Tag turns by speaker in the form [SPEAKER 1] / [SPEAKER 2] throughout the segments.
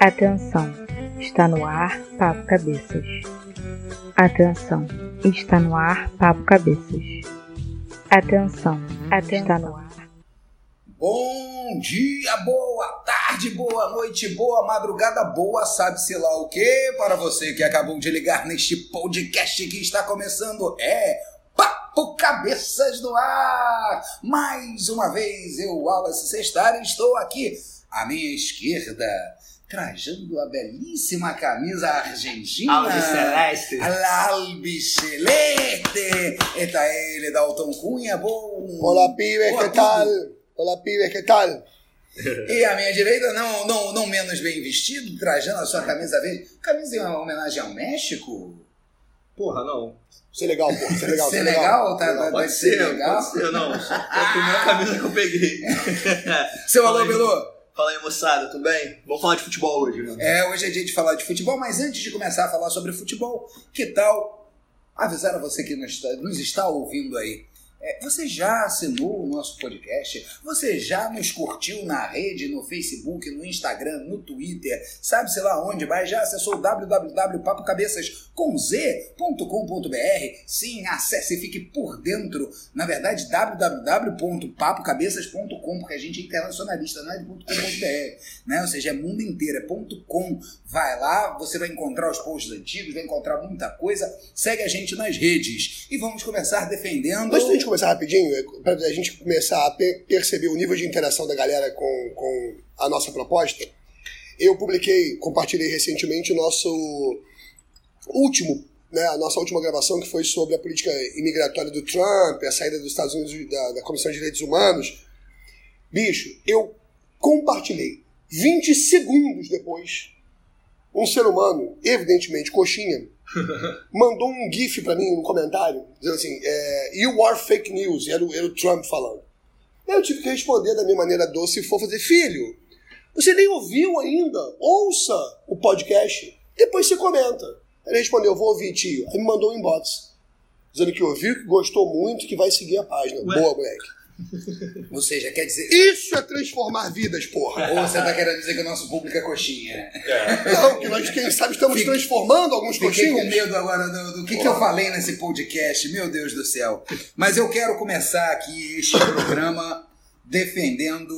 [SPEAKER 1] Atenção, está no ar Papo Cabeças. Atenção, está no ar Papo Cabeças. Atenção, atenção. está no ar.
[SPEAKER 2] Bom dia, boa tarde, boa noite, boa madrugada, boa sabe-se lá o que para você que acabou de ligar neste podcast que está começando. É Papo Cabeças no ar! Mais uma vez, eu, Wallace Sextar, estou aqui à minha esquerda trajando a belíssima camisa argentina.
[SPEAKER 3] Albi Celeste.
[SPEAKER 2] Albi Celeste. Está ele, Dalton Cunha. Bom.
[SPEAKER 4] Olá, pibes,
[SPEAKER 2] Boa
[SPEAKER 4] que
[SPEAKER 2] tudo.
[SPEAKER 4] tal? Olá, pibes, que tal?
[SPEAKER 2] E à minha direita, não, não, não menos bem vestido, trajando a sua camisa verde. Camisa em homenagem ao México?
[SPEAKER 3] Porra, não.
[SPEAKER 4] Isso é legal, pô, isso é legal. isso é
[SPEAKER 2] Senegal? Tá, tá,
[SPEAKER 3] Pode
[SPEAKER 2] vai
[SPEAKER 3] ser,
[SPEAKER 2] ser legal?
[SPEAKER 3] pode ser, não. Foi a primeira camisa que eu peguei.
[SPEAKER 2] Seu alô,
[SPEAKER 3] Fala aí.
[SPEAKER 2] Bilu.
[SPEAKER 3] Fala aí, moçada, tudo bem? Vamos falar de futebol hoje, né?
[SPEAKER 2] É, hoje é dia de falar de futebol, mas antes de começar a falar sobre futebol, que tal avisar a você que nos está, nos está ouvindo aí? É, você já assinou o nosso podcast? Você já nos curtiu na rede, no Facebook, no Instagram, no Twitter? Sabe sei lá onde, mas já acessou o www.papocabeças.com.br? Sim, acesse e fique por dentro. Na verdade, www.papocabeças.com, porque a gente é internacionalista, não é de .com.br né? Ou seja, é mundo inteiro, é ponto .com. Vai lá, você vai encontrar os posts antigos, vai encontrar muita coisa. Segue a gente nas redes. E vamos começar defendendo...
[SPEAKER 4] Antes da gente começar rapidinho, para a gente começar a pe- perceber o nível de interação da galera com, com a nossa proposta, eu publiquei, compartilhei recentemente o nosso último, né, a nossa última gravação, que foi sobre a política imigratória do Trump, a saída dos Estados Unidos da, da Comissão de Direitos Humanos. Bicho, eu compartilhei 20 segundos depois. Um ser humano, evidentemente coxinha, mandou um gif pra mim, um comentário, dizendo assim, é, you are fake news, e era o, era o Trump falando. Aí Eu tive que responder da minha maneira doce e for fazer, filho, você nem ouviu ainda, ouça o podcast, depois você comenta. Ele respondeu, vou ouvir, tio. Aí me mandou um inbox, dizendo que ouviu, que gostou muito, que vai seguir a página.
[SPEAKER 3] Ué.
[SPEAKER 4] Boa, moleque.
[SPEAKER 2] Ou seja, quer dizer...
[SPEAKER 4] Isso é transformar vidas, porra.
[SPEAKER 2] Ou você tá querendo dizer que o nosso público é coxinha?
[SPEAKER 4] Não, Então, que nós, quem sabe, estamos
[SPEAKER 2] Fiquei-
[SPEAKER 4] transformando alguns
[SPEAKER 2] Fiquei com
[SPEAKER 4] coxinhos.
[SPEAKER 2] medo agora do, do que, que eu falei nesse podcast, meu Deus do céu. Mas eu quero começar aqui este programa defendendo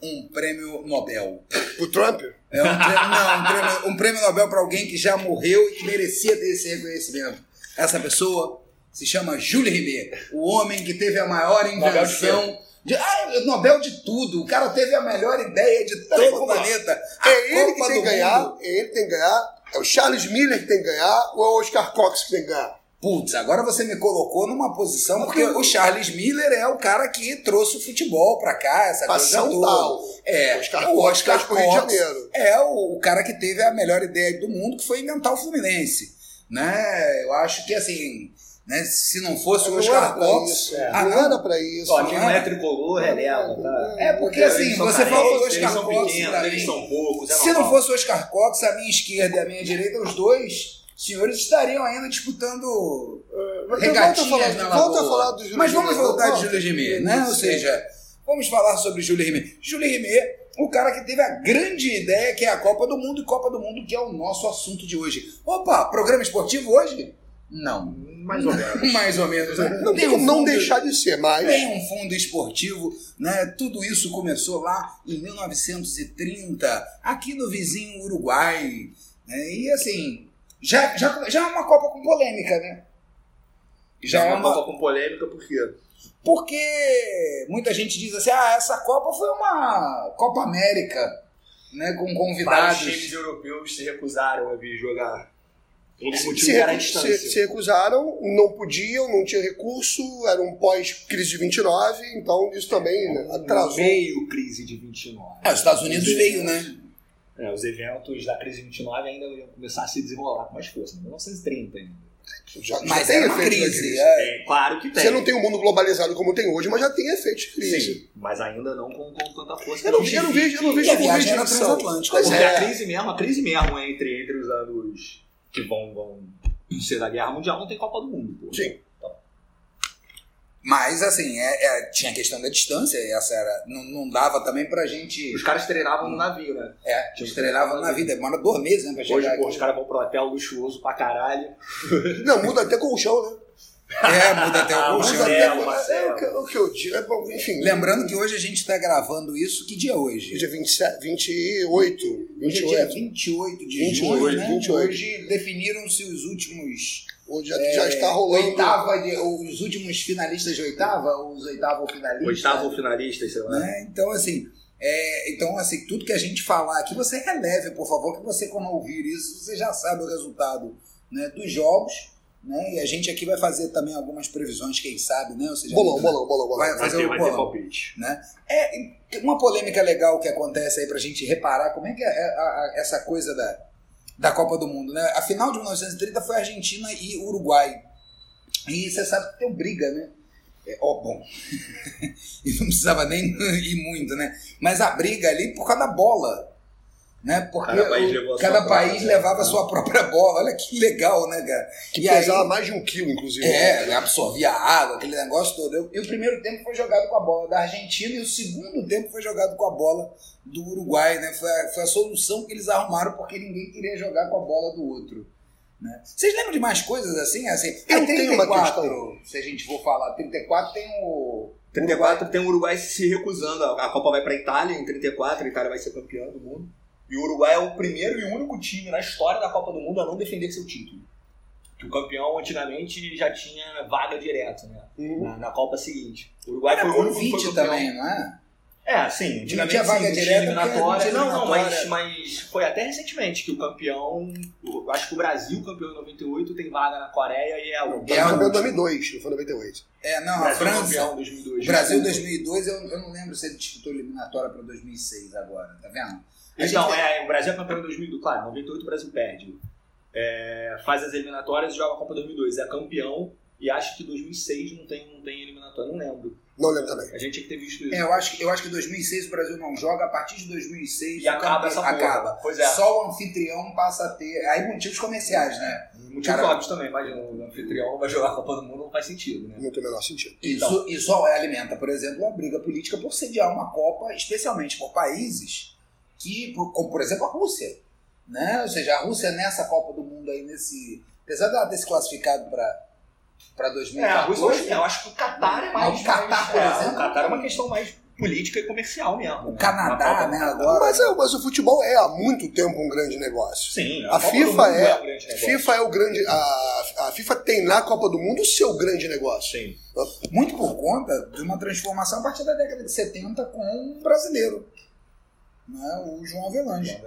[SPEAKER 2] um prêmio Nobel.
[SPEAKER 4] O Trump?
[SPEAKER 2] É um prêmio, não, um prêmio, um prêmio Nobel para alguém que já morreu e que merecia ter esse reconhecimento. Essa pessoa se chama Júlio Rimet, o homem que teve a maior
[SPEAKER 3] Nobel de
[SPEAKER 2] invenção. De, ah, é Nobel de tudo. O cara teve a melhor ideia de todo o
[SPEAKER 4] vamos lá.
[SPEAKER 2] planeta. A
[SPEAKER 4] É ele que
[SPEAKER 2] Copa
[SPEAKER 4] tem
[SPEAKER 2] do
[SPEAKER 4] que ganhar,
[SPEAKER 2] Mundo.
[SPEAKER 4] é ele que tem que ganhar, é o Charles Miller que tem que ganhar, ou é o Oscar Cox que tem que ganhar?
[SPEAKER 2] Putz, agora você me colocou numa posição porque o Charles Miller é o cara que trouxe o futebol pra cá, essa
[SPEAKER 4] Pra
[SPEAKER 2] coisa
[SPEAKER 4] São
[SPEAKER 2] toda.
[SPEAKER 4] Paulo.
[SPEAKER 2] Tá É,
[SPEAKER 4] Oscar
[SPEAKER 2] o
[SPEAKER 4] Cox
[SPEAKER 2] Oscar
[SPEAKER 4] traz pro Rio de
[SPEAKER 2] Cox.
[SPEAKER 4] Janeiro.
[SPEAKER 2] é o, o cara que teve a melhor ideia do mundo, que foi inventar o Fluminense. Né? Eu acho que assim, né, se não fosse o
[SPEAKER 4] Não era
[SPEAKER 2] Oscar
[SPEAKER 4] pra
[SPEAKER 2] Cox.
[SPEAKER 4] isso.
[SPEAKER 3] é.
[SPEAKER 2] Ah,
[SPEAKER 4] Não
[SPEAKER 2] não?
[SPEAKER 4] era pra isso.
[SPEAKER 3] Ó,
[SPEAKER 2] não
[SPEAKER 3] quem
[SPEAKER 2] é?
[SPEAKER 3] não é tricolor, releva, tá?
[SPEAKER 2] É porque
[SPEAKER 3] Eles
[SPEAKER 2] assim,
[SPEAKER 3] são
[SPEAKER 2] você falou do
[SPEAKER 3] carentes,
[SPEAKER 2] Oscar
[SPEAKER 3] Eles são
[SPEAKER 2] Cox
[SPEAKER 3] pequenos,
[SPEAKER 2] pra
[SPEAKER 3] eles
[SPEAKER 2] mim.
[SPEAKER 3] são poucos, é
[SPEAKER 2] Se não
[SPEAKER 3] normal.
[SPEAKER 2] fosse o Oscar Cox, a minha esquerda e a minha direita, os dois senhores estariam ainda disputando
[SPEAKER 4] volta a
[SPEAKER 2] regatinhas
[SPEAKER 4] falar,
[SPEAKER 2] na
[SPEAKER 4] volta a
[SPEAKER 2] lagoa.
[SPEAKER 4] falar do Júlio
[SPEAKER 2] Mas vamos
[SPEAKER 4] Rimet,
[SPEAKER 2] voltar de
[SPEAKER 4] volta.
[SPEAKER 2] Júlio Rimet, né? Ou
[SPEAKER 4] Isso.
[SPEAKER 2] seja, vamos falar sobre Júlio Rimet. Júlio Rimet, o cara que teve a grande ideia que é a Copa do Mundo, e Copa do Mundo que é o nosso assunto de hoje. Opa, programa esportivo hoje? Não.
[SPEAKER 3] Mais ou menos.
[SPEAKER 2] Mais ou menos. né?
[SPEAKER 4] Não tem como não
[SPEAKER 2] fundo-
[SPEAKER 4] deixar né? de ser, mas.
[SPEAKER 2] tem um fundo esportivo, né? Tudo isso começou lá em 1930, aqui no vizinho Uruguai. né? E assim, já, já, já é uma Copa com polêmica, né? Já é uma.
[SPEAKER 3] Copa com polêmica, por quê?
[SPEAKER 2] Porque muita gente diz assim: ah, essa Copa foi uma Copa América, né? Com
[SPEAKER 3] Vários
[SPEAKER 2] convidados.
[SPEAKER 3] times europeus se recusaram a vir jogar. Um dos
[SPEAKER 4] Se,
[SPEAKER 3] motivos era a
[SPEAKER 4] recu- se-
[SPEAKER 3] distância.
[SPEAKER 4] se recusaram, não podiam, não tinha recurso, era um pós-crise de 29, então isso também né, atrasou.
[SPEAKER 3] Veio crise de 29.
[SPEAKER 2] Ah, os Estados Unidos veio, né?
[SPEAKER 3] É, os eventos da crise de 29 ainda iam começar a se desenrolar com mais força, em 1930 ainda.
[SPEAKER 4] Já, já
[SPEAKER 2] Mas
[SPEAKER 4] tem
[SPEAKER 2] era uma
[SPEAKER 4] efeito da
[SPEAKER 2] crise. é.
[SPEAKER 3] É, claro que tem.
[SPEAKER 4] Você não tem um mundo globalizado como tem hoje, mas já tem efeito de crise.
[SPEAKER 3] Sim, mas ainda não com, com tanta força.
[SPEAKER 4] Eu não,
[SPEAKER 3] que
[SPEAKER 4] eu não vejo, eu não vejo
[SPEAKER 2] É E a
[SPEAKER 4] como
[SPEAKER 2] viagem
[SPEAKER 4] vejo
[SPEAKER 2] era
[SPEAKER 4] opção.
[SPEAKER 2] transatlântica. né?
[SPEAKER 4] Pois
[SPEAKER 3] Porque
[SPEAKER 4] é.
[SPEAKER 3] a crise mesmo, a crise mesmo entre, entre os anos que vão, vão ser da guerra mundial, não tem Copa do Mundo. Pô.
[SPEAKER 4] Sim.
[SPEAKER 2] Mas, assim, é, é- tinha a questão da distância, e essa era. Não, não dava também pra gente.
[SPEAKER 3] Os caras treinavam no navio, né?
[SPEAKER 2] É, eles treinavam na vida, demora dois meses, né, pra
[SPEAKER 3] Hoje,
[SPEAKER 2] chegar
[SPEAKER 3] pô, os
[SPEAKER 2] aqui.
[SPEAKER 3] caras vão pro hotel luxuoso pra caralho.
[SPEAKER 4] Não, muda até colchão, né?
[SPEAKER 2] É, muda até
[SPEAKER 3] Ah,
[SPEAKER 2] o
[SPEAKER 4] Muda
[SPEAKER 2] colchão.
[SPEAKER 3] Marcelo,
[SPEAKER 4] até colchão.
[SPEAKER 3] Marcelo.
[SPEAKER 4] É o que- o que eu digo. É bom, enfim.
[SPEAKER 2] Lembrando que hoje a gente tá gravando isso, que dia é hoje?
[SPEAKER 4] Dia 27, 28.
[SPEAKER 2] Hoje é dia
[SPEAKER 4] 28.
[SPEAKER 2] 28 de
[SPEAKER 4] 28,
[SPEAKER 2] junho, né?
[SPEAKER 4] 28.
[SPEAKER 2] Hoje definiram-se os últimos...
[SPEAKER 4] Hoje já, já está rolando.
[SPEAKER 2] É, Oitava de- os últimos finalistas de oitava, os oitavo finalistas.
[SPEAKER 3] Oitavo finalista, sei lá.
[SPEAKER 2] né? Então, assim, é, então, assim, tudo que a gente falar aqui, você releve, por favor, que você, quando ouvir isso, você já sabe o resultado né, dos jogos. Né? E a gente aqui vai fazer também algumas previsões, quem sabe, né? Ou seja,
[SPEAKER 4] Bolão, bolão, bolão, bolão.
[SPEAKER 2] Vai
[SPEAKER 3] Vai
[SPEAKER 2] fazer
[SPEAKER 3] ter,
[SPEAKER 2] o
[SPEAKER 3] vai ter
[SPEAKER 2] bolão.
[SPEAKER 3] palpite.
[SPEAKER 2] É, e tem uma polêmica legal que acontece aí pra gente reparar como é que é a- a- essa coisa da, da Copa do Mundo, né? A final de 1930 foi Argentina e Uruguai. E você sabe que deu briga, né? É, ó, bom. e não precisava nem ir muito, né? Mas a briga ali por causa da bola. Né? Porque
[SPEAKER 3] Cada país
[SPEAKER 2] o-
[SPEAKER 3] levou a sua
[SPEAKER 2] cada
[SPEAKER 3] bola,
[SPEAKER 2] país
[SPEAKER 3] né?
[SPEAKER 2] levava a sua própria bola. Olha que legal, né, cara?
[SPEAKER 4] Que
[SPEAKER 2] E aí-
[SPEAKER 4] pesava mais de um quilo, inclusive.
[SPEAKER 2] é, absorvia a água, aquele negócio todo. Eu- E o primeiro tempo foi jogado com a bola da Argentina e o segundo tempo foi jogado com a bola do Uruguai, né? Foi a, foi a solução que eles arrumaram porque ninguém queria jogar com a bola do outro. Né? Vocês lembram de mais coisas assim? assim
[SPEAKER 4] Eu
[SPEAKER 2] é
[SPEAKER 4] tenho uma
[SPEAKER 2] 34,
[SPEAKER 4] questão.
[SPEAKER 2] se a gente for falar. 34 tem o...
[SPEAKER 3] 34 tem o Uruguai se recusando. A a Copa vai pra Itália em 34, a Itália vai ser campeã do mundo. E o Uruguai é o primeiro e único time na história da Copa do Mundo a não defender seu título. Que o campeão antigamente já tinha vaga direto, né?
[SPEAKER 4] Hum.
[SPEAKER 3] Na, na Copa seguinte. O Uruguai
[SPEAKER 2] Era
[SPEAKER 3] foi o único que foi
[SPEAKER 2] convite
[SPEAKER 3] campeão.
[SPEAKER 2] também, não é?
[SPEAKER 3] É, sim.
[SPEAKER 2] Não
[SPEAKER 3] Antigamente
[SPEAKER 2] tinha vaga
[SPEAKER 3] sim,
[SPEAKER 2] direta,
[SPEAKER 3] tinha
[SPEAKER 2] porque
[SPEAKER 3] eliminatória.
[SPEAKER 2] não
[SPEAKER 3] Não,
[SPEAKER 2] tinha
[SPEAKER 3] não, mas,
[SPEAKER 2] eliminatória.
[SPEAKER 3] mas foi até recentemente que o campeão. Eu acho que o Brasil, campeão em 98, tem vaga na Coreia e é o.
[SPEAKER 2] um
[SPEAKER 4] Mas foi campeão em 2002, não foi 98.
[SPEAKER 2] É, não, a
[SPEAKER 3] Brasil
[SPEAKER 2] França...
[SPEAKER 3] campeão em 2002.
[SPEAKER 2] O Brasil 2002, eu, eu não lembro se ele disputou eliminatória para 2006 agora, tá vendo? A gente
[SPEAKER 3] Então,
[SPEAKER 2] tem-
[SPEAKER 3] é, o Brasil é campeão em 2002, claro, 98 o Brasil perde. É, faz as eliminatórias e joga a Copa 2002, é campeão e acho que 2006 não tem, não tem eliminatória, não lembro.
[SPEAKER 4] Não lembro também.
[SPEAKER 3] A gente tinha que ter visto isso.
[SPEAKER 2] É, eu acho, que- eu acho que 2006 o Brasil não joga, a partir de 2006
[SPEAKER 3] e acaba essa porra.
[SPEAKER 2] acaba.
[SPEAKER 3] Pois é.
[SPEAKER 2] Só o anfitrião passa a ter. Aí motivos comerciais, né?
[SPEAKER 3] Motivo
[SPEAKER 2] Cara-
[SPEAKER 3] óbvio também, imagina, o anfitrião vai jogar a Copa do Mundo, não faz sentido, né?
[SPEAKER 4] Não tem o menor sentido.
[SPEAKER 3] então.
[SPEAKER 2] Isso, isso é, alimenta, por exemplo, a briga política por sediar uma Copa, especialmente por países que, por- como por exemplo a Rússia. Né? Ou seja, a Rússia nessa Copa do Mundo aí, nesse. Apesar dela ter se classificado para
[SPEAKER 3] É, a
[SPEAKER 2] 2014.
[SPEAKER 3] Rússia, eu acho que o Catar é mais.
[SPEAKER 2] O Catar, por
[SPEAKER 3] é,
[SPEAKER 2] exemplo.
[SPEAKER 3] O Catar é uma questão mais política e comercial mesmo.
[SPEAKER 2] o
[SPEAKER 3] né? A Copa
[SPEAKER 2] Canadá,
[SPEAKER 3] do
[SPEAKER 2] né,
[SPEAKER 3] Catar.
[SPEAKER 2] agora.
[SPEAKER 4] Mas, é, mas o futebol é há muito tempo um grande negócio.
[SPEAKER 3] Sim,
[SPEAKER 4] A
[SPEAKER 3] Copa do
[SPEAKER 4] FIFA
[SPEAKER 3] Mundo
[SPEAKER 4] é-
[SPEAKER 3] um grande
[SPEAKER 4] A
[SPEAKER 3] negócio.
[SPEAKER 4] FIFA é o grande. A, a FIFA tem na Copa do Mundo o seu grande negócio.
[SPEAKER 3] Sim.
[SPEAKER 2] Muito por conta de uma transformação a partir da década de 70 com um brasileiro, né? o João Avelange.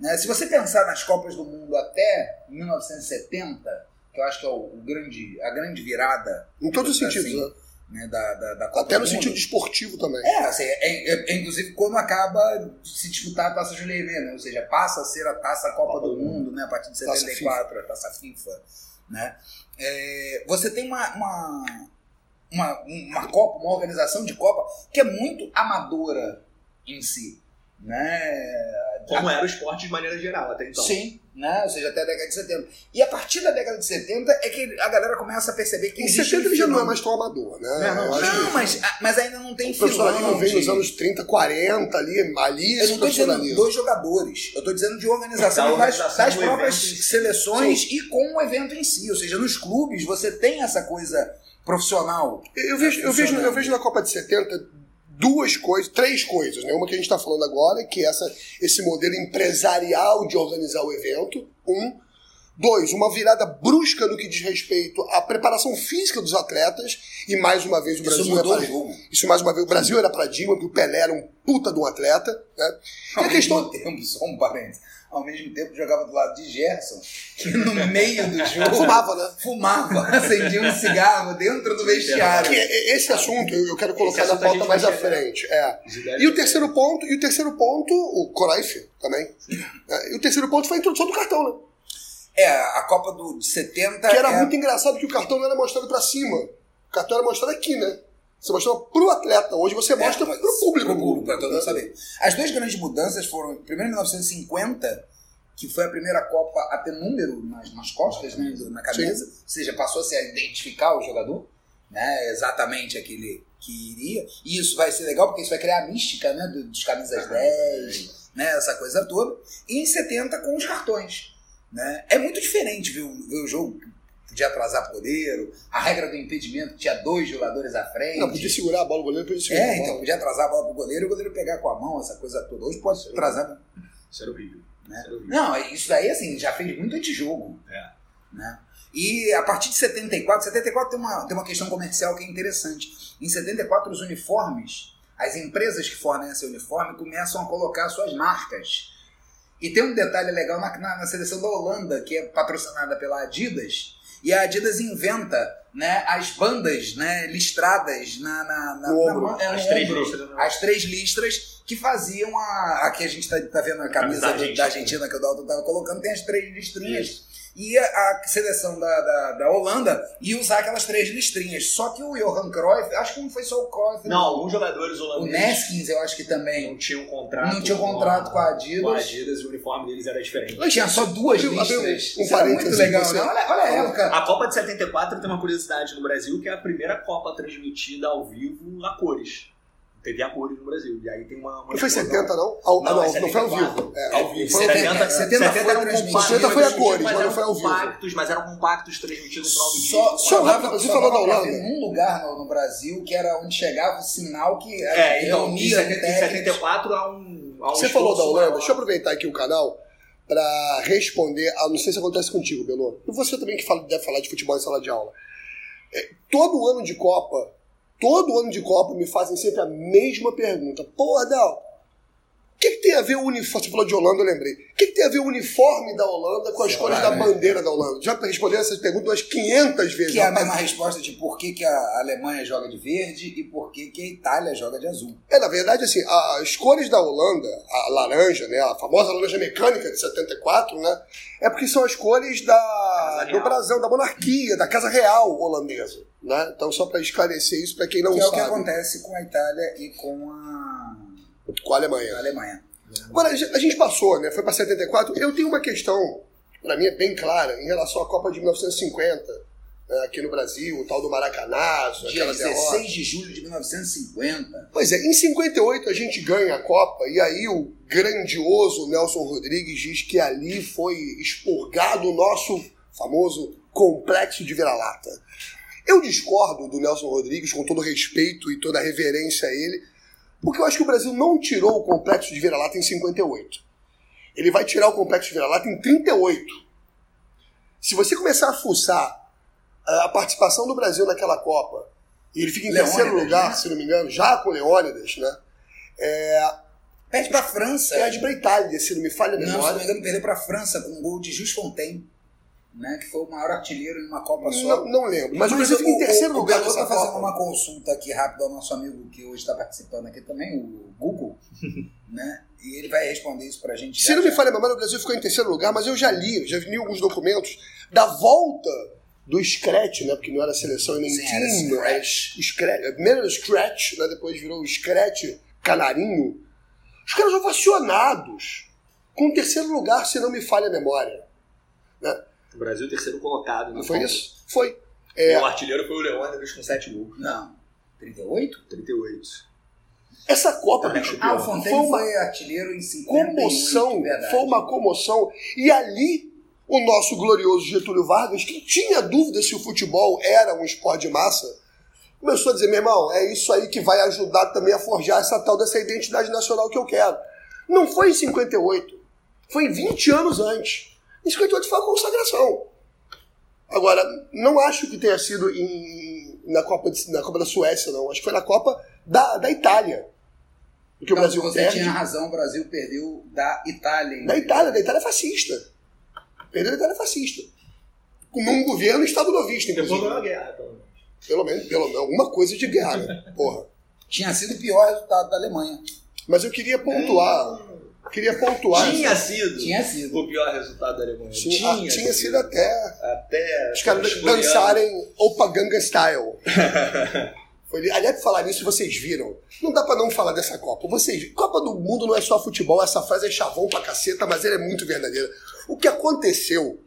[SPEAKER 2] Né? Se você pensar nas Copas do Mundo até 1970, que eu acho que é o, o grande, a grande virada
[SPEAKER 4] Em todos os
[SPEAKER 2] Assim,
[SPEAKER 4] sentidos, né?
[SPEAKER 2] né, da, da, da Copa
[SPEAKER 4] Até
[SPEAKER 2] do
[SPEAKER 4] no
[SPEAKER 2] Mundo.
[SPEAKER 4] sentido esportivo também.
[SPEAKER 2] É, assim, é- é- é inclusive quando acaba de se disputar a Taça Juliana, né? ou seja, passa a ser a Taça Copa, do Mundo, né? a partir de
[SPEAKER 4] Taça
[SPEAKER 2] 74, a Taça FIFA. Né? É, você tem uma, uma, uma, uma Copa, uma organização de Copa que é muito amadora em si. Né?
[SPEAKER 3] Como era o esporte de maneira geral até então.
[SPEAKER 2] Sim. Né? Ou seja, até a década de 70. E a partir da década de 70 é que a galera começa a perceber que
[SPEAKER 4] Em
[SPEAKER 2] existe um
[SPEAKER 4] 70 ele já não é
[SPEAKER 2] filão.
[SPEAKER 4] mais tão amador, né?
[SPEAKER 3] Não, não,
[SPEAKER 4] Eu
[SPEAKER 2] Não,
[SPEAKER 4] acho que
[SPEAKER 2] mas, ah, mas ainda não tem
[SPEAKER 4] o profissionalismo
[SPEAKER 2] filão
[SPEAKER 4] vem
[SPEAKER 2] de-
[SPEAKER 4] nos anos 30, 40 ali, ali
[SPEAKER 2] Eu
[SPEAKER 4] esse
[SPEAKER 2] não tô dizendo
[SPEAKER 4] profissionalismo.
[SPEAKER 2] dos jogadores, eu tô dizendo de organização
[SPEAKER 3] Da
[SPEAKER 2] das-
[SPEAKER 3] Tá organização
[SPEAKER 2] das,
[SPEAKER 3] do
[SPEAKER 2] próprias
[SPEAKER 3] evento.
[SPEAKER 2] seleções e com o evento em si. Ou seja, nos clubes você tem essa coisa profissional.
[SPEAKER 4] Eu vejo, eu, vejo, eu vejo na Copa de 70 duas coisas, três coisas, né? Uma que a gente está falando agora, que é essa, esse modelo empresarial de organizar o evento, um. Dois, uma virada brusca no que diz respeito à preparação física dos atletas, e mais uma vez o
[SPEAKER 2] Isso
[SPEAKER 4] Brasil
[SPEAKER 2] mudou
[SPEAKER 4] era
[SPEAKER 2] o
[SPEAKER 4] pra-
[SPEAKER 2] jogo.
[SPEAKER 4] Isso mais uma vez, o Brasil era paradigma, porque o Pelé era um puta de um atleta, né? E a
[SPEAKER 2] Ao
[SPEAKER 4] questão.
[SPEAKER 2] mesmo tempo, só um parênteses, ao mesmo tempo jogava do lado de Gerson, que no meio do jogo
[SPEAKER 4] Fumava, né?
[SPEAKER 2] fumava, acendia um cigarro dentro do vestiário.
[SPEAKER 4] Que é- é- Esse assunto eu eu quero colocar
[SPEAKER 3] assunto a
[SPEAKER 4] na pauta
[SPEAKER 3] gente
[SPEAKER 4] mais à
[SPEAKER 3] vai chegar.
[SPEAKER 4] frente. É. E o terceiro ponto, e o terceiro ponto, o Cruyff também. É, E o terceiro ponto foi a introdução do cartão, né?
[SPEAKER 2] É, a Copa do, de 70
[SPEAKER 4] Que era
[SPEAKER 2] é-
[SPEAKER 4] muito engraçado que o cartão não era mostrado pra cima. O cartão era mostrado aqui, né? Você mostrava pro atleta. Hoje você mostra
[SPEAKER 2] É, mas
[SPEAKER 4] pro público.
[SPEAKER 2] Pro público, pra todo mundo saber. As duas grandes mudanças foram, primeiro em 1950, que foi a primeira Copa a ter número nas, nas costas, né, do- na camisa, ou seja, passou-se a identificar o jogador, né? Exatamente aquele que iria. E isso vai ser legal, porque isso vai criar a mística, né? do- Dos camisas 10, né? Essa coisa toda. E em 70 com os cartões. Né? É muito diferente ver o, ver o jogo. que Podia atrasar pro goleiro, a regra do impedimento que tinha dois jogadores à frente.
[SPEAKER 4] Não, podia segurar a bola, o goleiro podia segurar
[SPEAKER 2] É,
[SPEAKER 4] a
[SPEAKER 2] então
[SPEAKER 4] bola.
[SPEAKER 2] podia atrasar a bola pro goleiro e o goleiro pegar com a mão, essa coisa toda. Hoje pode atrasar.
[SPEAKER 3] Isso era horrível.
[SPEAKER 2] Né?
[SPEAKER 3] Isso era horrível.
[SPEAKER 2] Não, isso daí assim, já fez muito antijogo.
[SPEAKER 3] É.
[SPEAKER 2] Né? E a partir de 74, 74 tem uma, tem uma questão comercial que é interessante. Em 74, os uniformes, as empresas que fornecem uniforme começam a colocar suas marcas. E tem um detalhe legal na, na- na seleção da Holanda, que é patrocinada pela Adidas, e a Adidas inventa né, as bandas né, listradas na, na, na,
[SPEAKER 4] No
[SPEAKER 2] na
[SPEAKER 4] ombro.
[SPEAKER 2] mão- é, no
[SPEAKER 3] As três né?
[SPEAKER 2] ombro
[SPEAKER 3] listas.
[SPEAKER 2] as três listras que faziam a. Aqui a gente está vendo a camisa
[SPEAKER 3] Camisa da
[SPEAKER 2] do-
[SPEAKER 3] Argentina.
[SPEAKER 2] da Argentina que o Dalton estava colocando, tem as três listrinhas. E a, a seleção da, da, da Holanda ia usar aquelas três listrinhas. Só que o Johan Cruyff, acho que não foi só o Cruyff. né?
[SPEAKER 3] Não, alguns jogadores
[SPEAKER 2] O
[SPEAKER 3] holandeses
[SPEAKER 2] Neskins, eu acho que
[SPEAKER 3] não
[SPEAKER 2] também.
[SPEAKER 3] tinham contrato.
[SPEAKER 2] Não tinha contrato com a
[SPEAKER 3] Com a
[SPEAKER 2] Adidas.
[SPEAKER 3] Adidas e o uniforme deles era diferente.
[SPEAKER 2] Tinha só duas
[SPEAKER 4] Abriu- abriu
[SPEAKER 2] listras.
[SPEAKER 4] um
[SPEAKER 2] Isso era muito
[SPEAKER 4] parênteses
[SPEAKER 2] legal.
[SPEAKER 4] você.
[SPEAKER 2] né? Olha, olha a época.
[SPEAKER 3] A Copa de 74 tem uma curiosidade no Brasil, que é a primeira Copa transmitida ao vivo a cores. Teve a cores no Brasil. E aí tem uma. uma
[SPEAKER 4] Não foi 70, não? Ao- ah,
[SPEAKER 3] Não,
[SPEAKER 4] não,
[SPEAKER 3] é
[SPEAKER 4] não foi ao
[SPEAKER 3] 74.
[SPEAKER 4] vivo. É,
[SPEAKER 3] Ao vivo.
[SPEAKER 4] Foi ao vivo.
[SPEAKER 3] 70,
[SPEAKER 2] 70 foi
[SPEAKER 3] eram
[SPEAKER 2] transmitido.
[SPEAKER 3] compactos,
[SPEAKER 4] 70 foi a cores,
[SPEAKER 3] um mas
[SPEAKER 4] mas não
[SPEAKER 3] eram
[SPEAKER 4] foi ao vivo.
[SPEAKER 3] compactos, mas eram compactos transmitidos no final do
[SPEAKER 2] Só,
[SPEAKER 3] dia.
[SPEAKER 2] só
[SPEAKER 4] Só
[SPEAKER 2] lá
[SPEAKER 4] lá-
[SPEAKER 2] pra,
[SPEAKER 4] você
[SPEAKER 2] só
[SPEAKER 4] falou
[SPEAKER 2] lá
[SPEAKER 4] da
[SPEAKER 2] pra
[SPEAKER 4] Holanda?
[SPEAKER 2] ter um lugar no, no Brasil que era onde chegava o sinal que
[SPEAKER 3] É, então, em
[SPEAKER 2] reunia um
[SPEAKER 3] 70 em
[SPEAKER 2] técnicos.
[SPEAKER 3] 74 há um. há um
[SPEAKER 4] Você falou da
[SPEAKER 3] esforço
[SPEAKER 4] Holanda,
[SPEAKER 3] maior.
[SPEAKER 4] deixa eu aproveitar aqui o canal para responder, a, não sei se acontece contigo, Belo, e você também que fala- deve falar de futebol em sala de aula. É, todo ano de Copa, todo ano de Copa me fazem sempre a mesma pergunta. Pô, Adal, o que, que tem a ver o uniforme? Você falou de Holanda, eu lembrei. O que, que tem a ver o uniforme da Holanda com as
[SPEAKER 2] Sei
[SPEAKER 4] cores
[SPEAKER 2] lá,
[SPEAKER 4] da
[SPEAKER 2] né?
[SPEAKER 4] bandeira da Holanda? Já respondi essas perguntas umas 500 vezes.
[SPEAKER 2] Que é a
[SPEAKER 4] rapaz.
[SPEAKER 2] mesma resposta de por que, que a Alemanha joga de verde e por que, que a Itália joga de azul.
[SPEAKER 4] É, na verdade, assim, a- as cores da Holanda, a laranja, né, a famosa laranja mecânica de 74, né, é porque são as cores da,
[SPEAKER 3] Casa
[SPEAKER 4] do
[SPEAKER 3] Real.
[SPEAKER 4] brasão, da monarquia, da casa real holandesa, né? Então, só para esclarecer isso para quem não
[SPEAKER 2] que é o que
[SPEAKER 4] sabe,
[SPEAKER 2] acontece com a Itália e com a
[SPEAKER 4] com a Alemanha.
[SPEAKER 2] Alemanha.
[SPEAKER 4] Agora, a gente a gente passou, né? Foi para 74. Eu tenho uma questão, para mim é bem clara, em relação à Copa de 1950, né, aqui no Brasil, o tal do Maracanazo,
[SPEAKER 2] Dia
[SPEAKER 4] aquela derrota.
[SPEAKER 2] 16 de julho de 1950.
[SPEAKER 4] Pois é, em 58 a gente ganha a Copa e aí o grandioso Nelson Rodrigues diz que ali foi expurgado o nosso famoso complexo de vira-lata. Eu discordo do Nelson Rodrigues com todo respeito e toda a reverência a ele, porque eu acho que o Brasil não tirou o complexo de vira-lata em 58. Ele vai tirar o complexo de vira-lata em 38. Se você começar a fuçar ah, a participação do Brasil naquela Copa, e ele fica em
[SPEAKER 2] Leônidas,
[SPEAKER 4] terceiro lugar,
[SPEAKER 2] né?
[SPEAKER 4] se não me engano, já com Leônidas, né? É
[SPEAKER 2] Perde para a França.
[SPEAKER 4] Perde pra Itália, se não me falha a
[SPEAKER 2] Não, se não me
[SPEAKER 4] memória.
[SPEAKER 2] engano, perdeu para a França com um gol de Jus Fontaine, né, que foi o maior artilheiro em uma Copa só.
[SPEAKER 4] Não, não lembro. Mas, o Brasil fica em terceiro
[SPEAKER 2] o,
[SPEAKER 4] lugar
[SPEAKER 2] O Belo
[SPEAKER 4] nessa
[SPEAKER 2] tá fazendo
[SPEAKER 4] Copa.
[SPEAKER 2] uma consulta aqui rápida ao nosso amigo que hoje está participando aqui também, o Google, né? E ele vai responder isso pra gente.
[SPEAKER 4] Se
[SPEAKER 2] já,
[SPEAKER 4] não me
[SPEAKER 2] já.
[SPEAKER 4] falha a memória, o Brasil ficou em terceiro lugar, mas eu já li, já li alguns documentos da volta do Scratch, né? Porque não era seleção e nem
[SPEAKER 2] Sim, era
[SPEAKER 4] time. né?
[SPEAKER 2] Scratch.
[SPEAKER 4] Scratch. Primeiro era Scratch, né? depois virou Scratch Canarinho. Os caras ovacionados com o terceiro lugar, se não me falha a memória.
[SPEAKER 3] O Brasil terceiro colocado. né?
[SPEAKER 4] Não
[SPEAKER 3] na
[SPEAKER 4] foi
[SPEAKER 3] Copa.
[SPEAKER 4] isso? Foi.
[SPEAKER 3] E
[SPEAKER 4] É,
[SPEAKER 3] o artilheiro foi o Leônidas com 7 gols.
[SPEAKER 2] Não. 38?
[SPEAKER 3] 38.
[SPEAKER 4] essa Copa,
[SPEAKER 3] Ah,
[SPEAKER 4] bicho,
[SPEAKER 2] Ah, o
[SPEAKER 4] foi
[SPEAKER 2] Fontaine foi,
[SPEAKER 4] uma
[SPEAKER 2] artilheiro em 58,
[SPEAKER 4] comoção,
[SPEAKER 2] é verdade.
[SPEAKER 4] foi uma comoção. E ali, o nosso glorioso Getúlio Vargas, que tinha dúvida se o futebol era um esporte de massa, começou a dizer: meu irmão, é isso aí que vai ajudar também a forjar essa tal dessa identidade nacional que eu quero. Não foi em 58, foi 20 anos antes. Em 58 foi a consagração. Agora, não acho que tenha sido em- na, Copa de- na Copa da Suécia, não. Acho que foi na Copa da, da Itália. Porque
[SPEAKER 2] Então,
[SPEAKER 4] o Brasil
[SPEAKER 2] você
[SPEAKER 4] perde.
[SPEAKER 2] tinha razão, o Brasil perdeu da Itália. hein?
[SPEAKER 4] um Da Itália, da Itália é fascista. Perdeu da Itália é fascista. Num governo Estado novista,
[SPEAKER 3] Depois ganhou a
[SPEAKER 4] inclusive.
[SPEAKER 3] guerra, então.
[SPEAKER 4] Pelo menos, pelo menos, alguma coisa de guerra, né? Porra.
[SPEAKER 2] Tinha sido o pior resultado da Alemanha.
[SPEAKER 4] Mas eu queria pontuar. Queria pontuar.
[SPEAKER 3] Tinha sido
[SPEAKER 2] Tinha sido.
[SPEAKER 3] o pior resultado da Alemanha.
[SPEAKER 4] Tinha, ah, tinha sido até
[SPEAKER 3] Até.
[SPEAKER 4] os caras
[SPEAKER 3] escolhendo.
[SPEAKER 4] dançarem Opa Ganga Style. Foi ali- Aliás, pra falar nisso, vocês viram. Não dá pra não falar dessa Copa. Vocês, Copa do Mundo não é só futebol, essa frase é chavão pra caceta, mas ela é muito verdadeira. O que aconteceu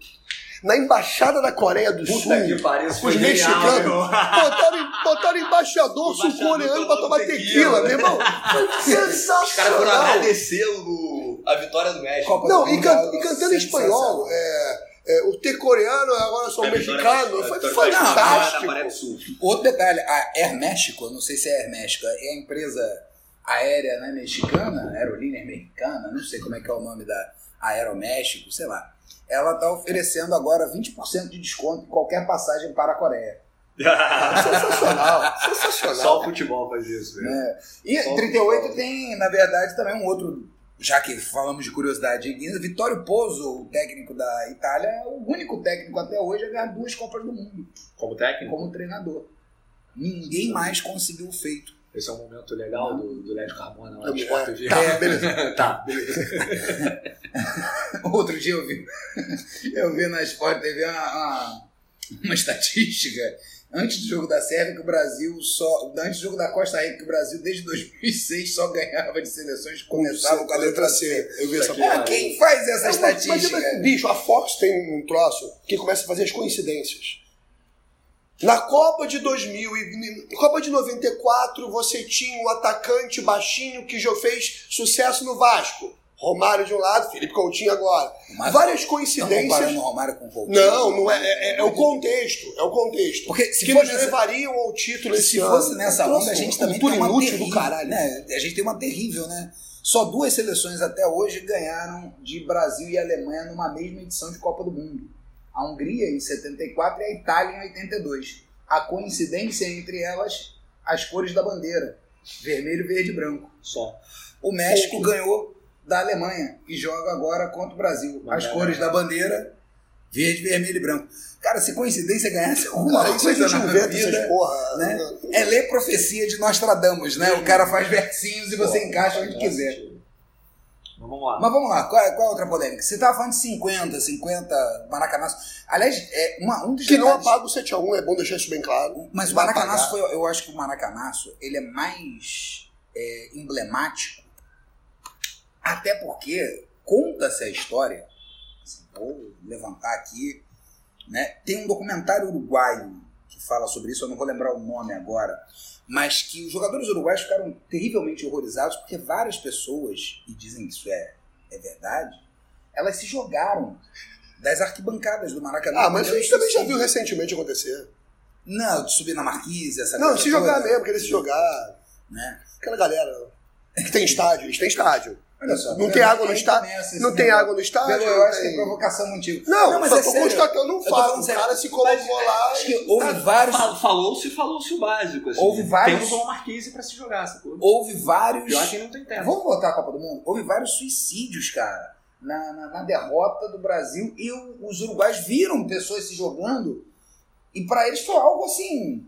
[SPEAKER 4] na Embaixada da Coreia do Sul,
[SPEAKER 3] Puta que pariu, isso foi
[SPEAKER 4] os mexicanos,
[SPEAKER 3] genial,
[SPEAKER 4] botaram, botaram embaixador sul-coreano pra tomar tequila, meu irmão. Foi
[SPEAKER 3] Os né? caras foram
[SPEAKER 4] Sensacional.
[SPEAKER 3] agradecer o, a vitória do México.
[SPEAKER 2] Copa
[SPEAKER 4] Não,
[SPEAKER 2] do
[SPEAKER 4] e,
[SPEAKER 2] Mundo,
[SPEAKER 4] can-
[SPEAKER 2] cara,
[SPEAKER 4] e cantando em espanhol, é, é, o ter coreano, agora sou
[SPEAKER 3] É,
[SPEAKER 4] mexicano, foi fantástico.
[SPEAKER 2] Outro detalhe, a Air México, eu não sei se é Air México, é a empresa aérea né, mexicana, aerolínea americana, não sei como é que é o nome da Aeroméxico, sei lá. Ela está oferecendo agora 20% de desconto em qualquer passagem para a Coreia.
[SPEAKER 4] Sensacional, sensacional.
[SPEAKER 3] Só o futebol faz isso, velho.
[SPEAKER 2] Né? E
[SPEAKER 3] Só
[SPEAKER 2] 38 tem, na verdade, também um outro, já que falamos de curiosidade em Guinness, Vittorio Pozzo, o técnico da Itália, é o único técnico até hoje a ganhar duas Copas do Mundo
[SPEAKER 3] Como técnico,
[SPEAKER 2] como treinador. Ninguém mais conseguiu o feito.
[SPEAKER 3] esse é um momento legal do, do Léo Carmona lá
[SPEAKER 4] Tá,
[SPEAKER 3] do Sport TV.
[SPEAKER 4] tá, beleza.
[SPEAKER 3] tá, beleza.
[SPEAKER 2] Outro dia eu vi, eu vi na Sport TV uma, uma, uma estatística antes do jogo da Sérvia que o Brasil só. Antes do jogo da Costa Rica que o Brasil desde 2006 só ganhava de seleções que começavam com a letra C.
[SPEAKER 4] Eu vi
[SPEAKER 3] Isso
[SPEAKER 4] essa
[SPEAKER 3] aqui é
[SPEAKER 4] porra.
[SPEAKER 2] Ah, quem faz essa
[SPEAKER 4] Mas, mas, mas,
[SPEAKER 2] estatística? é.
[SPEAKER 4] bicho, a Fox tem um troço que começa a fazer as coincidências. Na Copa de 2000 e e- Copa de 94, você tinha o atacante baixinho que já fez sucesso no Vasco. Romário de um lado, Felipe Coutinho agora.
[SPEAKER 2] Mas Estamos
[SPEAKER 4] Várias
[SPEAKER 2] comparando o
[SPEAKER 4] coincidências.
[SPEAKER 2] Romário com o Coutinho.
[SPEAKER 4] Não, não é, é, é- é o contexto. É o contexto.
[SPEAKER 2] Porque se
[SPEAKER 4] que
[SPEAKER 2] fosse
[SPEAKER 4] nos
[SPEAKER 2] nessa-
[SPEAKER 4] levariam ao título esse
[SPEAKER 2] Se
[SPEAKER 4] ano.
[SPEAKER 2] fosse nessa
[SPEAKER 4] Nossa,
[SPEAKER 2] onda, a gente
[SPEAKER 4] uma
[SPEAKER 2] também tem
[SPEAKER 4] cultura
[SPEAKER 2] uma
[SPEAKER 4] inútil
[SPEAKER 2] terrível,
[SPEAKER 4] do caralho.
[SPEAKER 2] Né? A gente tem uma terrível, né? Só duas seleções até hoje ganharam de Brasil e Alemanha numa mesma edição de Copa do Mundo. A Hungria em 74 e a Itália em 82. A coincidência entre elas, as cores da bandeira. Vermelho, verde e branco.
[SPEAKER 3] Só.
[SPEAKER 2] O México ganhou da Alemanha e joga agora contra o Brasil. As
[SPEAKER 4] é.
[SPEAKER 3] Bandeira.
[SPEAKER 2] cores da bandeira, verde, vermelho e branco. Cara, se coincidência ganhasse alguma
[SPEAKER 4] Cara, isso tá a
[SPEAKER 2] coisa um
[SPEAKER 4] gente
[SPEAKER 2] na
[SPEAKER 4] inventa
[SPEAKER 2] vida,
[SPEAKER 4] um essas porra.
[SPEAKER 2] né?
[SPEAKER 4] né?
[SPEAKER 2] É ler profecia de Nostradamus, né? O cara faz versinhos e você
[SPEAKER 4] Tá,
[SPEAKER 2] encaixa onde quiser.
[SPEAKER 3] Mas vamos lá.
[SPEAKER 2] Mas vamos lá, qual, é- qual é a outra polêmica? Você tava falando de 50, 50 Maracanaço. Aliás, é uma, um dos
[SPEAKER 4] Que não
[SPEAKER 2] detalhes-
[SPEAKER 4] apaga o 7x1, é bom deixar isso bem claro.
[SPEAKER 2] Mas o
[SPEAKER 4] Vai
[SPEAKER 2] Maracanaço
[SPEAKER 4] apagar.
[SPEAKER 2] foi. Eu acho que o Maracanaço ele é mais é, emblemático. Até porque conta-se a história. assim, vou levantar aqui. Né? Tem um documentário uruguaio que fala sobre isso, eu não vou lembrar o nome agora. Mas que os jogadores uruguaios ficaram terrivelmente horrorizados porque várias pessoas, e dizem que isso é, é verdade, elas se jogaram das arquibancadas do Maracanã.
[SPEAKER 4] Ah, mas a
[SPEAKER 2] Entendeu?
[SPEAKER 4] gente também já viu recentemente acontecer.
[SPEAKER 2] Não, de subir na marquise, essa
[SPEAKER 4] Não,
[SPEAKER 2] coisa
[SPEAKER 4] se jogar
[SPEAKER 2] toda,
[SPEAKER 4] mesmo, querer se jogar.
[SPEAKER 2] Tá Né?
[SPEAKER 4] Aquela galera. Que tem estádio, eles têm estádio.
[SPEAKER 2] Olha só,
[SPEAKER 4] Não
[SPEAKER 2] tá
[SPEAKER 4] tem
[SPEAKER 2] vendo?
[SPEAKER 4] água no
[SPEAKER 2] Aí
[SPEAKER 4] estádio?
[SPEAKER 2] começa esse
[SPEAKER 4] Não tem
[SPEAKER 2] negócio.
[SPEAKER 4] água no estádio?
[SPEAKER 2] Pelo, eu acho que
[SPEAKER 4] tem-
[SPEAKER 2] tem provocação contigo.
[SPEAKER 4] Não,
[SPEAKER 2] mas
[SPEAKER 4] só
[SPEAKER 2] é
[SPEAKER 4] tô
[SPEAKER 2] sério.
[SPEAKER 4] constatando um
[SPEAKER 2] Eu tô
[SPEAKER 4] fato.
[SPEAKER 2] falando
[SPEAKER 4] O
[SPEAKER 2] sério.
[SPEAKER 4] cara se colocou lá.
[SPEAKER 2] Acho que houve vários,
[SPEAKER 3] Fal- Falou-se, falou-se o básico. Assim,
[SPEAKER 2] Houve
[SPEAKER 3] né?
[SPEAKER 2] vários-
[SPEAKER 3] Temos uma marquise pra se jogar, sacou?
[SPEAKER 2] houve vários.
[SPEAKER 3] Pior que não tem
[SPEAKER 4] é.
[SPEAKER 3] tempo.
[SPEAKER 2] Vamos voltar à Copa do Mundo? Houve vários suicídios, cara, na, na, na derrota do Brasil. E o- os uruguaios viram pessoas se jogando. E pra eles foi algo assim.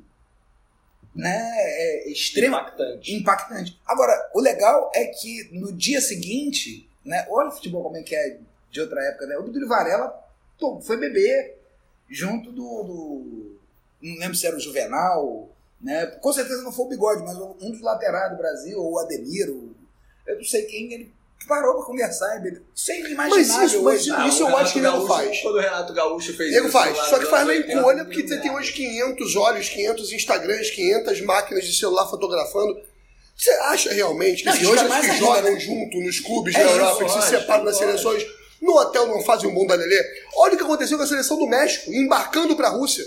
[SPEAKER 2] Né? é, extrema,
[SPEAKER 3] Impactante.
[SPEAKER 2] impactante. Agora, o legal é que no dia seguinte, né? Olha o futebol como é que é de outra época, né? O Dudu Varela pô, foi beber junto do, do- Não lembro se era o Juvenal, né? Com certeza não foi o Bigode, mas um dos laterais do Brasil, ou o Ademiro, eu não sei quem, ele parou pra conversar e beber. Sem
[SPEAKER 4] Mas
[SPEAKER 2] imaginável
[SPEAKER 4] isso, mas
[SPEAKER 2] hoje.
[SPEAKER 4] isso,
[SPEAKER 3] Ah, o
[SPEAKER 4] eu
[SPEAKER 3] Renato
[SPEAKER 4] acho que nego
[SPEAKER 3] Gaúcho-
[SPEAKER 4] faz.
[SPEAKER 3] Quando o Renato Gaúcho fez
[SPEAKER 4] Nego
[SPEAKER 3] isso
[SPEAKER 4] faz.
[SPEAKER 3] lá
[SPEAKER 4] Só que
[SPEAKER 3] nos
[SPEAKER 4] faz na
[SPEAKER 3] anos 80,
[SPEAKER 4] encolha, porque
[SPEAKER 3] um
[SPEAKER 4] você tem hoje 500 olhos, 500 Instagrams, 500 máquinas de celular fotografando. Você acha realmente que
[SPEAKER 2] Não, e
[SPEAKER 4] esses
[SPEAKER 2] hoje
[SPEAKER 4] caras
[SPEAKER 2] é mais
[SPEAKER 4] que
[SPEAKER 2] ainda,
[SPEAKER 4] jogam
[SPEAKER 2] né?
[SPEAKER 4] junto nos clubes
[SPEAKER 2] É
[SPEAKER 4] da
[SPEAKER 2] isso,
[SPEAKER 4] Europa, que se
[SPEAKER 3] lógico,
[SPEAKER 4] separam das
[SPEAKER 3] lógico.
[SPEAKER 4] seleções, no hotel não fazem um bom dalelê? Olha o que aconteceu com a seleção do México, embarcando pra Rússia.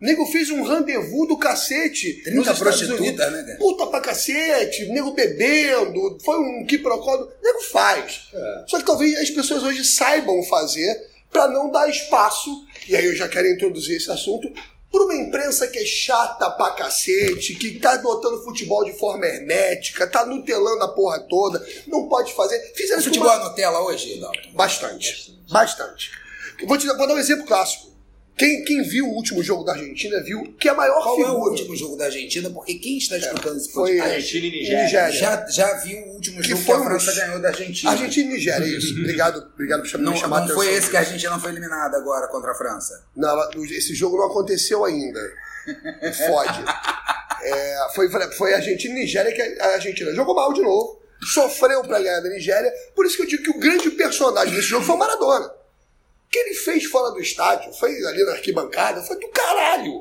[SPEAKER 4] Nego fez um rendezvous do cacete.
[SPEAKER 2] 30
[SPEAKER 4] nos Estados Unidos.
[SPEAKER 2] prostitutas, né, cara?
[SPEAKER 4] Puta pra cacete, nego bebendo, foi um quiprocó. Nego faz.
[SPEAKER 3] É.
[SPEAKER 4] Só que talvez as pessoas hoje saibam fazer para não dar espaço, e aí eu já quero introduzir esse assunto, para uma imprensa que é chata pra cacete, que tá adotando futebol de forma hermética, tá nutelando a porra toda, não pode fazer. Fizeram
[SPEAKER 2] O
[SPEAKER 4] isso com
[SPEAKER 2] futebol é
[SPEAKER 4] uma-
[SPEAKER 2] Nutella hoje, Dalton?
[SPEAKER 4] Bastante. Bastante. Vou, te, dar- vou dar um exemplo clássico. Quem, quem viu o último jogo da Argentina viu que a maior
[SPEAKER 2] Qual é o
[SPEAKER 4] figura É,
[SPEAKER 2] último jogo da Argentina? Porque quem está disputando esse
[SPEAKER 4] foi
[SPEAKER 2] podcast?
[SPEAKER 3] Argentina e Nigéria.
[SPEAKER 4] Nigéria.
[SPEAKER 2] Já, já vi o último
[SPEAKER 4] Que
[SPEAKER 2] jogo que
[SPEAKER 4] foi
[SPEAKER 2] a
[SPEAKER 4] um
[SPEAKER 2] França
[SPEAKER 4] dos-
[SPEAKER 2] ganhou da Argentina.
[SPEAKER 4] Argentina e Nigéria, é isso. Obrigado, obrigado por chamar,
[SPEAKER 2] Não,
[SPEAKER 4] me chamar a
[SPEAKER 2] não
[SPEAKER 4] atenção.
[SPEAKER 2] foi esse que a Argentina foi eliminada agora contra a França.
[SPEAKER 4] Não, ela- esse jogo não aconteceu ainda. Fode. É, foi, foi Argentina e Nigéria que é a Argentina jogou mal de novo. Sofreu pra ganhar da Nigéria. Por isso que eu digo que o grande personagem desse jogo foi o Maradona. que ele fez fora do estádio, foi ali na arquibancada, foi do caralho.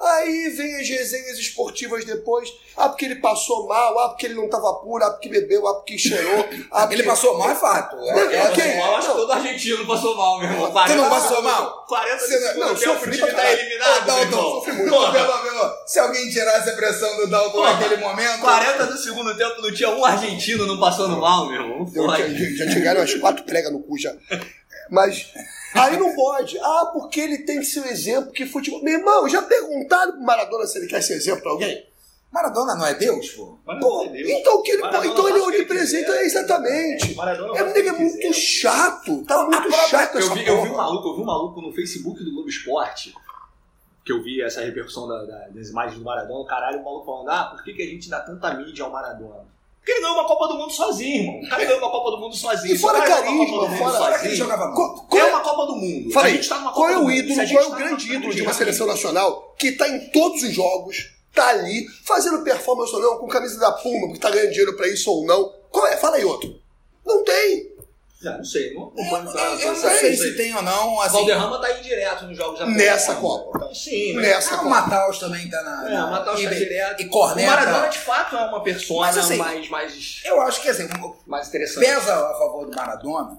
[SPEAKER 4] Aí vem as resenhas esportivas depois. Ah, porque ele passou mal, ah, porque ele não tava puro, ah, porque bebeu, ah, porque cheirou. Ah, porque...
[SPEAKER 2] Ele passou mal, é fato. É,
[SPEAKER 4] Não,
[SPEAKER 2] é,
[SPEAKER 4] ok.
[SPEAKER 2] assim,
[SPEAKER 3] mal, acho que
[SPEAKER 4] não.
[SPEAKER 3] todo argentino passou mal, meu irmão.
[SPEAKER 2] Tu não
[SPEAKER 3] 40
[SPEAKER 2] passou
[SPEAKER 3] segundos-
[SPEAKER 2] mal?
[SPEAKER 3] 40
[SPEAKER 2] Você não-
[SPEAKER 3] segundos,
[SPEAKER 4] não,
[SPEAKER 3] não, o
[SPEAKER 4] sofri
[SPEAKER 3] time
[SPEAKER 4] pra
[SPEAKER 3] tá
[SPEAKER 4] caralho.
[SPEAKER 2] Ô,
[SPEAKER 3] eliminado, meu
[SPEAKER 2] Dalton,
[SPEAKER 3] irmão.
[SPEAKER 4] sofri muito.
[SPEAKER 2] Pô,
[SPEAKER 3] Porra.
[SPEAKER 2] pelo amor, se alguém tirasse a pressão do Dalton
[SPEAKER 3] Porra.
[SPEAKER 2] naquele momento.
[SPEAKER 3] 40 do segundo tempo não tinha um argentino não passando mal, meu irmão. Não
[SPEAKER 4] Eu já,
[SPEAKER 3] pode.
[SPEAKER 4] já chegaram as quatro pregas no cu já. Mas aí não pode. Ah, porque ele tem que ser um exemplo que futebol. Meu irmão, já perguntaram pro Maradona se ele quer ser exemplo pra alguém?
[SPEAKER 2] Maradona não é Deus, pô?
[SPEAKER 3] Maradona
[SPEAKER 4] Pô,
[SPEAKER 3] é Deus.
[SPEAKER 4] então que ele, pô,
[SPEAKER 3] Maradona
[SPEAKER 4] então ele
[SPEAKER 3] faz
[SPEAKER 4] é
[SPEAKER 3] o que
[SPEAKER 4] onipresente,
[SPEAKER 3] quiser.
[SPEAKER 4] é exatamente.
[SPEAKER 3] Maradona
[SPEAKER 4] É,
[SPEAKER 3] faz o
[SPEAKER 4] ele é
[SPEAKER 3] que
[SPEAKER 4] muito
[SPEAKER 3] quiser.
[SPEAKER 4] chato. Tá muito chato essa
[SPEAKER 3] Eu vi, eu vi um
[SPEAKER 4] porra.
[SPEAKER 3] maluco, eu vi um maluco no Facebook do Globo Esporte, que eu vi essa repercussão da- da- das imagens do Maradona, caralho, o maluco falando, ah, por que, que a gente dá tanta mídia ao Maradona? Porque ele ganhou uma Copa do Mundo sozinho, irmão. O cara ganhou uma Copa do Mundo sozinho.
[SPEAKER 4] E fora
[SPEAKER 3] Se o cara ganhou uma
[SPEAKER 4] carisma,
[SPEAKER 3] Copa do Mundo
[SPEAKER 4] fora-
[SPEAKER 2] Será que ele
[SPEAKER 3] sozinho,
[SPEAKER 2] jogava mal?
[SPEAKER 4] Co- qual
[SPEAKER 3] é
[SPEAKER 4] é-
[SPEAKER 3] uma Copa do Mundo.
[SPEAKER 4] Fala
[SPEAKER 3] a
[SPEAKER 4] aí,
[SPEAKER 3] gente tá numa Copa
[SPEAKER 4] qual é
[SPEAKER 3] do
[SPEAKER 4] o
[SPEAKER 3] Mundo. Se a
[SPEAKER 4] ídolo,
[SPEAKER 3] gente
[SPEAKER 4] qual é
[SPEAKER 3] tá
[SPEAKER 4] o
[SPEAKER 3] numa
[SPEAKER 4] grande
[SPEAKER 3] Copa
[SPEAKER 4] ídolo
[SPEAKER 3] do
[SPEAKER 4] de uma
[SPEAKER 3] Mundo,
[SPEAKER 4] seleção nacional que tá em todos os jogos, tá ali, fazendo performance ou não, com camisa da Puma, porque tá ganhando dinheiro pra isso ou não? Qual é? Fala aí outro. Não tem.
[SPEAKER 3] Ah, não sei, não
[SPEAKER 2] Eu,
[SPEAKER 3] acompanho.
[SPEAKER 2] eu- eu não sei se tem ou não.
[SPEAKER 3] O
[SPEAKER 2] Assim,
[SPEAKER 3] Valderrama tá indireto nos jogos da
[SPEAKER 4] Nessa Copa.
[SPEAKER 3] Então, sim, mas-
[SPEAKER 4] Nessa
[SPEAKER 2] ah, o
[SPEAKER 4] Copa.
[SPEAKER 2] Mataus também tá na.
[SPEAKER 3] É,
[SPEAKER 2] na-
[SPEAKER 3] matar o
[SPEAKER 2] e-
[SPEAKER 3] chat direto.
[SPEAKER 2] E corneta.
[SPEAKER 3] O Maradona de fato é uma persona
[SPEAKER 2] Mas, assim,
[SPEAKER 3] mais, mais,
[SPEAKER 2] Eu acho que assim,
[SPEAKER 3] mais interessante.
[SPEAKER 2] pesa a favor do Maradona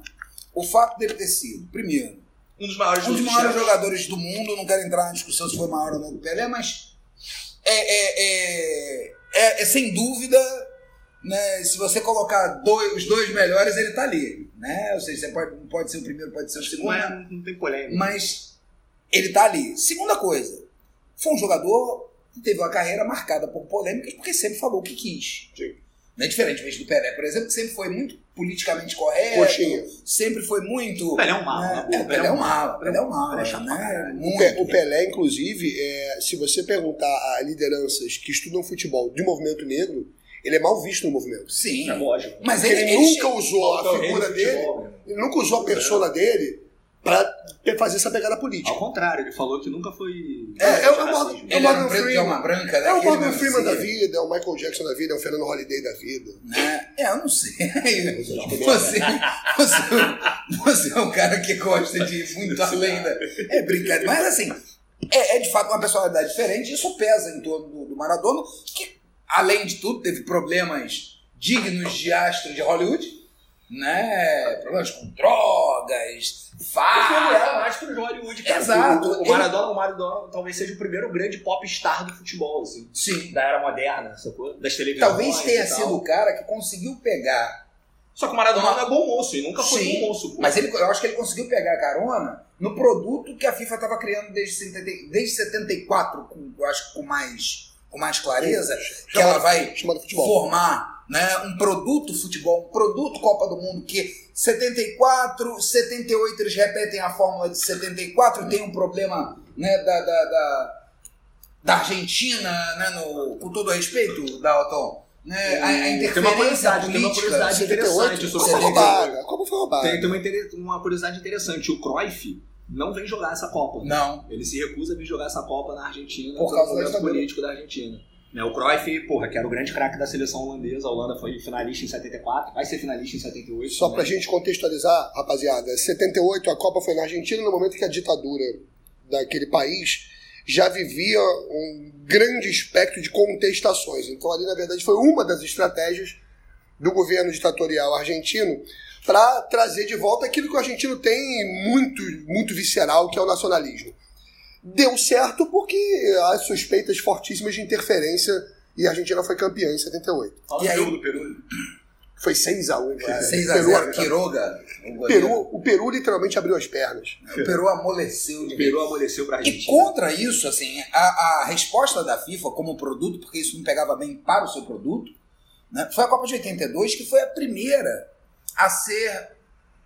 [SPEAKER 2] o fato dele ter sido, primeiro,
[SPEAKER 3] Um dos maiores
[SPEAKER 2] um dos
[SPEAKER 3] todos os
[SPEAKER 2] maiores
[SPEAKER 3] tempos.
[SPEAKER 2] jogadores do mundo. Não quero entrar na discussão se foi maior ou não do Pelé, mas é, é, é, é- é sem dúvida, né, se você colocar dois- os dois melhores, ele tá ali. Né? Ou seja, você pode, pode ser o primeiro, pode ser o segundo.
[SPEAKER 3] Não, é, não tem polêmica.
[SPEAKER 2] mas ele tá ali. Segunda coisa, foi um jogador que teve uma carreira marcada por polêmicas porque sempre falou o que quis. Não é diferente do Pelé, por exemplo, que sempre foi muito politicamente correto,
[SPEAKER 4] Coxinha.
[SPEAKER 2] sempre foi muito.
[SPEAKER 3] O Pelé é um mala, na
[SPEAKER 2] né?
[SPEAKER 3] boa.
[SPEAKER 2] É, o Pelé é um mala, o Pelé é um mala,
[SPEAKER 3] Pelé é chato pra
[SPEAKER 2] né?
[SPEAKER 4] O
[SPEAKER 2] Muito.
[SPEAKER 4] Pe- O Pelé, inclusive, é, se você perguntar a lideranças que estudam futebol de movimento negro, ele é mal visto no movimento.
[SPEAKER 2] Sim.
[SPEAKER 3] É lógico.
[SPEAKER 2] Mas
[SPEAKER 4] Porque
[SPEAKER 2] ele,
[SPEAKER 4] ele
[SPEAKER 2] ele
[SPEAKER 4] nunca
[SPEAKER 2] che-
[SPEAKER 4] usou
[SPEAKER 3] Falta o
[SPEAKER 4] a
[SPEAKER 3] rei
[SPEAKER 4] figura
[SPEAKER 3] do
[SPEAKER 4] dele,
[SPEAKER 3] futebol, né?
[SPEAKER 4] ele nunca usou a persona dele pra ter- fazer essa pegada política.
[SPEAKER 3] Ao contrário, ele falou que nunca foi.
[SPEAKER 4] É, é uma-
[SPEAKER 3] racismo.
[SPEAKER 4] é
[SPEAKER 2] Ele
[SPEAKER 4] uma-
[SPEAKER 2] era um preto de alma branca, né?
[SPEAKER 4] É o
[SPEAKER 2] Aquele
[SPEAKER 4] Morgan
[SPEAKER 2] mesmo
[SPEAKER 4] Freeman da
[SPEAKER 2] ser,
[SPEAKER 4] vida, é o Michael Jackson da vida, é o Fernando Holiday da vida.
[SPEAKER 2] Né? É, eu não sei. Você, você, você é um cara que gosta de ir muito além da. É brincadeira. Mas assim, é, é de fato uma personalidade diferente, isso pesa em torno do, do Maradona, que, além de tudo, teve problemas dignos de astro de Hollywood. Né? Problemas com drogas,
[SPEAKER 3] Ele foi olhar
[SPEAKER 2] farra.
[SPEAKER 3] mais pro Hollywood, cara.
[SPEAKER 2] Exato.
[SPEAKER 3] O, o Maradona, o Maradona talvez seja o primeiro grande pop star do futebol, assim.
[SPEAKER 2] Sim.
[SPEAKER 3] Da era moderna, sacou? Das televisões.
[SPEAKER 2] Talvez
[SPEAKER 3] e
[SPEAKER 2] tenha
[SPEAKER 3] tal.
[SPEAKER 2] sido o cara que conseguiu pegar
[SPEAKER 3] Só que o Maradona não é bom moço, e nunca foi
[SPEAKER 2] Sim.
[SPEAKER 3] bom moço. pô.
[SPEAKER 2] Mas ele, eu acho que ele conseguiu pegar a carona no produto que a FIFA estava criando desde, 70 desde 74, com, eu acho que com mais, com mais clareza, que ela vai
[SPEAKER 4] Chamado futebol.
[SPEAKER 2] formar né, um produto futebol, um produto Copa do Mundo, que 74, 78 eles repetem a fórmula de 74, tem um problema né, da, da, da, da Argentina, né, no, com todo respeito, Dalton, né, a, a interferência
[SPEAKER 3] Tem uma curiosidade, tem uma
[SPEAKER 2] política. é
[SPEAKER 3] curiosidade interessante
[SPEAKER 2] você
[SPEAKER 3] sobre
[SPEAKER 4] 78, Copa
[SPEAKER 3] esse
[SPEAKER 2] vê
[SPEAKER 3] jogo.
[SPEAKER 4] roubada, Copa foi roubada.
[SPEAKER 3] Tem, tem uma, inter- uma curiosidade interessante. O Cruyff não vem jogar essa Copa.
[SPEAKER 2] Não,
[SPEAKER 3] Ele se recusa a vir jogar essa Copa na Argentina
[SPEAKER 2] Por
[SPEAKER 3] por
[SPEAKER 2] causa
[SPEAKER 3] causa
[SPEAKER 2] da
[SPEAKER 3] do momento
[SPEAKER 2] ditadura.
[SPEAKER 3] político da Argentina. Né, o Cruyff, porra, que era o grande craque da seleção holandesa, a Holanda foi finalista em 74, vai ser finalista em 78.
[SPEAKER 4] Só
[SPEAKER 3] também.
[SPEAKER 4] pra gente contextualizar, rapaziada, 78 a Copa foi na Argentina no momento que a ditadura daquele país já vivia um grande espectro de contestações. Então ali na verdade foi uma das estratégias do governo ditatorial argentino para trazer de volta aquilo que o argentino tem muito muito visceral, que é o nacionalismo. Deu certo porque há suspeitas fortíssimas de interferência e a Argentina foi campeã em 78.
[SPEAKER 3] Fala
[SPEAKER 2] E
[SPEAKER 3] do
[SPEAKER 2] aí-
[SPEAKER 3] jogo do Peru.
[SPEAKER 4] Foi 6 a 1 Peru
[SPEAKER 2] 6x0,
[SPEAKER 4] arca-
[SPEAKER 2] Quiroga. O
[SPEAKER 4] o
[SPEAKER 2] Um goleiro.
[SPEAKER 4] Peru, o Peru literalmente abriu as pernas.
[SPEAKER 2] O Peru amoleceu de
[SPEAKER 3] O Peru amoleceu pra
[SPEAKER 2] E
[SPEAKER 3] Argentina.
[SPEAKER 2] contra isso, assim, a, a resposta da FIFA como produto, porque isso não pegava bem para o seu produto, né, foi a Copa de 82, que foi a primeira a ser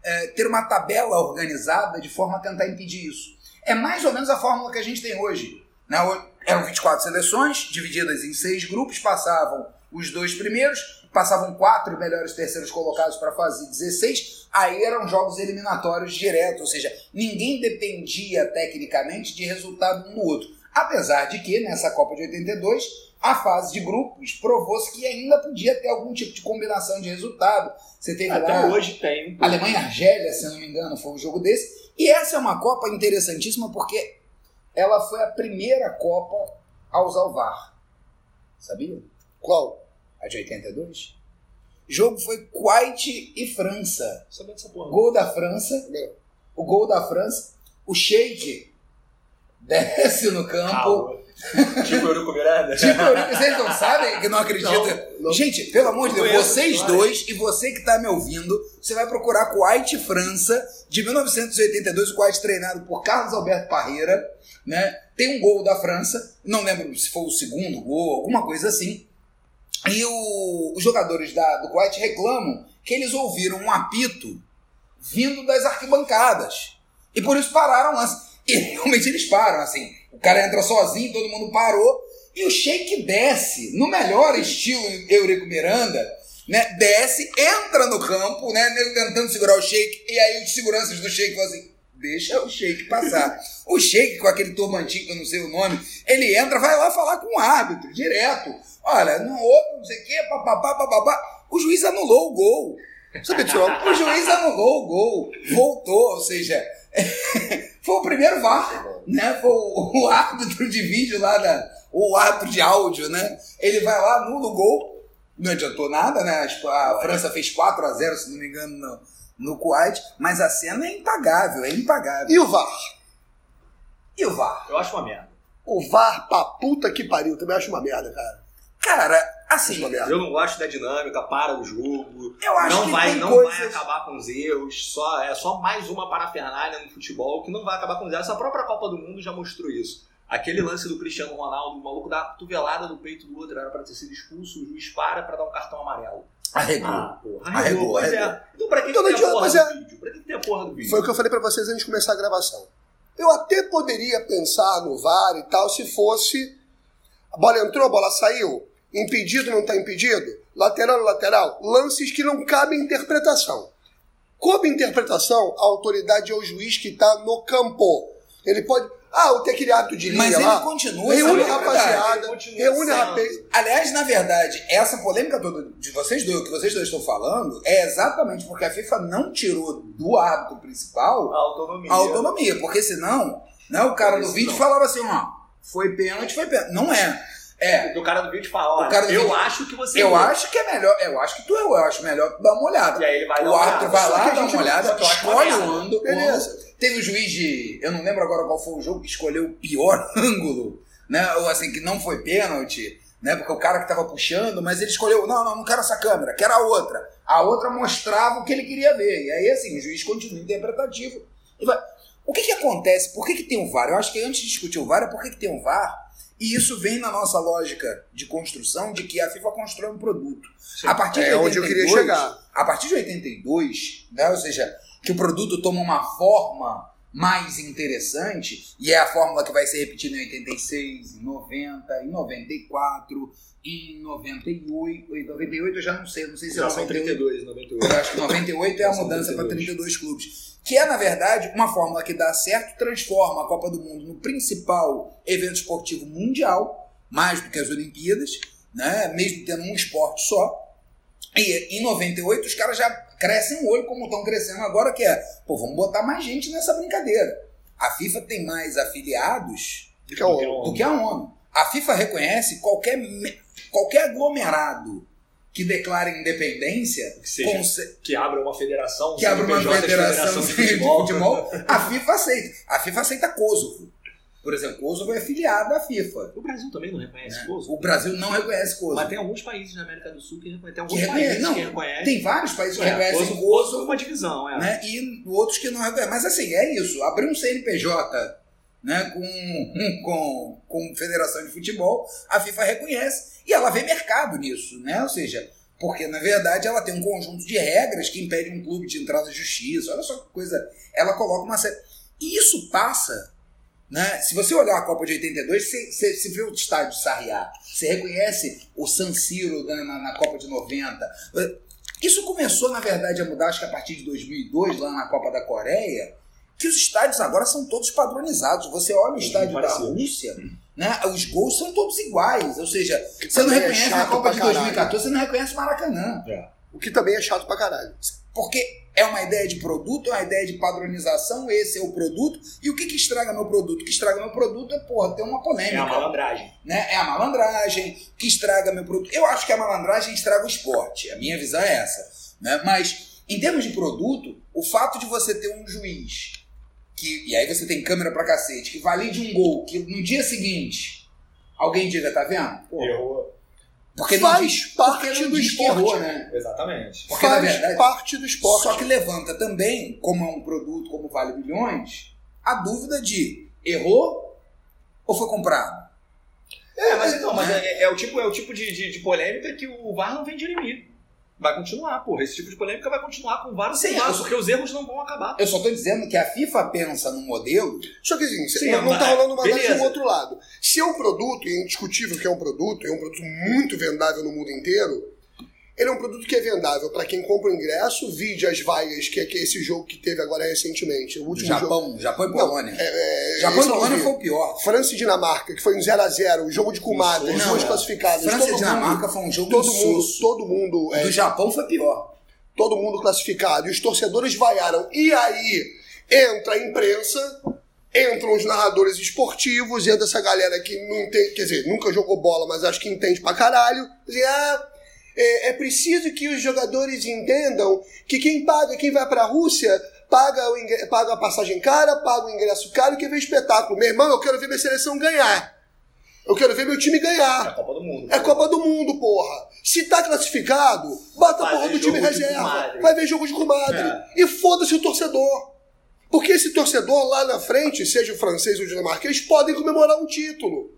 [SPEAKER 2] é, ter uma tabela organizada de forma a tentar impedir isso. É mais ou menos a fórmula que a gente tem hoje. né? Ho- Eram 24 seleções, divididas em seis grupos, passavam os dois primeiros, passavam quatro melhores terceiros colocados para a fase 16, aí eram jogos eliminatórios direto, ou seja, ninguém dependia tecnicamente de resultado um do outro. Apesar de que, nessa Copa de 82, a fase de grupos provou-se que ainda podia ter algum tipo de combinação de resultado. Você teve
[SPEAKER 3] Até
[SPEAKER 2] lá
[SPEAKER 3] hoje tem.
[SPEAKER 2] Alemanha e Argélia, se eu não me engano, foi um jogo desse. E essa é uma Copa interessantíssima porque ela foi a primeira Copa a usar o VAR. Sabia?
[SPEAKER 4] Qual?
[SPEAKER 2] A de 82. Jogo foi Kuwait e França.
[SPEAKER 3] Sabe dessa porra?
[SPEAKER 2] Gol da França. O gol da França. O Sheik desce no campo.
[SPEAKER 3] Calma. Tipo Eurico Miranda.
[SPEAKER 2] Tipo, eu- vocês não sabem que não acreditam.
[SPEAKER 4] não.
[SPEAKER 2] Gente, pelo amor de
[SPEAKER 3] Eu
[SPEAKER 2] Deus,
[SPEAKER 3] conheço
[SPEAKER 2] vocês
[SPEAKER 3] a história.
[SPEAKER 2] dois e você que tá me ouvindo, você vai procurar Kuwait França de 1982, o Kuwait treinado por Carlos Alberto Parreira, né? Tem um gol da França, não lembro se foi o segundo gol, alguma coisa assim. E o- os jogadores da- do Kuwait reclamam que eles ouviram um apito vindo das arquibancadas. E por isso pararam o lance. E realmente eles param, assim. O cara entra sozinho, todo mundo parou. E o Sheik desce, no melhor estilo Eurico Miranda, né? Desce, entra no campo, né? Nego tentando segurar o Sheik. E aí os seguranças do Sheik falam assim, deixa o Sheik passar. o Sheik, com aquele turbantinho que eu não sei o nome, ele entra, vai lá falar com o árbitro, direto. Olha, não houve, não sei o quê, papapá, papapá. O juiz anulou o gol.
[SPEAKER 4] Sabe disso? não?
[SPEAKER 2] O juiz anulou o gol, voltou, ou seja, foi o primeiro VAR, né? Foi o, o árbitro de vídeo lá, da, ou o árbitro de áudio, né? Ele vai lá, anula o gol, não adiantou nada, né? As- A, França fez 4 a 0 se não me engano, no, no Kuwait, mas a cena é impagável, é impagável.
[SPEAKER 4] E o VAR?
[SPEAKER 2] E o VAR?
[SPEAKER 3] Eu acho uma merda.
[SPEAKER 4] O VAR pra puta que pariu. Também acho uma merda, cara.
[SPEAKER 2] Cara,
[SPEAKER 4] Acho
[SPEAKER 2] assim,
[SPEAKER 4] uma merda.
[SPEAKER 3] Eu não gosto da dinâmica, para o jogo.
[SPEAKER 2] eu acho
[SPEAKER 3] não
[SPEAKER 2] que
[SPEAKER 3] vai,
[SPEAKER 2] tem
[SPEAKER 3] não
[SPEAKER 2] coisas...
[SPEAKER 3] vai acabar com os erros. Só, é só mais uma parafernália no futebol que não vai acabar com os erros. Essa própria Copa do Mundo já mostrou isso. Aquele lance do Cristiano Ronaldo, o maluco dá a cotovelada no peito do outro, era pra ter sido expulso, o juiz para pra dar um cartão amarelo. Ah,
[SPEAKER 2] Arregou.
[SPEAKER 3] porra.
[SPEAKER 2] Ah, Arregou,
[SPEAKER 3] pois
[SPEAKER 2] arregou.
[SPEAKER 3] é. Então pra que,
[SPEAKER 4] Então
[SPEAKER 3] que
[SPEAKER 4] não
[SPEAKER 3] tem a
[SPEAKER 4] adianta,
[SPEAKER 3] porra
[SPEAKER 4] mas
[SPEAKER 3] do
[SPEAKER 4] é-
[SPEAKER 3] vídeo? Pra que, que tem a porra do vídeo?
[SPEAKER 4] Foi o que eu falei pra vocês antes de começar a gravação. Eu até poderia pensar no VAR e tal se fosse. A bola entrou, a bola saiu. Impedido, não tá impedido. Lateral, lateral. Lances que não cabem interpretação. Como interpretação, a autoridade é o juiz que tá no campo. Ele pode. Ah, tem aquele hábito de linha
[SPEAKER 2] Mas ele
[SPEAKER 4] lá.
[SPEAKER 2] continua
[SPEAKER 4] Reúne a
[SPEAKER 2] sendo
[SPEAKER 4] rapaziada,
[SPEAKER 3] Continua
[SPEAKER 4] reúne a
[SPEAKER 3] sendo.
[SPEAKER 4] rapaziada.
[SPEAKER 2] Aliás, na verdade, essa polêmica toda de vocês dois, o que vocês dois estão falando, é exatamente porque a FIFA não tirou do árbitro principal
[SPEAKER 3] A autonomia.
[SPEAKER 2] a autonomia, porque senão, né, o cara do
[SPEAKER 3] Isso
[SPEAKER 2] vídeo
[SPEAKER 3] não.
[SPEAKER 2] falava assim, ó, foi pênalti, foi pênalti. Não é. É,
[SPEAKER 3] Porque o cara do vídeo fala,
[SPEAKER 2] O
[SPEAKER 3] olha,
[SPEAKER 2] cara do
[SPEAKER 3] eu
[SPEAKER 2] vídeo-
[SPEAKER 3] acho que você...
[SPEAKER 2] eu
[SPEAKER 3] errou.
[SPEAKER 2] acho que é melhor, eu acho que tu errou, eu acho melhor tu dar uma
[SPEAKER 3] E
[SPEAKER 2] olhada.
[SPEAKER 3] aí ele vai dar
[SPEAKER 2] O árbitro vai
[SPEAKER 3] Só
[SPEAKER 2] lá,
[SPEAKER 3] que a
[SPEAKER 2] dá
[SPEAKER 3] gente-
[SPEAKER 2] uma olhada,
[SPEAKER 3] só que eu acho uma
[SPEAKER 2] escolhe o
[SPEAKER 3] merda.
[SPEAKER 2] ângulo.
[SPEAKER 4] Beleza.
[SPEAKER 2] Teve o juiz de. Eu não lembro agora qual foi o jogo que escolheu o pior ângulo, né? Ou assim, que não foi pênalti, né? Porque o cara que tava puxando, mas ele escolheu, não, não, não quero essa câmera, quero a outra. A outra mostrava o que ele queria ver. E aí, assim, o juiz continua interpretativo. E vai- O que que acontece? Por que que tem o VAR? Eu acho que antes de discutir o VAR, é por que que tem o VAR? E isso vem na nossa lógica de construção de que a FIFA constrói um produto.
[SPEAKER 3] Sim.
[SPEAKER 2] A partir de
[SPEAKER 4] É onde eu queria
[SPEAKER 2] 82,
[SPEAKER 4] chegar.
[SPEAKER 2] A partir de 82, né, ou seja, que o produto toma uma forma mais interessante, e é a fórmula que vai ser repetida em 86, em 90, em 94, em 98. Em 98 eu já não sei, não sei se é
[SPEAKER 3] Já são
[SPEAKER 2] 98.
[SPEAKER 3] 32, 98.
[SPEAKER 2] Eu acho que 98 é a
[SPEAKER 3] São
[SPEAKER 2] mudança para
[SPEAKER 3] 32.
[SPEAKER 2] 32 clubes. Que é, na verdade, uma fórmula que dá certo, transforma a Copa do Mundo no principal evento esportivo mundial, mais do que as Olimpíadas, né? mesmo tendo um esporte só. E em 98 os caras já crescem o olho como estão crescendo agora, que é, pô, vamos botar mais gente nessa brincadeira. A FIFA tem mais afiliados
[SPEAKER 4] Que é o-
[SPEAKER 3] um
[SPEAKER 2] do que a ONU. A FIFA reconhece qualquer, me- qualquer aglomerado que declare independência
[SPEAKER 3] Que seja-
[SPEAKER 2] conse-
[SPEAKER 3] que abra uma federação.
[SPEAKER 2] que abre uma
[SPEAKER 3] CNPJ,
[SPEAKER 2] federação Então, é de futebol, né?
[SPEAKER 3] futebol.
[SPEAKER 2] a FIFA aceita. A FIFA aceita Kosovo. Por exemplo, Kosovo é filiado à FIFA.
[SPEAKER 3] O Brasil também não reconhece Kosovo.
[SPEAKER 2] O Brasil não reconhece
[SPEAKER 3] Mas
[SPEAKER 2] Kosovo.
[SPEAKER 3] tem alguns países na América do Sul que reconhecem. Tem
[SPEAKER 2] Que
[SPEAKER 3] alguns
[SPEAKER 2] reconhece,
[SPEAKER 3] países
[SPEAKER 2] não,
[SPEAKER 3] que reconhecem.
[SPEAKER 2] Tem vários países que
[SPEAKER 3] É,
[SPEAKER 2] reconhecem
[SPEAKER 3] Kosovo- Kosovo é
[SPEAKER 2] Kosovo,
[SPEAKER 3] uma divisão, é.
[SPEAKER 2] né? E outros que não reconhecem. Mas assim, é isso. Abrir um CNPJ né, com, com, com federação de futebol, a FIFA reconhece. E ela vê mercado nisso, né? Ou seja, porque na verdade ela tem um conjunto de regras que impede um clube de entrar na justiça. Olha só que coisa. Ela coloca uma série. E isso passa. Né? Se você olhar a Copa de 82, você, você, você vê o estádio Sarriá, você reconhece o San Siro né, na, na- na Copa de 90. Isso começou, na verdade, a mudar, acho que a partir de 2002, lá na Copa da Coreia, que os estádios agora são todos padronizados. Você olha o
[SPEAKER 3] Sim,
[SPEAKER 2] estádio da
[SPEAKER 3] pareceu.
[SPEAKER 2] Rússia, Né? Os gols são todos iguais. Ou seja, você não
[SPEAKER 4] também é
[SPEAKER 2] reconhece a
[SPEAKER 4] chato
[SPEAKER 2] Copa
[SPEAKER 4] pra
[SPEAKER 2] de
[SPEAKER 4] caralho.
[SPEAKER 2] 2014, você não reconhece o Maracanã.
[SPEAKER 4] O que também é chato pra caralho.
[SPEAKER 2] Porque é uma ideia de produto, é uma ideia de padronização, esse é o produto. E o que, que estraga meu produto? O que estraga meu produto é, porra, ter uma polêmica.
[SPEAKER 3] É a malandragem.
[SPEAKER 2] né? É a malandragem que estraga meu produto. Eu acho que a malandragem estraga o esporte. A minha visão é essa. né? Mas, em termos de produto, o fato de você ter um juiz, que, e aí você tem câmera pra cacete, que valide um gol, que no dia seguinte alguém diga, tá vendo?
[SPEAKER 3] Pô, Errou.
[SPEAKER 2] Porque não
[SPEAKER 4] Faz
[SPEAKER 2] diz-
[SPEAKER 4] parte
[SPEAKER 2] porque não
[SPEAKER 4] do
[SPEAKER 2] diz que
[SPEAKER 4] esporte.
[SPEAKER 2] errou, né?
[SPEAKER 3] Exatamente.
[SPEAKER 2] Porque, na
[SPEAKER 4] Faz
[SPEAKER 2] verdade,
[SPEAKER 4] parte do esporte.
[SPEAKER 2] Só que levanta também, como é um produto, como vale bilhões, a dúvida de errou ou foi comprado?
[SPEAKER 3] É, mas então, mas é, é o tipo, é o tipo de, de- de polêmica que o VAR não vem dirimir. Vai continuar, porra. Esse tipo de polêmica vai continuar com vários
[SPEAKER 2] Sim,
[SPEAKER 3] VAR,
[SPEAKER 2] eu-
[SPEAKER 3] porque os erros não vão acabar.
[SPEAKER 2] Eu só tô dizendo que a FIFA pensa num modelo
[SPEAKER 4] Só que assim,
[SPEAKER 3] Sim,
[SPEAKER 4] não, não tá
[SPEAKER 3] mas-
[SPEAKER 4] rolando uma análise
[SPEAKER 3] beleza.
[SPEAKER 4] do outro lado. Se é um produto, e é indiscutível que é um produto, é um produto muito vendável no mundo inteiro, ele é um produto que é vendável para quem compra o ingresso, vide as vaias, que é que é esse jogo que teve agora recentemente, o
[SPEAKER 2] do
[SPEAKER 4] último jogo.
[SPEAKER 2] Japão, Japão e
[SPEAKER 4] Não,
[SPEAKER 2] Polônia.
[SPEAKER 4] É, é,
[SPEAKER 2] Japão e
[SPEAKER 4] esse que eu
[SPEAKER 2] Polônia
[SPEAKER 4] vi.
[SPEAKER 2] foi o pior.
[SPEAKER 4] França e Dinamarca, que foi um 0x0, o jogo de comadas,
[SPEAKER 2] Não,
[SPEAKER 4] duas
[SPEAKER 2] é.
[SPEAKER 4] classificadas.
[SPEAKER 2] França
[SPEAKER 4] todo
[SPEAKER 2] e Dinamarca foi um jogo
[SPEAKER 4] Mundo, todo mundo,
[SPEAKER 2] insosso.
[SPEAKER 4] todo mundo, é,
[SPEAKER 2] Do Japão foi pior.
[SPEAKER 4] todo mundo classificado, e os torcedores vaiaram. E aí entra a imprensa, entram os narradores esportivos, entra essa galera que não entende, quer dizer, nunca jogou bola, mas acho que entende pra caralho. Dizem, ah, é, é preciso que os jogadores entendam que quem paga, quem vai pra Rússia, paga, o ingre- paga a passagem cara, paga o ingresso caro e quer ver espetáculo. Meu irmão, eu quero ver minha seleção ganhar. Eu quero ver meu time ganhar.
[SPEAKER 3] É a Copa do Mundo.
[SPEAKER 4] É Copa do Mundo, porra. Se tá classificado, bota a
[SPEAKER 3] Vai
[SPEAKER 4] porra
[SPEAKER 3] ver
[SPEAKER 4] do
[SPEAKER 3] jogo
[SPEAKER 4] time
[SPEAKER 3] de É.
[SPEAKER 4] reserva.
[SPEAKER 3] comadre.
[SPEAKER 4] Vai ver jogo de comadre. E foda-se o torcedor. Porque esse torcor lá na frente, seja o francês ou o dinamarquês, podem comemorar um título.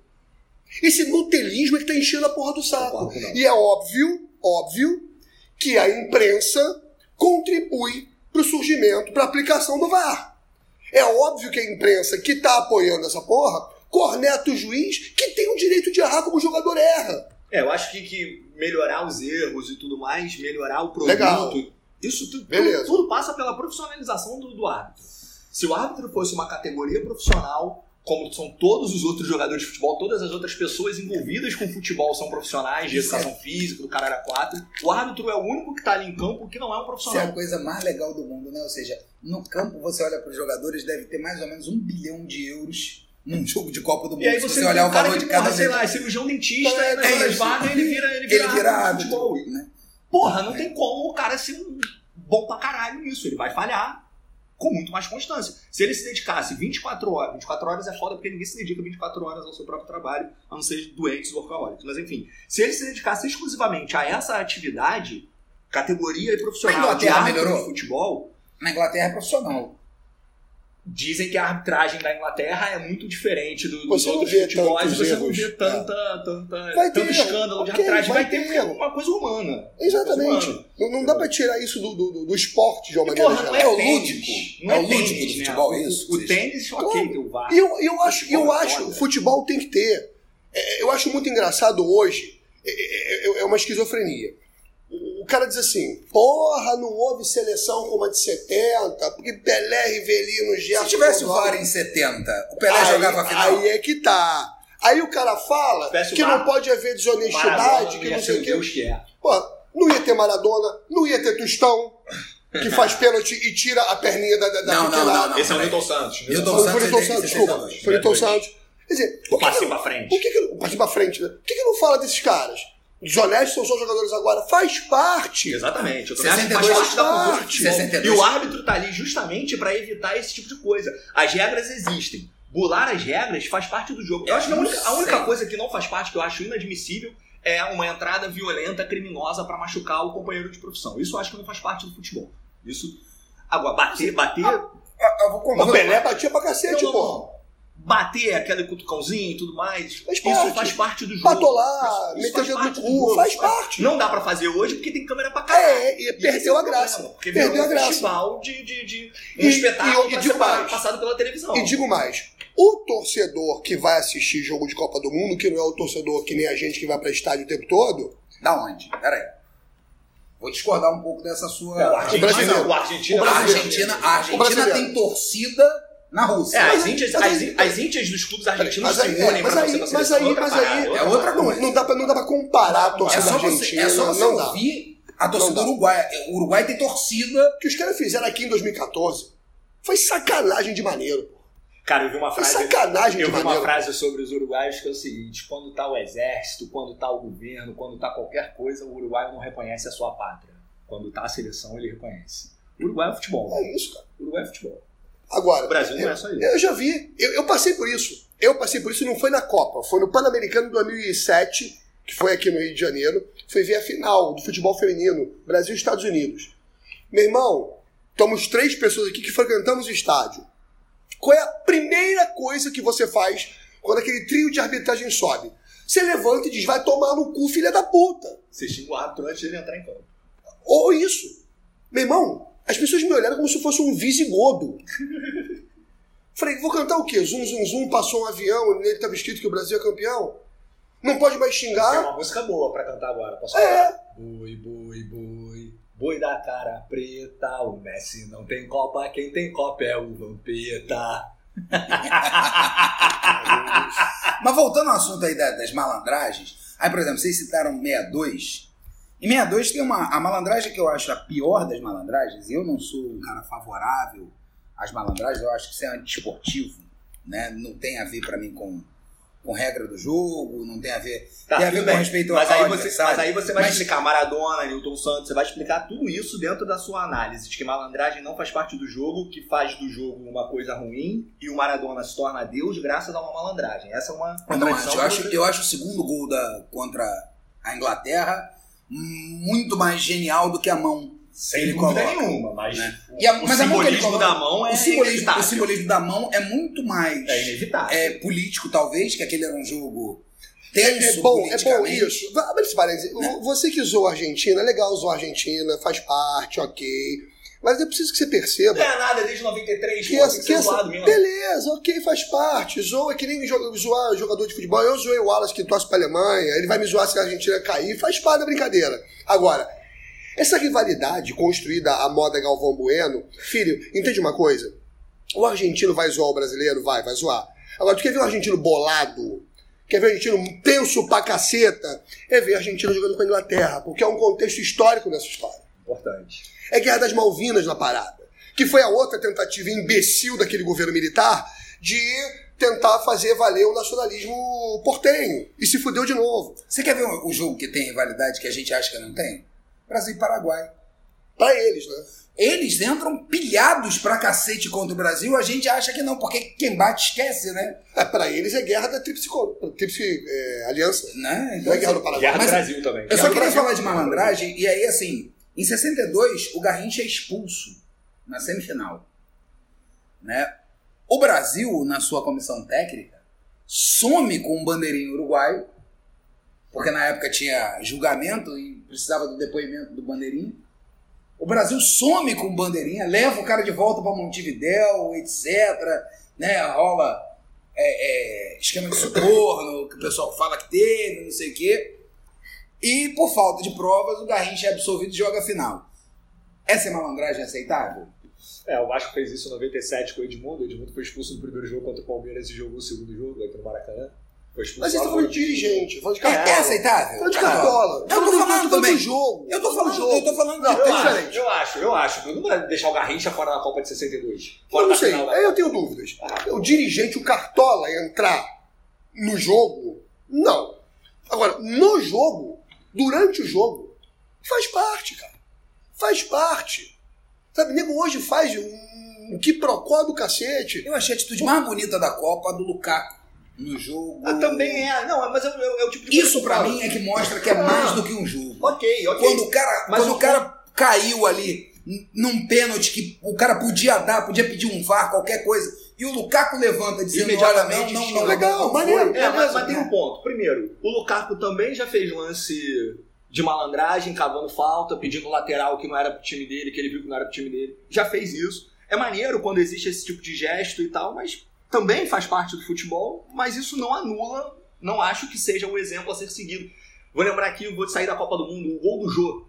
[SPEAKER 4] Esse nutelismo é que tá enchendo a porra do saco.
[SPEAKER 3] Concordo, não.
[SPEAKER 4] E é óbvio, óbvio, que a imprensa contribui pro surgimento, pra aplicação do VAR. É óbvio que a imprensa que tá apoiando essa porra corneta o juiz que tem o direito de errar como o jogador erra.
[SPEAKER 3] É, eu acho que, que melhorar os erros e tudo mais, melhorar o produto,
[SPEAKER 4] Legal.
[SPEAKER 3] isso tu- tu-
[SPEAKER 4] Beleza.
[SPEAKER 3] tudo, passa pela profissionalização do, do árbitro. Se o árbitro fosse uma categoria profissional, como são todos os outros jogadores de futebol, todas as outras pessoas envolvidas com futebol são profissionais de educação física, do caralho a quatro, o árbitro é o único que tá ali em campo que não é um
[SPEAKER 2] Isso é
[SPEAKER 3] profissional.
[SPEAKER 2] a coisa mais legal do mundo, né? Ou seja, no campo você olha para os jogadores, deve ter mais ou menos um bilhão de euros num jogo de Copa do Mundo.
[SPEAKER 3] E aí
[SPEAKER 2] se
[SPEAKER 3] você
[SPEAKER 2] você
[SPEAKER 3] tem
[SPEAKER 2] olhar
[SPEAKER 3] um
[SPEAKER 2] o
[SPEAKER 3] cara
[SPEAKER 2] valor
[SPEAKER 3] que,
[SPEAKER 2] de cada
[SPEAKER 3] porra, sei
[SPEAKER 2] vez-
[SPEAKER 3] lá, é cirurgião dentista,
[SPEAKER 2] É,
[SPEAKER 3] é,
[SPEAKER 2] é
[SPEAKER 3] nas horas
[SPEAKER 2] isso.
[SPEAKER 3] vagas, ele vira, ele vira,
[SPEAKER 2] ele vira
[SPEAKER 3] árbitro de futebol.
[SPEAKER 2] árbitro, né?
[SPEAKER 3] Porra, não tem como o cara ser um bom pra caralho nisso. Ele vai falhar com muito mais constância. Se ele se dedicasse 24 horas, 24 horas é foda porque ninguém se dedica 24 horas ao seu próprio trabalho, a não ser doentes workaholics. Mas enfim, se ele se dedicasse exclusivamente a essa atividade, categoria e
[SPEAKER 2] Mas a
[SPEAKER 3] profissional de
[SPEAKER 2] Inglaterra
[SPEAKER 3] árbitro de
[SPEAKER 2] melhorou?
[SPEAKER 3] futebol,
[SPEAKER 2] Na Inglaterra é profissional.
[SPEAKER 3] dizem que a arbitragem da Inglaterra é muito diferente do, dos
[SPEAKER 4] Você não
[SPEAKER 3] outros
[SPEAKER 4] vê
[SPEAKER 3] futebols,
[SPEAKER 4] tantos
[SPEAKER 3] você não
[SPEAKER 4] erros. É.
[SPEAKER 3] vê tanta, tanta,
[SPEAKER 4] Vai
[SPEAKER 3] tanto
[SPEAKER 4] ter,
[SPEAKER 3] escândalo de
[SPEAKER 4] ok,
[SPEAKER 3] arbitragem.
[SPEAKER 4] vai
[SPEAKER 3] Vai, ter, porque
[SPEAKER 4] ter.
[SPEAKER 3] é uma coisa humana.
[SPEAKER 4] Exatamente.
[SPEAKER 3] Humana.
[SPEAKER 4] Não, não dá pra tirar isso do, do, do- do esporte de uma
[SPEAKER 3] E,
[SPEAKER 4] maneira
[SPEAKER 3] porra, não
[SPEAKER 4] geral.
[SPEAKER 3] é,
[SPEAKER 2] É o
[SPEAKER 3] tênis,
[SPEAKER 2] lúdico.
[SPEAKER 3] não
[SPEAKER 2] É o lúdico
[SPEAKER 3] tênis,
[SPEAKER 2] do
[SPEAKER 3] né?
[SPEAKER 2] futebol,
[SPEAKER 3] O-
[SPEAKER 2] isso,
[SPEAKER 3] O,
[SPEAKER 2] vocês-
[SPEAKER 3] tênis, ok,
[SPEAKER 4] Claro.
[SPEAKER 3] tem o VAR.
[SPEAKER 4] E eu, eu acho, eu
[SPEAKER 3] Futebol é
[SPEAKER 4] acho,
[SPEAKER 3] foda.
[SPEAKER 4] o futebol tem que ter. É, Eu acho muito engraçado hoje, é, é- é uma esquizofrenia. O o cara diz assim, porra, não houve seleção como a de 70, porque Pelé, Rivelino, Gerson...
[SPEAKER 2] Se tivesse o
[SPEAKER 4] Ronaldo-
[SPEAKER 2] VAR em 70, o Pelé
[SPEAKER 4] é aí,
[SPEAKER 2] jogava a final.
[SPEAKER 4] Aí é que tá. Aí o cara fala
[SPEAKER 3] Tivesse o
[SPEAKER 4] que
[SPEAKER 3] VAR,
[SPEAKER 4] não pode haver
[SPEAKER 3] Maradona
[SPEAKER 4] desonestidade,
[SPEAKER 3] não
[SPEAKER 4] que
[SPEAKER 3] ia
[SPEAKER 4] não
[SPEAKER 3] ser
[SPEAKER 4] sei o
[SPEAKER 3] o
[SPEAKER 4] quê.
[SPEAKER 3] Deus que é.
[SPEAKER 4] Pô, não ia ter Maradona, não ia ter Tostão, que faz pênalti e tira a perninha da, da, da
[SPEAKER 2] Não, não,
[SPEAKER 4] pequenada.
[SPEAKER 2] não, não.
[SPEAKER 3] Esse é o Milton Santos.
[SPEAKER 2] Milton
[SPEAKER 4] Foi- Foi
[SPEAKER 2] Santos,
[SPEAKER 4] o Nilton
[SPEAKER 2] 80,
[SPEAKER 4] Santos, desculpa.
[SPEAKER 2] 62.
[SPEAKER 4] Foi o Nilton
[SPEAKER 3] Dois.
[SPEAKER 4] Santos. Quer dizer,
[SPEAKER 3] O
[SPEAKER 4] por que,
[SPEAKER 3] passe
[SPEAKER 4] que,
[SPEAKER 3] pra
[SPEAKER 4] por
[SPEAKER 3] frente.
[SPEAKER 4] que, que- o passe pra frente, né? Por que, que não fala desses caras? Desonestos são só jogadores agora. Faz parte.
[SPEAKER 3] Exatamente. Eu também acho que
[SPEAKER 2] 62
[SPEAKER 3] faz parte da cultura do
[SPEAKER 4] parte.
[SPEAKER 3] futebol.
[SPEAKER 2] 62.
[SPEAKER 3] E o árbitro tá ali justamente pra evitar esse tipo de coisa. As regras existem. Bular as regras faz parte do jogo. Eu acho que a única, a única
[SPEAKER 2] Sim.
[SPEAKER 3] coisa que não faz parte, que eu acho inadmissível, é uma entrada violenta, criminosa pra machucar o companheiro de profissão. Isso eu acho que não faz parte do futebol. Isso. Agora, bater, bater.
[SPEAKER 2] Eu- eu vou
[SPEAKER 4] O
[SPEAKER 2] comprar.
[SPEAKER 4] Pelé batia pra cacete,
[SPEAKER 3] Não, não,
[SPEAKER 4] pô.
[SPEAKER 3] não. Então, Bater aquele cutucãozinho e tudo mais.
[SPEAKER 4] tipo- Faz parte.
[SPEAKER 3] Isso faz parte do jogo.
[SPEAKER 4] Patolar,
[SPEAKER 3] Isso- isso
[SPEAKER 4] meter o
[SPEAKER 3] faz
[SPEAKER 4] dedo no
[SPEAKER 3] parte do
[SPEAKER 4] cu,
[SPEAKER 3] jogo.
[SPEAKER 4] faz parte.
[SPEAKER 3] Não dá pra fazer hoje porque tem câmera pra caralho.
[SPEAKER 4] É, e
[SPEAKER 3] Esse é
[SPEAKER 4] perdeu
[SPEAKER 3] o
[SPEAKER 4] a graça.
[SPEAKER 3] problema, Porque
[SPEAKER 4] Perdeu
[SPEAKER 3] virou
[SPEAKER 4] a
[SPEAKER 3] um
[SPEAKER 4] graça.
[SPEAKER 3] festival de, de, de um
[SPEAKER 4] E- e eu-
[SPEAKER 3] espetáculo
[SPEAKER 4] e
[SPEAKER 3] pra
[SPEAKER 4] digo
[SPEAKER 3] ser
[SPEAKER 4] mais.
[SPEAKER 3] passado pela televisão.
[SPEAKER 4] E digo mais, o torcedor que vai assistir jogo de Copa do Mundo, que não é o torcedor que nem a gente que vai pra estádio o tempo todo,
[SPEAKER 2] Da onde? Peraí. Vou discordar um pouco dessa sua.
[SPEAKER 3] É, o
[SPEAKER 2] A
[SPEAKER 3] argentino,
[SPEAKER 4] brasileiro.
[SPEAKER 3] o argentino,
[SPEAKER 4] O brasileiro.
[SPEAKER 2] Argentina, a
[SPEAKER 4] O
[SPEAKER 2] Argentina
[SPEAKER 4] brasileiro.
[SPEAKER 2] tem torcida na Rússia.
[SPEAKER 3] É, as
[SPEAKER 4] Mas-
[SPEAKER 3] índias,
[SPEAKER 4] mas
[SPEAKER 3] as,
[SPEAKER 4] aí-
[SPEAKER 3] as índias dos clubes argentinos
[SPEAKER 4] Mas
[SPEAKER 3] se
[SPEAKER 4] aí, é,
[SPEAKER 3] unem
[SPEAKER 4] mas
[SPEAKER 3] pra
[SPEAKER 4] aí,
[SPEAKER 3] torcer pra
[SPEAKER 4] mas
[SPEAKER 3] seleção.
[SPEAKER 4] aí,
[SPEAKER 3] outra
[SPEAKER 4] mas
[SPEAKER 3] parada,
[SPEAKER 4] aí,
[SPEAKER 2] é outra
[SPEAKER 4] Não,
[SPEAKER 2] coisa.
[SPEAKER 4] não dá pra, não dá pra comparar a
[SPEAKER 2] é
[SPEAKER 4] torcida
[SPEAKER 2] só você,
[SPEAKER 4] argentina.
[SPEAKER 2] é só você
[SPEAKER 4] não dá.
[SPEAKER 2] ouvir a torcida
[SPEAKER 4] Não dá.
[SPEAKER 2] do Uruguai. É, O Uruguai tem torcida.
[SPEAKER 4] O que os caras fizeram aqui em 2014 foi sacanagem de maneiro. pô.
[SPEAKER 3] Cara, eu vi uma
[SPEAKER 4] Foi
[SPEAKER 3] frase.
[SPEAKER 4] é sacanagem
[SPEAKER 3] Eu
[SPEAKER 4] de
[SPEAKER 3] vi uma
[SPEAKER 4] maneiro.
[SPEAKER 3] frase sobre os uruguaios que é o seguinte: quando tá o exército, quando tá o governo, quando tá qualquer coisa, o uruguaio não reconhece a sua pátria. Quando tá a seleção, ele reconhece. O Uruguai é futebol. né?
[SPEAKER 4] É isso, cara.
[SPEAKER 3] O Uruguai é futebol.
[SPEAKER 4] Agora,
[SPEAKER 3] O Brasil não é só isso.
[SPEAKER 4] Eu já vi, eu, eu passei por isso. Eu passei por isso, não foi na Copa, foi no Pan-Americano 2007, que foi aqui no Rio de Janeiro. Fui ver a final do futebol feminino, Brasil e Estados Unidos. Meu irmão, estamos três pessoas aqui que frequentamos o estádio. Qual é a primeira coisa que você faz quando aquele trio de arbitragem sobe? Você levanta e diz, vai tomar no cu, filha da puta.
[SPEAKER 3] Você xinga o árbitro antes dele entrar em campo.
[SPEAKER 4] Ou isso. Meu irmão, as pessoas me olharam como se eu fosse um visigodo. Falei, vou cantar o quê? Zum, zum, zum, passou um avião, nele estava escrito que o Brasil é campeão? Não pode mais
[SPEAKER 3] Tem
[SPEAKER 4] xingar?
[SPEAKER 3] uma música boa pra cantar agora. Posso
[SPEAKER 4] É.
[SPEAKER 3] falar? Boi, boi, boi. Boi da cara preta. O Messi não tem Copa. Quem tem Copa é o Vampeta.
[SPEAKER 2] Mas voltando ao assunto aí da- das malandragens, aí, por exemplo, vocês citaram 62. Em 62 tem uma. A malandragem que eu acho a pior das malandragens, e eu não sou um cara favorável às malandragens, eu acho que isso é antidesportivo, né? Não tem a ver pra mim com, com regra do jogo, não tem a ver.
[SPEAKER 3] Tá,
[SPEAKER 2] Tem a
[SPEAKER 3] tudo
[SPEAKER 2] ver com
[SPEAKER 3] bem.
[SPEAKER 2] respeito
[SPEAKER 3] mas
[SPEAKER 2] ao
[SPEAKER 3] aí, você,
[SPEAKER 2] adversário.
[SPEAKER 3] mas aí você vai
[SPEAKER 2] Mas-
[SPEAKER 3] explicar Maradona, Newton Santos, você vai explicar tudo isso dentro da sua análise, de que malandragem não faz parte do jogo, que faz do jogo uma coisa ruim, e o Maradona se torna Deus graças a uma malandragem. Essa é uma
[SPEAKER 2] Não, eu,
[SPEAKER 3] contradição que
[SPEAKER 2] acho, eu acho o segundo gol da, contra a Inglaterra muito mais genial do que a mão.
[SPEAKER 3] sem
[SPEAKER 2] ele
[SPEAKER 3] dúvida
[SPEAKER 2] coloca,
[SPEAKER 3] nenhuma, mas
[SPEAKER 2] né?
[SPEAKER 3] o,
[SPEAKER 2] E a-
[SPEAKER 3] o
[SPEAKER 2] mas a mão que ele
[SPEAKER 3] simbolismo
[SPEAKER 2] coloca-
[SPEAKER 3] da mão é
[SPEAKER 2] o, simbolismo, o
[SPEAKER 3] inevitável.
[SPEAKER 2] simbolismo da mão é muito mais
[SPEAKER 3] É inevitável.
[SPEAKER 2] é, político, talvez, que aquele era um jogo
[SPEAKER 4] É
[SPEAKER 2] um tenso.
[SPEAKER 4] bom, é bom
[SPEAKER 2] politicamente. Né?
[SPEAKER 4] isso. Va- Abre esse parênteses. O- Você que zoou a Argentina, é legal zoar a Argentina, faz parte, ok. Mas é preciso que você
[SPEAKER 3] Não
[SPEAKER 4] perceba
[SPEAKER 3] ganha nada desde 93,
[SPEAKER 4] Que
[SPEAKER 3] pô,
[SPEAKER 4] essa-
[SPEAKER 3] tem que
[SPEAKER 4] que
[SPEAKER 3] ser
[SPEAKER 4] essa-
[SPEAKER 3] zoado mesmo.
[SPEAKER 4] Beleza, ok, faz parte. Zoa que nem joga- zoar jogador de futebol. Eu zoei o Wallace que torce pra Alemanha, ele vai me zoar se a Argentina cair. Faz parte da brincadeira. Agora, essa rivalidade construída à moda Galvão Bueno, filho, entende uma coisa? O argentino vai zoar o brasileiro? Vai, vai zoar. Agora, tu quer ver um argentino bolado? Quer ver um argentino tenso pra caceta? É ver argentino jogando com a Inglaterra, porque é um contexto histórico nessa história.
[SPEAKER 3] Importante.
[SPEAKER 4] É Guerra das Malvinas na parada. Que foi a outra tentativa imbecil daquele governo militar de tentar fazer valer o nacionalismo portenho. E se fudeu de novo.
[SPEAKER 2] Você quer ver um, um jogo que tem rivalidade que a gente acha que não tem? Brasil e Paraguai.
[SPEAKER 4] Pra eles, né?
[SPEAKER 2] Eles entram pilhados pra cacete contra o Brasil, a gente acha que não, porque quem bate esquece, né?
[SPEAKER 4] É, pra eles é guerra da Tríplice Co- Tríplice, é, Aliança.
[SPEAKER 2] né?
[SPEAKER 4] Não é guerra
[SPEAKER 2] assim,
[SPEAKER 4] do Paraguai.
[SPEAKER 3] Guerra
[SPEAKER 2] Mas-
[SPEAKER 3] do Brasil também.
[SPEAKER 2] Eu
[SPEAKER 3] Guerra
[SPEAKER 2] só
[SPEAKER 3] do
[SPEAKER 2] queria
[SPEAKER 3] Brasil.
[SPEAKER 2] falar de malandragem, e aí, assim, em 62, o Garrincha é expulso na semifinal. Né? O Brasil, na sua comissão técnica, some com um bandeirinho uruguaio, porque na época tinha julgamento e precisava do depoimento do bandeirinho. O Brasil some com o bandeirinha, leva o cara de volta para Montevidéu, etc. Né? Rola é, é, esquema de suborno, que o pessoal fala que teve, não sei o quê. E por falta de provas, o Garrincha é absolvido e joga a final. Essa é malandragem aceitável?
[SPEAKER 3] É, o Vasco fez isso em 97 com o Edmundo. O Edmundo foi expulso no primeiro jogo contra o Palmeiras e jogou o segundo jogo aqui no Maracanã. Foi expulso
[SPEAKER 4] Mas
[SPEAKER 3] lá
[SPEAKER 4] eles estão
[SPEAKER 3] no-
[SPEAKER 4] falando de dirigente, falando de
[SPEAKER 2] É, é
[SPEAKER 4] cartola.
[SPEAKER 2] aceitável?
[SPEAKER 4] Falando de cartola.
[SPEAKER 2] Eu tô falando também.
[SPEAKER 4] do jogo.
[SPEAKER 2] Eu tô falando,
[SPEAKER 4] jogo.
[SPEAKER 2] eu tô falando
[SPEAKER 4] Não,
[SPEAKER 2] de
[SPEAKER 4] é
[SPEAKER 3] Eu
[SPEAKER 2] cara.
[SPEAKER 3] acho, eu acho, eu acho. Eu não vou deixar o Garrincha fora da Copa de 62. Fora
[SPEAKER 4] Eu não
[SPEAKER 3] da
[SPEAKER 4] sei,
[SPEAKER 3] final,
[SPEAKER 4] aí eu tenho dúvidas. O dirigente, o Cartola, entrar no jogo, não. Agora, no jogo, durante o jogo, faz parte, cara. Faz parte. Sabe, nego hoje faz um que procó do cacete.
[SPEAKER 2] Eu achei a atitude mais bonita da Copa a do Lukaku no jogo.
[SPEAKER 3] Ah, também é. Não, mas eu, eu, é o tipo de coisa
[SPEAKER 2] Isso
[SPEAKER 3] que
[SPEAKER 2] pra
[SPEAKER 3] eu falo.
[SPEAKER 2] mim é que mostra que é mais do que um jogo.
[SPEAKER 3] Ok, ok.
[SPEAKER 2] Quando o cara,
[SPEAKER 3] Mas
[SPEAKER 2] quando
[SPEAKER 3] o-
[SPEAKER 2] o cara caiu ali n- num pênalti que o cara podia dar, podia pedir um VAR, qualquer coisa, e o Lukaku levanta dizendo, olha, não,
[SPEAKER 3] Imediatamente
[SPEAKER 2] não, não,
[SPEAKER 3] tira.
[SPEAKER 4] Legal,
[SPEAKER 2] não,
[SPEAKER 4] maneiro.
[SPEAKER 2] foi.
[SPEAKER 3] É, mas,
[SPEAKER 4] Beleza,
[SPEAKER 3] mas tem um ponto. Primeiro, o Lukaku também já fez lance de malandragem, cavando falta, pedindo lateral que não era pro time dele, que ele viu que não era pro time dele. Já fez isso. É maneiro quando existe esse tipo de gesto e tal, mas também faz parte do futebol, mas isso não anula, não acho que seja um exemplo a ser seguido. Vou lembrar aqui, vou sair da Copa do Mundo, o gol do Jô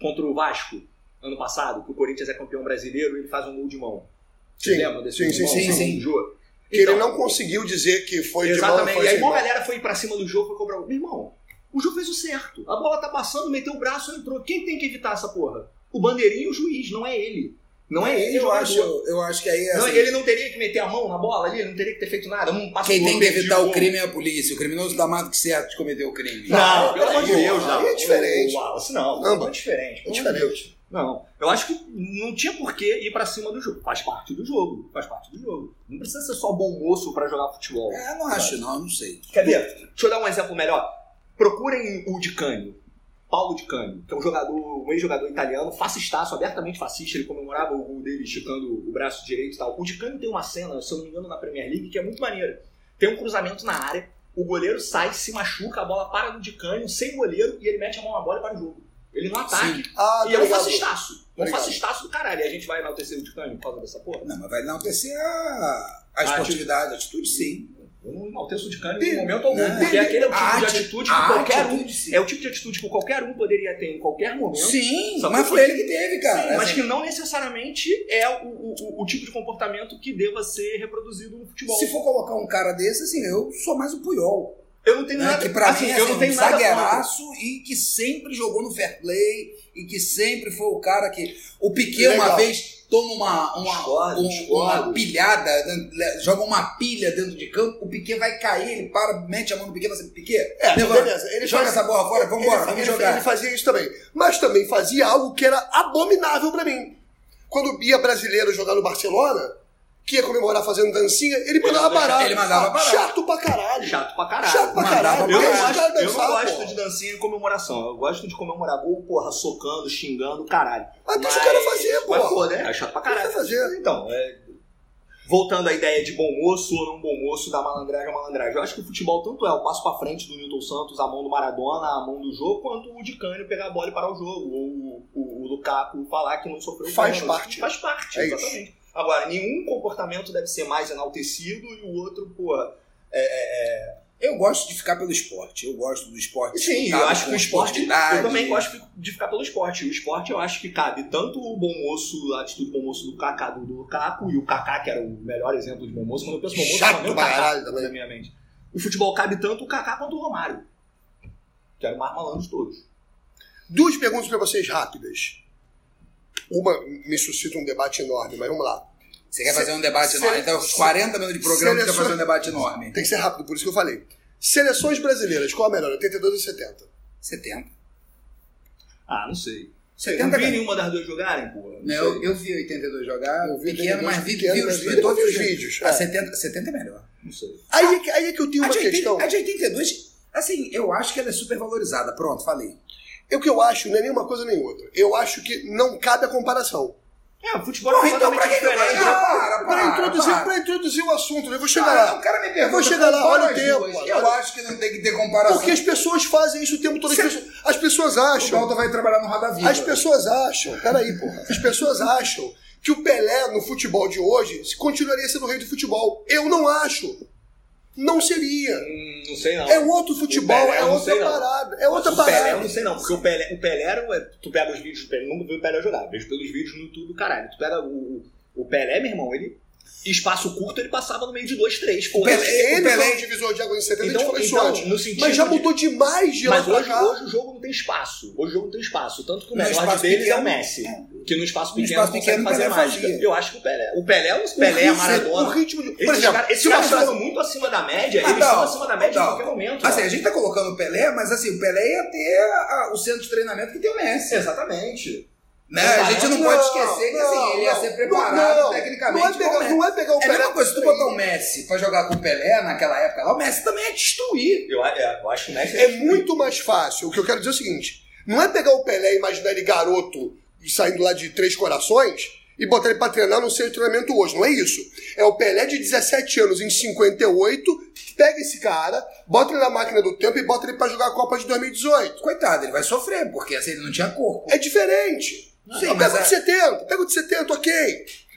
[SPEAKER 3] contra o Vasco, ano passado, que o Corinthians é campeão brasileiro, ele faz um gol de mão.
[SPEAKER 4] Sim.
[SPEAKER 3] Lembra desse
[SPEAKER 4] Sim, sim,
[SPEAKER 3] futebol?
[SPEAKER 4] sim, sim.
[SPEAKER 3] Jô.
[SPEAKER 4] Que ele
[SPEAKER 3] Então,
[SPEAKER 4] não conseguiu dizer que foi de bola,
[SPEAKER 3] Exatamente.
[SPEAKER 4] foi
[SPEAKER 3] E aí
[SPEAKER 4] sem
[SPEAKER 3] uma
[SPEAKER 4] bola.
[SPEAKER 3] galera foi pra cima do jogo e foi cobrar. Meu irmão, o jogo fez o certo. A bola tá passando, meteu o braço, entrou. Quem tem que evitar essa porra? O bandeirinha e o juiz, não é ele. Não é ele,
[SPEAKER 2] Eu
[SPEAKER 3] jogador.
[SPEAKER 2] acho, eu acho que aí.
[SPEAKER 3] Não,
[SPEAKER 2] assim,
[SPEAKER 3] ele não teria que meter a mão na bola ali, ele não teria que ter feito nada. Um passo
[SPEAKER 2] Quem
[SPEAKER 3] pro
[SPEAKER 2] tem
[SPEAKER 3] outro,
[SPEAKER 2] que
[SPEAKER 3] perdi
[SPEAKER 2] evitar o
[SPEAKER 3] gol.
[SPEAKER 2] crime é a polícia. O criminoso dá mais do que certo de cometer o crime.
[SPEAKER 3] Não, pelo amor de
[SPEAKER 4] Pô,
[SPEAKER 3] Deus, não.
[SPEAKER 4] aí é diferente.
[SPEAKER 3] Uau, assim não.
[SPEAKER 4] Caramba.
[SPEAKER 3] é diferente.
[SPEAKER 4] É
[SPEAKER 3] pelo amor de Deus.
[SPEAKER 4] diferente.
[SPEAKER 3] Não, eu acho que não tinha por que ir pra cima do jogo. Faz parte do jogo, faz parte do jogo. Não precisa ser só bom moço pra jogar futebol.
[SPEAKER 2] É, não acho, não, não sei.
[SPEAKER 3] Quer ver? Deixa eu dar um exemplo melhor. Procurem o Di Canio, Paulo Di Canio, que é um jogador, um ex-jogador italiano, fascistaço, abertamente fascista, ele comemorava o gol dele esticando o braço direito e tal. O Di Canio tem uma cena, se eu não me engano, na Premier League, que é muito maneira. Tem um cruzamento na área, o goleiro sai, se machuca, a bola para no Di Canio, sem goleiro, e ele mete a mão na bola e para o jogo. Ele não ataque,
[SPEAKER 4] Ah,
[SPEAKER 3] e é um
[SPEAKER 4] ligado.
[SPEAKER 3] fascistaço. É um
[SPEAKER 4] Obrigado.
[SPEAKER 3] fascistaço do caralho. E a gente vai enaltecer o Di Canio por causa dessa porra?
[SPEAKER 2] Não, mas vai enaltecer a, a esportividade, a atitude sim.
[SPEAKER 3] Eu não enalteço o Di Canio
[SPEAKER 2] Tem-
[SPEAKER 3] em momento algum,
[SPEAKER 2] né?
[SPEAKER 3] porque aquele é o tipo
[SPEAKER 2] A
[SPEAKER 3] de
[SPEAKER 2] ati-
[SPEAKER 3] atitude que
[SPEAKER 2] A
[SPEAKER 3] qualquer um
[SPEAKER 2] atitude, sim.
[SPEAKER 3] É o tipo de atitude que qualquer um poderia ter em qualquer momento.
[SPEAKER 2] Sim,
[SPEAKER 3] Só
[SPEAKER 2] mas
[SPEAKER 3] que-
[SPEAKER 2] foi ele que teve, cara.
[SPEAKER 3] Sim, mas
[SPEAKER 2] Assim,
[SPEAKER 3] que não necessariamente é o, o- o- o tipo de comportamento que deva ser reproduzido no futebol.
[SPEAKER 2] Se for colocar um cara desse, assim, eu sou mais o Puyol.
[SPEAKER 3] eu não tenho
[SPEAKER 2] Né?
[SPEAKER 3] nada
[SPEAKER 2] Que pra
[SPEAKER 3] assim,
[SPEAKER 2] mim é
[SPEAKER 3] eu
[SPEAKER 2] assim,
[SPEAKER 3] não
[SPEAKER 2] um
[SPEAKER 3] tenho nada contra.
[SPEAKER 2] zagueiraço e que sempre jogou no fair play e que sempre foi o cara que. O Piquet
[SPEAKER 4] Legal.
[SPEAKER 2] uma vez toma uma, uma,
[SPEAKER 3] Discordo,
[SPEAKER 2] um-
[SPEAKER 3] discordo.
[SPEAKER 2] uma pilhada, né? joga uma pilha dentro de campo, o Piquet vai cair, ele para, mete a mão no Piquet e fala assim, Piquet,
[SPEAKER 4] É,
[SPEAKER 2] levanta,
[SPEAKER 4] beleza. Ele
[SPEAKER 2] joga
[SPEAKER 4] faz-
[SPEAKER 2] essa bola fora,
[SPEAKER 4] Ele-
[SPEAKER 2] vambora,
[SPEAKER 4] ele,
[SPEAKER 2] vamos
[SPEAKER 4] ele,
[SPEAKER 2] jogar.
[SPEAKER 4] fazia isso também. Mas também fazia algo que era abominável pra mim. Quando ia brasileiro jogar no Barcelona, que ia comemorar fazendo dancinha, ele mandava
[SPEAKER 3] mandava-
[SPEAKER 4] parar.
[SPEAKER 2] ele mandava
[SPEAKER 4] Ah,
[SPEAKER 2] parar.
[SPEAKER 4] Chato pra caralho.
[SPEAKER 3] Chato pra caralho.
[SPEAKER 4] Chato pra caralho.
[SPEAKER 2] Mandava
[SPEAKER 3] Eu não,
[SPEAKER 4] Deixa o
[SPEAKER 3] gosto, eu
[SPEAKER 4] cara
[SPEAKER 3] não
[SPEAKER 4] dançar,
[SPEAKER 3] gosto
[SPEAKER 4] porra.
[SPEAKER 3] de dancinha e comemoração. Eu gosto de comemorar gol, porra, socando, xingando, caralho.
[SPEAKER 4] Mas deixa o cara fazer,
[SPEAKER 3] Mas
[SPEAKER 4] porra.
[SPEAKER 3] foda, é chato pra
[SPEAKER 4] Deixa
[SPEAKER 3] caralho.
[SPEAKER 4] ele fazer.
[SPEAKER 3] Então, é, voltando à ideia de bom moço ou não bom moço, da malandragem ou malandragem. Eu acho que o futebol tanto é o passo pra frente do Newton Santos, a mão do Maradona, a mão do jogo, quanto o de Cânio pegar a bola e parar o jogo. Ou o, o, o Lukaku falar que não sofreu
[SPEAKER 4] Faz
[SPEAKER 3] pênalti.
[SPEAKER 4] parte.
[SPEAKER 3] Faz parte,
[SPEAKER 4] É isso.
[SPEAKER 3] exatamente. Agora, nenhum comportamento deve ser mais enaltecido e o outro, porra. é- é- é-
[SPEAKER 2] Eu gosto de ficar pelo esporte. Eu gosto do esporte.
[SPEAKER 3] Sim,
[SPEAKER 2] disputado
[SPEAKER 3] eu acho que
[SPEAKER 2] com
[SPEAKER 3] o esporte.
[SPEAKER 2] esportividade.
[SPEAKER 3] Eu também gosto de ficar pelo esporte. O esporte eu acho que cabe tanto o bom moço, a atitude bom moço do Kaká, do Lukaku, e o Kaká, que era o melhor exemplo de bom moço, quando eu penso bom moço, só vem
[SPEAKER 4] Chato
[SPEAKER 3] o
[SPEAKER 4] pra
[SPEAKER 3] Kaká
[SPEAKER 4] caralho
[SPEAKER 3] na
[SPEAKER 4] também.
[SPEAKER 3] minha mente. O futebol cabe tanto o Kaká quanto o Romário. Que era o mais malandro de todos.
[SPEAKER 4] Duas perguntas pra vocês rápidas. Uma me suscita um debate enorme, mas vamos lá.
[SPEAKER 2] Você quer fazer um debate
[SPEAKER 4] Se-
[SPEAKER 2] enorme? Então, os 40 minutos de programa, você quer
[SPEAKER 4] Seleção-
[SPEAKER 2] fazer um debate enorme.
[SPEAKER 4] Tem que ser rápido, por isso que eu falei. Seleções brasileiras, qual a melhor? 82 ou 70?
[SPEAKER 2] 70.
[SPEAKER 3] Ah, não sei. Você
[SPEAKER 2] 70
[SPEAKER 3] não vi
[SPEAKER 2] ganha.
[SPEAKER 3] nenhuma das duas jogarem, pô. Não,
[SPEAKER 2] Né,
[SPEAKER 3] sei.
[SPEAKER 2] Eu, eu vi 82 jogar,
[SPEAKER 4] Eu vi
[SPEAKER 2] pequeno,
[SPEAKER 4] 82
[SPEAKER 2] mas vi,
[SPEAKER 4] pequeno,
[SPEAKER 2] vi os
[SPEAKER 4] mas vi
[SPEAKER 2] vi todos
[SPEAKER 4] todos
[SPEAKER 2] os
[SPEAKER 4] os
[SPEAKER 2] vídeos.
[SPEAKER 4] vídeos, é.
[SPEAKER 2] A 70, 70 é melhor.
[SPEAKER 3] não sei.
[SPEAKER 4] Aí, é que- aí é que eu tenho
[SPEAKER 2] A
[SPEAKER 4] uma
[SPEAKER 2] de, 80
[SPEAKER 4] questão.
[SPEAKER 2] a de 82, assim, eu acho que ela é super valorizada. Pronto, falei.
[SPEAKER 4] É o que eu acho, não é nenhuma coisa nem outra. Eu acho que não cabe a comparação.
[SPEAKER 3] É, o futebol
[SPEAKER 2] Porra,
[SPEAKER 3] é
[SPEAKER 2] então
[SPEAKER 3] completamente
[SPEAKER 2] pra que que eu
[SPEAKER 3] diferente.
[SPEAKER 2] Ah, para, para,
[SPEAKER 4] Pra introduzir,
[SPEAKER 2] para.
[SPEAKER 4] pra introduzir o assunto, né? eu vou chegar
[SPEAKER 2] Ah, o
[SPEAKER 4] lá.
[SPEAKER 2] cara me pergunta,
[SPEAKER 4] vou chegar lá,
[SPEAKER 2] compara
[SPEAKER 4] olha o
[SPEAKER 2] as
[SPEAKER 4] tempo,
[SPEAKER 2] duas.
[SPEAKER 4] olha.
[SPEAKER 2] Eu acho que não tem que ter comparação.
[SPEAKER 4] Porque as pessoas fazem isso o tempo todo. As
[SPEAKER 2] Cê-
[SPEAKER 4] pessoas, as pessoas
[SPEAKER 2] o
[SPEAKER 4] acham.
[SPEAKER 2] Balta vai trabalhar no Roda Viva.
[SPEAKER 4] As pessoas acham. Peraí, porra. As pessoas acham que o Pelé no futebol de hoje se- continuaria sendo o rei do futebol. Eu não acho. Não seria.
[SPEAKER 3] Hum, não sei, não.
[SPEAKER 4] É um outro
[SPEAKER 3] O
[SPEAKER 4] futebol,
[SPEAKER 3] Pelé,
[SPEAKER 4] é
[SPEAKER 3] eu não
[SPEAKER 4] outra
[SPEAKER 3] sei, não.
[SPEAKER 4] parada. É outra
[SPEAKER 3] o Pelé, eu
[SPEAKER 4] parada.
[SPEAKER 3] não sei não, porque o Pelé, o Pelé era, o- tu pega os vídeos do Pelé, nunca vi o Pelé jogar, eu vejo pelos vídeos no YouTube, caralho, tu pega o, o Pelé, meu irmão, ele, espaço curto, ele passava no meio de dois, três, foda
[SPEAKER 2] Pelé-
[SPEAKER 4] Ele
[SPEAKER 2] o Pelé-
[SPEAKER 4] foi um divisor de água em 70, a gente
[SPEAKER 3] Então,
[SPEAKER 4] falou isso
[SPEAKER 3] então
[SPEAKER 4] antes.
[SPEAKER 3] no sentido
[SPEAKER 4] Mas já
[SPEAKER 3] de-
[SPEAKER 4] mudou demais de lá
[SPEAKER 3] mas
[SPEAKER 4] pra
[SPEAKER 3] hoje,
[SPEAKER 4] cá.
[SPEAKER 3] hoje o jogo não tem espaço. Hoje o jogo não tem espaço. Tanto que o
[SPEAKER 2] No
[SPEAKER 3] melhor
[SPEAKER 2] espaço
[SPEAKER 3] deles é o
[SPEAKER 2] pequeno.
[SPEAKER 3] Messi. Que no espaço
[SPEAKER 2] No
[SPEAKER 3] pequeno
[SPEAKER 2] espaço
[SPEAKER 3] consegue
[SPEAKER 2] pequeno, o
[SPEAKER 3] fazer
[SPEAKER 2] Pelé
[SPEAKER 3] mágica.
[SPEAKER 2] fazia.
[SPEAKER 3] Eu acho que o Pelé. O Pelé, é o Pelé, a
[SPEAKER 4] ritmo-
[SPEAKER 3] Maradona.
[SPEAKER 4] O ritmo de. Por
[SPEAKER 3] Esses
[SPEAKER 4] exemplo,
[SPEAKER 3] caras, esses
[SPEAKER 4] se
[SPEAKER 3] caras
[SPEAKER 4] você- Então,
[SPEAKER 3] estavam muito acima da média, eles
[SPEAKER 2] Adão,
[SPEAKER 3] estão acima da média em
[SPEAKER 2] Adão.
[SPEAKER 3] qualquer momento.
[SPEAKER 2] Assim, a
[SPEAKER 3] cara.
[SPEAKER 2] gente tá colocando o Pelé, mas assim, o Pelé ia ter a- a- o centro de treinamento que tem o Messi.
[SPEAKER 3] Exatamente.
[SPEAKER 4] É,
[SPEAKER 2] Né? A gente não, pode esquecer que assim,
[SPEAKER 4] não,
[SPEAKER 2] ele ia
[SPEAKER 4] não,
[SPEAKER 2] ser preparado
[SPEAKER 4] não, não.
[SPEAKER 2] tecnicamente.
[SPEAKER 4] Não
[SPEAKER 2] igual
[SPEAKER 4] é
[SPEAKER 2] o
[SPEAKER 4] pegar,
[SPEAKER 2] Messi.
[SPEAKER 4] não é pegar o
[SPEAKER 2] É a
[SPEAKER 4] Pelé.
[SPEAKER 2] mesma coisa, se tu botar o Messi pra jogar com o Pelé naquela época lá, o Messi também ia destruir.
[SPEAKER 3] Eu, é, eu acho que o Messi
[SPEAKER 4] É muito mais fácil. O que eu quero dizer é o seguinte: não é pegar o Pelé e imaginar ele garoto saindo lá de três corações e botar ele pra treinar no seu treinamento hoje. Não é isso. É o Pelé de 17 anos em 58, pega esse cara, bota ele na máquina do tempo e bota ele pra jogar a Copa de 2018.
[SPEAKER 2] Coitado, ele vai sofrer, porque assim, ele não tinha corpo.
[SPEAKER 4] É diferente.
[SPEAKER 2] Não,
[SPEAKER 4] Sim,
[SPEAKER 2] mas
[SPEAKER 4] pega o
[SPEAKER 2] é-
[SPEAKER 4] de 70, pega o de 70, ok.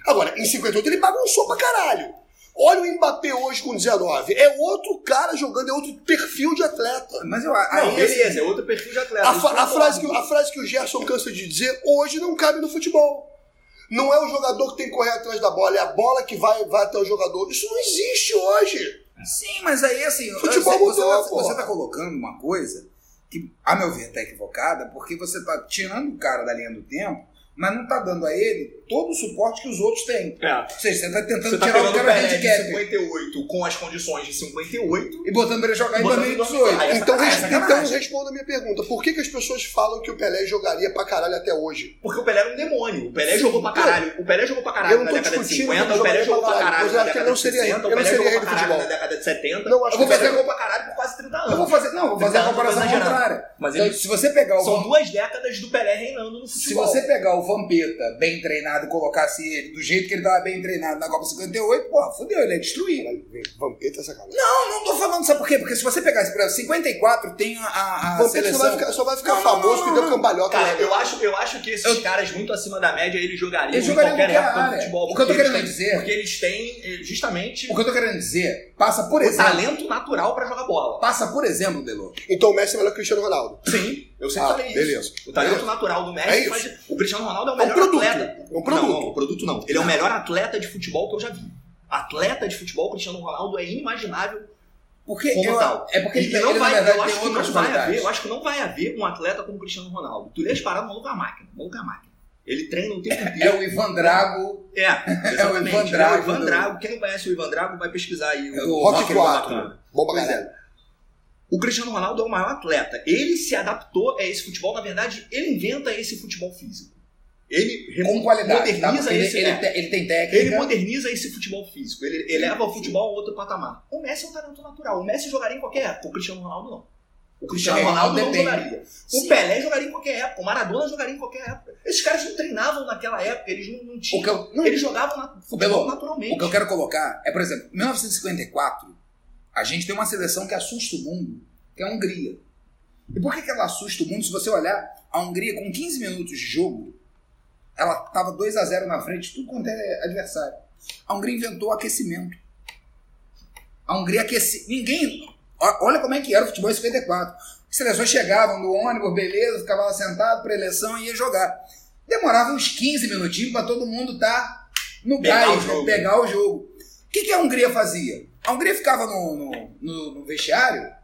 [SPEAKER 4] Agora, em 58 ele bagunçou pra caralho. Olha o Mbappé hoje com 19. É outro cara jogando, é outro perfil de atleta.
[SPEAKER 2] Mas eu acho.
[SPEAKER 3] Não,
[SPEAKER 2] aí, assim,
[SPEAKER 3] beleza, é outro perfil de atleta.
[SPEAKER 2] é
[SPEAKER 4] A, fa-
[SPEAKER 3] Isso eu
[SPEAKER 4] a frase que,
[SPEAKER 3] concordo.
[SPEAKER 4] a frase que o Gerson cansa de dizer hoje não cabe no futebol. Não é o jogador que tem que correr atrás da bola, é a bola que vai, vai até o jogador. Isso não existe hoje.
[SPEAKER 2] Sim, mas aí assim, você,
[SPEAKER 4] Futebol
[SPEAKER 2] você,
[SPEAKER 4] mudou,
[SPEAKER 2] tá,
[SPEAKER 4] pô.
[SPEAKER 2] você tá colocando uma coisa que, a meu ver, tá equivocada, porque você tá tirando o cara da linha do tempo, mas não tá dando a ele todo o suporte que os outros têm.
[SPEAKER 3] É.
[SPEAKER 2] Ou seja, você tá tentando
[SPEAKER 3] Você tá
[SPEAKER 2] tirar
[SPEAKER 3] pegando
[SPEAKER 2] o
[SPEAKER 3] o
[SPEAKER 2] cara do
[SPEAKER 3] Pelé de
[SPEAKER 2] handicap
[SPEAKER 3] 58 com as condições de 58.
[SPEAKER 2] e botando pra ele jogar em
[SPEAKER 3] Botando
[SPEAKER 2] 2018.
[SPEAKER 3] ele-
[SPEAKER 4] Então,
[SPEAKER 2] Ah, é
[SPEAKER 4] res-
[SPEAKER 2] sacanagem.
[SPEAKER 4] então responda a minha pergunta. Por que, que as pessoas falam que o Pelé jogaria pra caralho até hoje?
[SPEAKER 3] Porque o Pelé era um demônio. O Pelé
[SPEAKER 4] Sim,
[SPEAKER 3] jogou pra
[SPEAKER 4] não.
[SPEAKER 3] caralho. O Pelé jogou pra
[SPEAKER 4] Eu
[SPEAKER 3] caralho
[SPEAKER 4] não
[SPEAKER 3] na
[SPEAKER 4] tô
[SPEAKER 3] década de
[SPEAKER 4] discutindo que
[SPEAKER 3] 50.
[SPEAKER 4] ele
[SPEAKER 3] O Pelé
[SPEAKER 4] jogou
[SPEAKER 3] jogou pra
[SPEAKER 4] pra caralho,
[SPEAKER 3] caralho
[SPEAKER 4] mas eu
[SPEAKER 3] na
[SPEAKER 4] acho que ele
[SPEAKER 3] década
[SPEAKER 4] não
[SPEAKER 3] de
[SPEAKER 4] seria-
[SPEAKER 3] 60. O
[SPEAKER 4] eu não
[SPEAKER 3] Pelé
[SPEAKER 4] seria
[SPEAKER 3] jogou pra
[SPEAKER 4] rei do
[SPEAKER 3] caralho na
[SPEAKER 4] futebol.
[SPEAKER 3] década de 70.
[SPEAKER 4] Não, acho
[SPEAKER 3] O
[SPEAKER 4] que
[SPEAKER 3] Pelé
[SPEAKER 4] você-
[SPEAKER 3] jogou pra caralho por quase 30 anos.
[SPEAKER 2] Eu vou fazer, não, eu vou fazer a
[SPEAKER 3] Não,
[SPEAKER 2] comparação
[SPEAKER 3] tô tá exagerando.
[SPEAKER 2] contrária.
[SPEAKER 3] Mas
[SPEAKER 2] Então,
[SPEAKER 3] ele-
[SPEAKER 2] se você pegar o
[SPEAKER 3] São
[SPEAKER 2] Van-
[SPEAKER 3] duas décadas do Pelé reinando no
[SPEAKER 2] se
[SPEAKER 3] futebol.
[SPEAKER 2] você pegar o Vampeta bem treinado e colocasse ele do jeito que ele tava bem treinado na Copa 58, porra, fudeu, ele é destruído.
[SPEAKER 4] Vampeta é sacanagem.
[SPEAKER 2] Não, não tô falando, sabe por quê? Porque se você pegar esse programa, 54 tem a, a, a
[SPEAKER 4] Vampeta só
[SPEAKER 2] seleção.
[SPEAKER 4] vai ficar, só vai ficar
[SPEAKER 2] Não, não,
[SPEAKER 4] famoso
[SPEAKER 2] não,
[SPEAKER 4] porque
[SPEAKER 2] não,
[SPEAKER 4] deu
[SPEAKER 2] não.
[SPEAKER 4] cambalhota.
[SPEAKER 3] Cara,
[SPEAKER 4] né?
[SPEAKER 3] eu acho, eu acho que esses
[SPEAKER 2] Eu-
[SPEAKER 3] caras muito acima da média, eles jogariam
[SPEAKER 2] Eles
[SPEAKER 3] em
[SPEAKER 2] jogariam
[SPEAKER 3] qualquer
[SPEAKER 2] em qualquer
[SPEAKER 3] época do
[SPEAKER 2] área.
[SPEAKER 3] futebol.
[SPEAKER 2] O que eu tô
[SPEAKER 3] porque
[SPEAKER 2] querendo
[SPEAKER 3] eles têm-
[SPEAKER 2] dizer-
[SPEAKER 3] Porque eles têm eh, justamente
[SPEAKER 2] O que eu tô querendo dizer, passa por
[SPEAKER 3] o
[SPEAKER 2] exemplo.
[SPEAKER 3] talento natural pra jogar bola.
[SPEAKER 2] Passa por exemplo, Delô.
[SPEAKER 4] Então o Messi é melhor que o Cristiano Ronaldo.
[SPEAKER 3] Sim, eu sempre
[SPEAKER 4] Ah,
[SPEAKER 3] falei isso.
[SPEAKER 4] beleza.
[SPEAKER 3] O talento natural do
[SPEAKER 4] É
[SPEAKER 3] Messi
[SPEAKER 4] isso.
[SPEAKER 3] faz. O Cristiano Ronaldo é o
[SPEAKER 4] É um
[SPEAKER 3] melhor
[SPEAKER 4] produto.
[SPEAKER 3] atleta.
[SPEAKER 4] É um produto.
[SPEAKER 3] Não, não, produto não.
[SPEAKER 4] um
[SPEAKER 3] Ele é o melhor atleta de futebol que eu já vi. Atleta de futebol, Cristiano Ronaldo é inimaginável
[SPEAKER 2] Porque
[SPEAKER 3] como
[SPEAKER 2] eu-
[SPEAKER 3] tal.
[SPEAKER 2] é porque
[SPEAKER 3] E
[SPEAKER 2] ele,
[SPEAKER 3] não
[SPEAKER 2] ele,
[SPEAKER 3] vai,
[SPEAKER 2] na verdade,
[SPEAKER 3] eu acho
[SPEAKER 2] tem
[SPEAKER 3] que não
[SPEAKER 2] outras
[SPEAKER 3] vai haver,
[SPEAKER 2] qualidades.
[SPEAKER 3] eu acho que não vai haver um atleta como Cristiano Ronaldo. Tu lês parar no maluco é uma máquina, o maluco é uma máquina. Ele treina o tempo
[SPEAKER 2] É
[SPEAKER 3] inteiro.
[SPEAKER 2] o Ivan Drago,
[SPEAKER 3] É, exatamente.
[SPEAKER 2] É o Ivan Drago,
[SPEAKER 3] É o Ivan
[SPEAKER 2] do-
[SPEAKER 3] Drago. Quem não conhece o Ivan Drago vai pesquisar aí.
[SPEAKER 2] É
[SPEAKER 3] o
[SPEAKER 2] do
[SPEAKER 4] Rock
[SPEAKER 3] Rock
[SPEAKER 4] 4.
[SPEAKER 3] Bacana.
[SPEAKER 4] Bom pra
[SPEAKER 2] Pois
[SPEAKER 4] caralho.
[SPEAKER 3] O Cristiano Ronaldo é o maior atleta. Ele se adaptou a esse futebol. Na verdade, ele inventa esse futebol físico. Ele remo-
[SPEAKER 2] com qualidade. tá?
[SPEAKER 3] moderniza
[SPEAKER 2] Porque Ele,
[SPEAKER 3] esse
[SPEAKER 2] ele
[SPEAKER 3] é.
[SPEAKER 2] te- ele tem
[SPEAKER 3] Ele
[SPEAKER 2] técnica.
[SPEAKER 3] moderniza esse futebol físico. Ele eleva o futebol a outro patamar. O Messi é um talento natural. O Messi jogaria em qualquer época. O Cristiano Ronaldo não. O Cristiano
[SPEAKER 2] Cristiano
[SPEAKER 3] Ronaldo não
[SPEAKER 2] Ronaldo depende.
[SPEAKER 3] jogaria. O
[SPEAKER 2] Sim.
[SPEAKER 3] Pelé jogaria em qualquer época. O Maradona jogaria em qualquer época. Esses caras não treinavam naquela época. Eles não, não
[SPEAKER 2] O
[SPEAKER 3] tinham.
[SPEAKER 2] que eu- não,
[SPEAKER 3] Eles jogavam na, futebol
[SPEAKER 2] Belo,
[SPEAKER 3] naturalmente.
[SPEAKER 2] O que eu quero colocar é, por exemplo, em 1954, a gente tem uma seleção que assusta o mundo, que é a Hungria. E por que, que ela assusta o mundo? Se você olhar, a Hungria com 15 minutos de jogo, ela estava 2 a 0 na frente, tudo quanto é adversário. A Hungria um inventou o aquecimento. um A Hungria aqueceu. Ninguém. o- Olha como é que era o futebol em 54. As seleções chegavam no ônibus, beleza, ficavam lá sentado para eleição e ia jogar. Demorava uns 15 minutinhos para todo mundo estar no
[SPEAKER 3] Pegar o
[SPEAKER 2] gás, né,
[SPEAKER 3] jogo.
[SPEAKER 2] pegar o jogo. O que, que a Hungria fazia? A Hungria ficava no, no, no- no vestiário,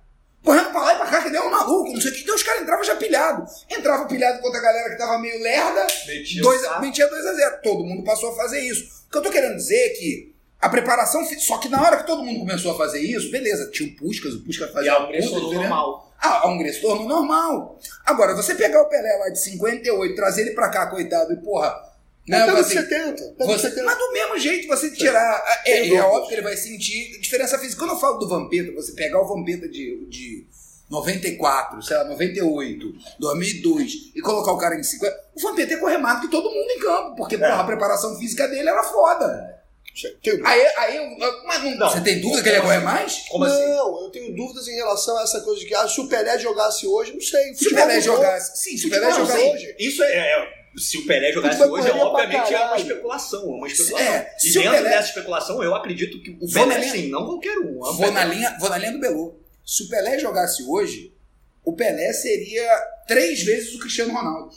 [SPEAKER 2] correndo pra lá e pra cá, que deu um maluco, não sei o que. Então os caras entravam já pilhado. Entrava pilhado contra a galera que tava meio lerda,
[SPEAKER 3] Metia o
[SPEAKER 2] dois,
[SPEAKER 3] saco.
[SPEAKER 2] metia 2 a 0 Todo mundo passou a fazer isso. O que eu tô querendo dizer é que a preparação. fi- Só que na hora que todo mundo começou a fazer isso, beleza, tinha o Puskas, o Puskas
[SPEAKER 3] E
[SPEAKER 2] fazia um
[SPEAKER 3] a
[SPEAKER 2] uma
[SPEAKER 3] Hungria se
[SPEAKER 2] puta
[SPEAKER 3] tornou
[SPEAKER 2] diferença.
[SPEAKER 3] um normal.
[SPEAKER 2] Ah, a Hungria se tornou normal. Agora, você pegar o Pelé lá de 58, trazer ele pra cá, coitado, e porra. Né,
[SPEAKER 4] Até nos
[SPEAKER 2] você-
[SPEAKER 4] 70. Até nos
[SPEAKER 2] você-
[SPEAKER 4] 70.
[SPEAKER 2] mas do mesmo jeito, você tirar.
[SPEAKER 4] Sem
[SPEAKER 2] É, é
[SPEAKER 4] dúvidas.
[SPEAKER 2] óbvio que ele vai sentir diferença física. Quando eu falo do Vampeta, você pegar o Vampeta de, de 94, sei lá, 98, 2002 e colocar o cara em 50. O Vampeta ia correr mais do que todo mundo em campo, porque porra, a preparação física dele era foda.
[SPEAKER 4] Tem um dúvida?
[SPEAKER 2] Aí, aí eu- mas não,
[SPEAKER 3] Não.
[SPEAKER 2] você tem dúvida que ele ia correr mais?
[SPEAKER 3] Como assim?
[SPEAKER 4] Não, eu tenho dúvidas em relação a essa coisa de que ah, se o Pelé jogasse hoje, não sei.
[SPEAKER 2] Se o
[SPEAKER 4] futebol
[SPEAKER 2] Pelé
[SPEAKER 4] mudou.
[SPEAKER 2] jogasse. Sim, se o Pelé
[SPEAKER 4] Futebol
[SPEAKER 2] jogasse.
[SPEAKER 4] mudou.
[SPEAKER 3] Isso é. é- se o Pelé jogasse
[SPEAKER 4] Futebol
[SPEAKER 3] hoje, é,
[SPEAKER 4] correria pra
[SPEAKER 3] obviamente é uma
[SPEAKER 4] caralho.
[SPEAKER 3] especulação. É uma
[SPEAKER 2] Se-
[SPEAKER 3] especulação.
[SPEAKER 2] é,
[SPEAKER 3] e
[SPEAKER 2] se o
[SPEAKER 3] dentro
[SPEAKER 2] Pelé-
[SPEAKER 3] dessa especulação, eu acredito que o
[SPEAKER 2] Vou na
[SPEAKER 3] Pelé,
[SPEAKER 2] linha-
[SPEAKER 3] sim, não qualquer um. é o
[SPEAKER 2] Vou
[SPEAKER 3] Pelé.
[SPEAKER 2] na, linha, vou na linha do Belo. Se o Pelé jogasse hoje, o Pelé seria três vezes o Cristiano Ronaldo.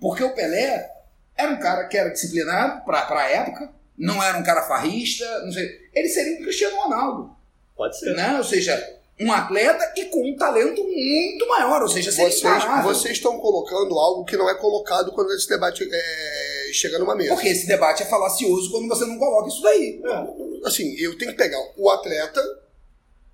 [SPEAKER 2] Porque o Pelé era um cara que era disciplinado pra, pra época, não era um cara farrista, não sei. Ele seria um Cristiano Ronaldo,
[SPEAKER 3] Pode
[SPEAKER 4] É.
[SPEAKER 3] ser.
[SPEAKER 2] né? Ou seja, um atleta e com um talento muito maior, ou seja, seria
[SPEAKER 4] Vocês, Ah,
[SPEAKER 2] imparável.
[SPEAKER 4] vocês estão colocando algo que não é colocado quando esse debate é, chega numa mesa.
[SPEAKER 2] Porque esse debate é falacioso quando você não coloca isso daí.
[SPEAKER 4] Assim, eu tenho que pegar o atleta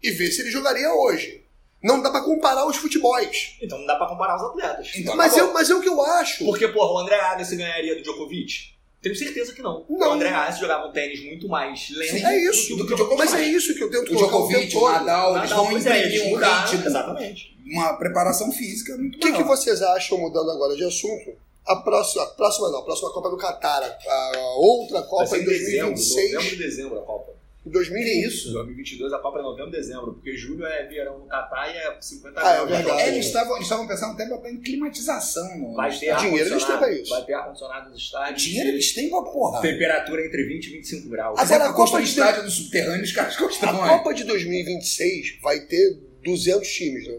[SPEAKER 4] e ver se ele jogaria hoje. Não dá pra comparar os futebols.
[SPEAKER 3] Então não dá pra comparar os atletas.
[SPEAKER 2] Então,
[SPEAKER 4] mas,
[SPEAKER 2] tá bom.
[SPEAKER 4] é, mas é o que eu acho.
[SPEAKER 3] Porque, porra, o André Agassi ganharia do Djokovic? Tenho certeza que não.
[SPEAKER 4] Não.
[SPEAKER 3] O André Agassi jogava um tênis muito mais lento
[SPEAKER 4] é isso.
[SPEAKER 3] do que o Djokovic.
[SPEAKER 4] mas é isso que eu tento
[SPEAKER 2] o
[SPEAKER 4] colocar o
[SPEAKER 2] Djokovic,
[SPEAKER 4] tempo
[SPEAKER 2] o
[SPEAKER 4] todo.
[SPEAKER 2] Nadal, eles
[SPEAKER 3] Nadal,
[SPEAKER 2] vão
[SPEAKER 3] pois é,
[SPEAKER 2] imprimir um
[SPEAKER 3] mudaram,
[SPEAKER 2] ritmo,
[SPEAKER 3] Exatamente.
[SPEAKER 2] uma preparação física muito
[SPEAKER 4] O que, que
[SPEAKER 2] maior.
[SPEAKER 4] vocês acham, mudando agora de assunto? A próxima, a próxima não, a próxima Copa é no Catar, a, a outra
[SPEAKER 3] Vai
[SPEAKER 4] Copa
[SPEAKER 3] ser
[SPEAKER 4] em
[SPEAKER 3] em dezembro, novembro
[SPEAKER 4] 2026.
[SPEAKER 3] e dezembro a Copa.
[SPEAKER 4] Em 2020.
[SPEAKER 3] Isso. 2022 a Copa é novembro e dezembro, porque julho é verão no Catar e é 50
[SPEAKER 4] Ah, é
[SPEAKER 3] graus.
[SPEAKER 4] verdade.
[SPEAKER 2] Eles estavam, eles estavam pensando até em botar em climatização. No,
[SPEAKER 3] Vai ter
[SPEAKER 4] Dinheiro eles
[SPEAKER 3] ar-condicionado,
[SPEAKER 4] têm pra isso.
[SPEAKER 3] Vai ter ar-condicionado nos estádios.
[SPEAKER 2] Dinheiro eles têm pra porra.
[SPEAKER 3] Temperatura entre 20 e 25 graus.
[SPEAKER 4] Agora,
[SPEAKER 2] Agora,
[SPEAKER 4] a
[SPEAKER 2] a
[SPEAKER 4] Copa
[SPEAKER 2] Copa
[SPEAKER 4] de-
[SPEAKER 2] Estádio do Subterrâneo, os caras
[SPEAKER 4] A
[SPEAKER 3] é.
[SPEAKER 2] constam.
[SPEAKER 4] Copa de 2026 vai ter 200 times, né?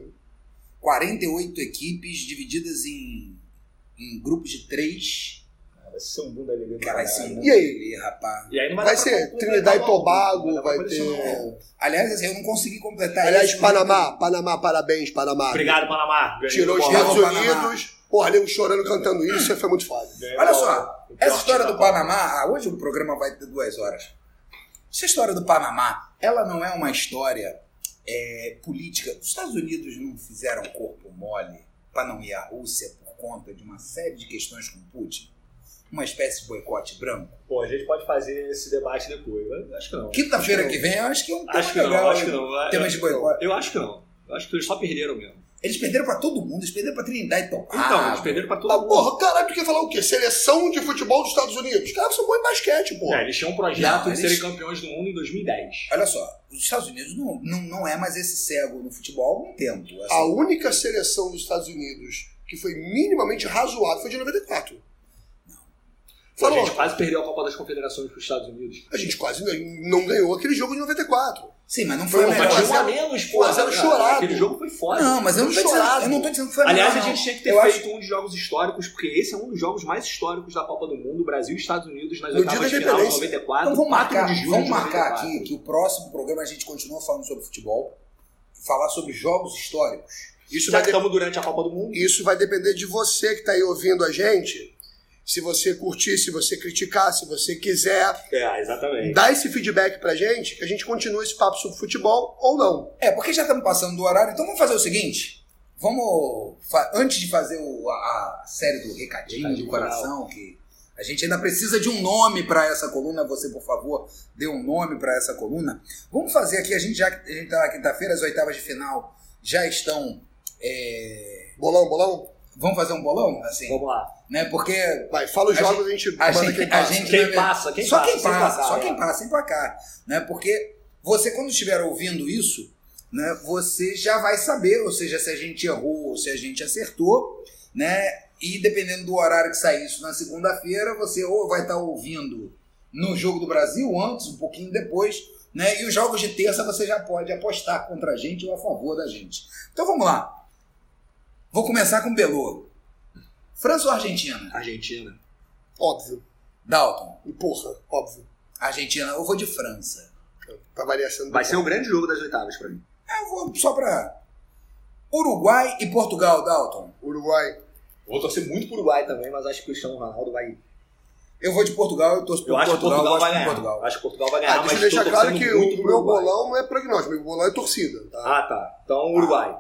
[SPEAKER 2] 48 equipes divididas em, em grupos de três.
[SPEAKER 3] Vai ser um bunda ali.
[SPEAKER 2] Cara, esse é um
[SPEAKER 4] E aí?
[SPEAKER 2] Lelê, rapaz.
[SPEAKER 3] E aí não vai,
[SPEAKER 4] Vai
[SPEAKER 3] dar
[SPEAKER 4] ser
[SPEAKER 3] pra completar
[SPEAKER 4] Trinidad e
[SPEAKER 3] o álbum,
[SPEAKER 4] Tobago,
[SPEAKER 3] não dar pra
[SPEAKER 4] vai ter-
[SPEAKER 3] colecionar o álbum.
[SPEAKER 2] Aliás, assim, eu não consegui
[SPEAKER 3] É
[SPEAKER 2] completar
[SPEAKER 4] Aliás,
[SPEAKER 2] isso.
[SPEAKER 3] né?
[SPEAKER 4] Panamá, Panamá, parabéns, Panamá.
[SPEAKER 3] Obrigado, Panamá. Ganhou
[SPEAKER 4] Tirou os
[SPEAKER 3] bola.
[SPEAKER 4] Estados
[SPEAKER 2] Bravo, Panamá.
[SPEAKER 4] Unidos, Tá porra, nego chorando, cantando isso, isso foi muito foda.
[SPEAKER 3] Ganhou
[SPEAKER 2] Olha
[SPEAKER 3] bola.
[SPEAKER 2] só,
[SPEAKER 3] O
[SPEAKER 2] essa
[SPEAKER 3] Piotr
[SPEAKER 2] história
[SPEAKER 3] da
[SPEAKER 2] do
[SPEAKER 3] bola.
[SPEAKER 2] Panamá, ah, hoje o programa vai ter duas horas. Essa história do Panamá, ela não é uma história é, política. Os Estados Unidos não fizeram corpo mole para não ir à Rússia por conta de uma série de questões com Putin, uma espécie de boicote branco.
[SPEAKER 3] Pô, a gente pode fazer esse debate depois, mas acho que não.
[SPEAKER 2] Quinta-feira
[SPEAKER 4] Acho que
[SPEAKER 2] que vem, eu acho que é um tema
[SPEAKER 3] Acho que
[SPEAKER 2] legal.
[SPEAKER 3] não, acho que
[SPEAKER 2] hein?
[SPEAKER 3] não. Eu-
[SPEAKER 2] Tema de boicote.
[SPEAKER 3] Eu acho que não. Eu acho que eles só perderam mesmo.
[SPEAKER 2] Eles perderam para todo mundo, eles perderam para Trindade e Tobago.
[SPEAKER 3] Então, eles perderam pra todo
[SPEAKER 4] Ah,
[SPEAKER 3] mundo.
[SPEAKER 4] porra, caralho, tu quer falar o quê? Seleção de futebol dos Estados Unidos. Os caras são bons em basquete,
[SPEAKER 3] É,
[SPEAKER 4] porra.
[SPEAKER 3] eles tinham um projeto
[SPEAKER 2] Não,
[SPEAKER 3] de
[SPEAKER 2] eles-
[SPEAKER 3] serem campeões do mundo em 2010.
[SPEAKER 2] Olha só, os Estados Unidos não, não, não é mais esse cego no futebol há algum tempo. Assim,
[SPEAKER 4] A única seleção dos Estados Unidos que foi minimamente razoável foi de 94.
[SPEAKER 3] Pô, a
[SPEAKER 4] Falou,
[SPEAKER 3] gente quase perdeu a Copa das Confederações para os Estados Unidos.
[SPEAKER 4] a gente quase não- não ganhou aquele jogo de 94.
[SPEAKER 2] Sim, É, mas não
[SPEAKER 4] Foi
[SPEAKER 2] foi o
[SPEAKER 4] uma
[SPEAKER 3] Mas
[SPEAKER 2] melhor.
[SPEAKER 4] batida-
[SPEAKER 3] tinha um a menos, pô.
[SPEAKER 4] mas era chorado.
[SPEAKER 3] Aquele jogo foi foda.
[SPEAKER 2] Não, mas eu não, tô dizendo,
[SPEAKER 4] Chorado.
[SPEAKER 2] eu não tô dizendo que foi a
[SPEAKER 3] Aliás, a
[SPEAKER 2] melhor,
[SPEAKER 3] gente
[SPEAKER 2] não.
[SPEAKER 3] tinha que ter
[SPEAKER 2] eu
[SPEAKER 3] feito um dos jogos históricos, porque esse é um dos jogos mais históricos da Copa do Mundo, Brasil e Estados Unidos, nas
[SPEAKER 4] No dia
[SPEAKER 3] oitavas
[SPEAKER 4] da
[SPEAKER 3] de final de
[SPEAKER 4] independência.
[SPEAKER 3] 94.
[SPEAKER 2] Então vamos
[SPEAKER 3] 4
[SPEAKER 2] marcar,
[SPEAKER 3] um de julho
[SPEAKER 2] vamos
[SPEAKER 3] de
[SPEAKER 2] marcar
[SPEAKER 3] 94.
[SPEAKER 2] aqui que o próximo programa a gente continua falando sobre futebol, falar sobre jogos históricos.
[SPEAKER 4] Isso
[SPEAKER 3] Já
[SPEAKER 4] vai,
[SPEAKER 3] que estamos durante a Copa do Mundo.
[SPEAKER 4] isso vai depender de você que tá aí ouvindo a gente. Se você curtir, se você criticar, se você quiser,
[SPEAKER 3] É, exatamente.
[SPEAKER 4] dá esse feedback pra gente, que a gente continua esse papo sobre futebol ou não.
[SPEAKER 2] É, porque já estamos passando do horário, então vamos fazer o seguinte. Vamos. fa- Antes de fazer o- a, a série do recadinho do
[SPEAKER 3] Recadinho
[SPEAKER 2] coração, que a gente ainda precisa de um nome para essa coluna, você, por favor, dê um nome para essa coluna. Vamos fazer aqui, a gente já a gente tá na quinta-feira, as oitavas de final já estão. é,
[SPEAKER 4] Bolão, bolão?
[SPEAKER 2] Vamos fazer um bolão? Assim,
[SPEAKER 3] Vamos lá.
[SPEAKER 2] né? Porque
[SPEAKER 4] Vai, fala os
[SPEAKER 2] A
[SPEAKER 4] jogos e a gente
[SPEAKER 2] a
[SPEAKER 4] manda
[SPEAKER 2] gente-
[SPEAKER 4] quem
[SPEAKER 2] a
[SPEAKER 4] passa.
[SPEAKER 2] gente- né,
[SPEAKER 3] Quem passa, quem
[SPEAKER 2] só
[SPEAKER 3] passa.
[SPEAKER 2] quem
[SPEAKER 3] sem
[SPEAKER 2] passa,
[SPEAKER 3] passar,
[SPEAKER 2] só
[SPEAKER 3] é.
[SPEAKER 2] quem passa, sem placar. Né? Porque você, quando estiver ouvindo isso, né, você já vai saber, ou seja, se a gente errou ou se a gente acertou, né? E dependendo do horário que sair isso na segunda-feira, você ou vai estar ouvindo no Jogo do Brasil antes, um pouquinho depois, né? E os jogos de terça você já pode apostar contra a gente ou a favor da gente. Então vamos lá. Vou começar com o Belô. França ou Argentina?
[SPEAKER 3] Argentina.
[SPEAKER 4] Óbvio.
[SPEAKER 2] Dalton.
[SPEAKER 4] E porra, óbvio.
[SPEAKER 2] Argentina, eu vou de França.
[SPEAKER 4] Pra variar sendo.
[SPEAKER 3] Vai ser um grande jogo das oitavas pra mim.
[SPEAKER 2] Eu vou só pra. Uruguai e Portugal, Dalton.
[SPEAKER 4] Uruguai.
[SPEAKER 3] Vou torcer muito pro Uruguai também, mas acho que o Cristiano Ronaldo vai.
[SPEAKER 2] Eu vou de Portugal, eu torço
[SPEAKER 3] Eu
[SPEAKER 2] pro
[SPEAKER 3] acho que
[SPEAKER 2] Portugal,
[SPEAKER 3] Portugal
[SPEAKER 2] eu
[SPEAKER 3] vai
[SPEAKER 2] gosto de
[SPEAKER 3] ganhar.
[SPEAKER 2] Portugal.
[SPEAKER 3] Acho que Portugal vai
[SPEAKER 4] Ah,
[SPEAKER 3] ganhar,
[SPEAKER 4] deixa eu
[SPEAKER 3] É, mas
[SPEAKER 4] deixar
[SPEAKER 3] tô
[SPEAKER 4] claro
[SPEAKER 3] torcendo
[SPEAKER 4] que
[SPEAKER 3] muito
[SPEAKER 4] o
[SPEAKER 3] pro
[SPEAKER 4] meu
[SPEAKER 3] Uruguai.
[SPEAKER 4] bolão não é prognóstico, meu bolão é torcida. Tá?
[SPEAKER 3] Ah, tá. Então, Uruguai.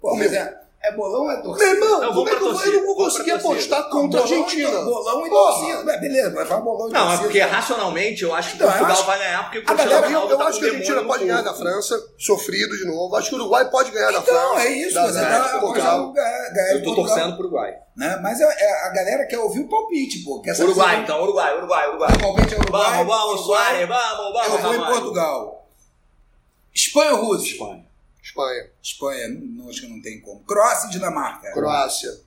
[SPEAKER 2] Pô, mas é, é bolão ou é
[SPEAKER 4] Meu
[SPEAKER 2] torcida?
[SPEAKER 4] irmão,
[SPEAKER 3] Não,
[SPEAKER 4] como
[SPEAKER 3] vamos
[SPEAKER 4] é
[SPEAKER 3] pra
[SPEAKER 4] que eu, vou- eu não vou
[SPEAKER 3] torcida,
[SPEAKER 4] conseguir
[SPEAKER 3] vamos pra
[SPEAKER 4] apostar
[SPEAKER 2] Não,
[SPEAKER 4] contra a
[SPEAKER 2] bolão e-
[SPEAKER 4] Argentina?
[SPEAKER 2] Bolão e
[SPEAKER 4] Porra.
[SPEAKER 2] torcida. Então, Mas é Beleza, mas vai bolão e
[SPEAKER 3] Não, é
[SPEAKER 2] torcida.
[SPEAKER 3] porque racionalmente eu acho que
[SPEAKER 2] Então, eu
[SPEAKER 3] Portugal
[SPEAKER 2] acho-
[SPEAKER 3] vai ganhar, porque o
[SPEAKER 4] A
[SPEAKER 3] Cristiano
[SPEAKER 4] galera, é eu,
[SPEAKER 3] Ronaldo
[SPEAKER 4] eu
[SPEAKER 3] tá
[SPEAKER 4] acho
[SPEAKER 3] com
[SPEAKER 4] que a
[SPEAKER 3] demônio
[SPEAKER 4] Argentina
[SPEAKER 3] no
[SPEAKER 4] pode ganhar
[SPEAKER 3] corpo.
[SPEAKER 4] da França, sofrido de novo. Acho que o Uruguai pode ganhar da
[SPEAKER 2] Então,
[SPEAKER 4] França.
[SPEAKER 2] é isso.
[SPEAKER 4] da,
[SPEAKER 2] Você
[SPEAKER 4] da-
[SPEAKER 2] tá
[SPEAKER 4] de
[SPEAKER 2] apostando
[SPEAKER 4] Portugal.
[SPEAKER 2] ganhar ganhar
[SPEAKER 3] Eu
[SPEAKER 2] de
[SPEAKER 3] tô
[SPEAKER 2] Portugal.
[SPEAKER 3] torcendo pro Uruguai.
[SPEAKER 2] Né? Mas é, é- a galera quer ouvir o palpite, pô. Quer saber
[SPEAKER 3] Uruguai,
[SPEAKER 2] se-
[SPEAKER 3] então, Uruguai, Uruguai, Uruguai.
[SPEAKER 2] O palpite é Uruguai.
[SPEAKER 3] Vamos, vamos, Suárez, vamos, vamos.
[SPEAKER 2] Eu vou em
[SPEAKER 3] Ramalho.
[SPEAKER 2] Portugal. Espanha ou Rússia?
[SPEAKER 3] Espanha.
[SPEAKER 4] Espanha,
[SPEAKER 2] Espanha, não, não- acho que não tem como. Croácia e Dinamarca.
[SPEAKER 4] Croácia,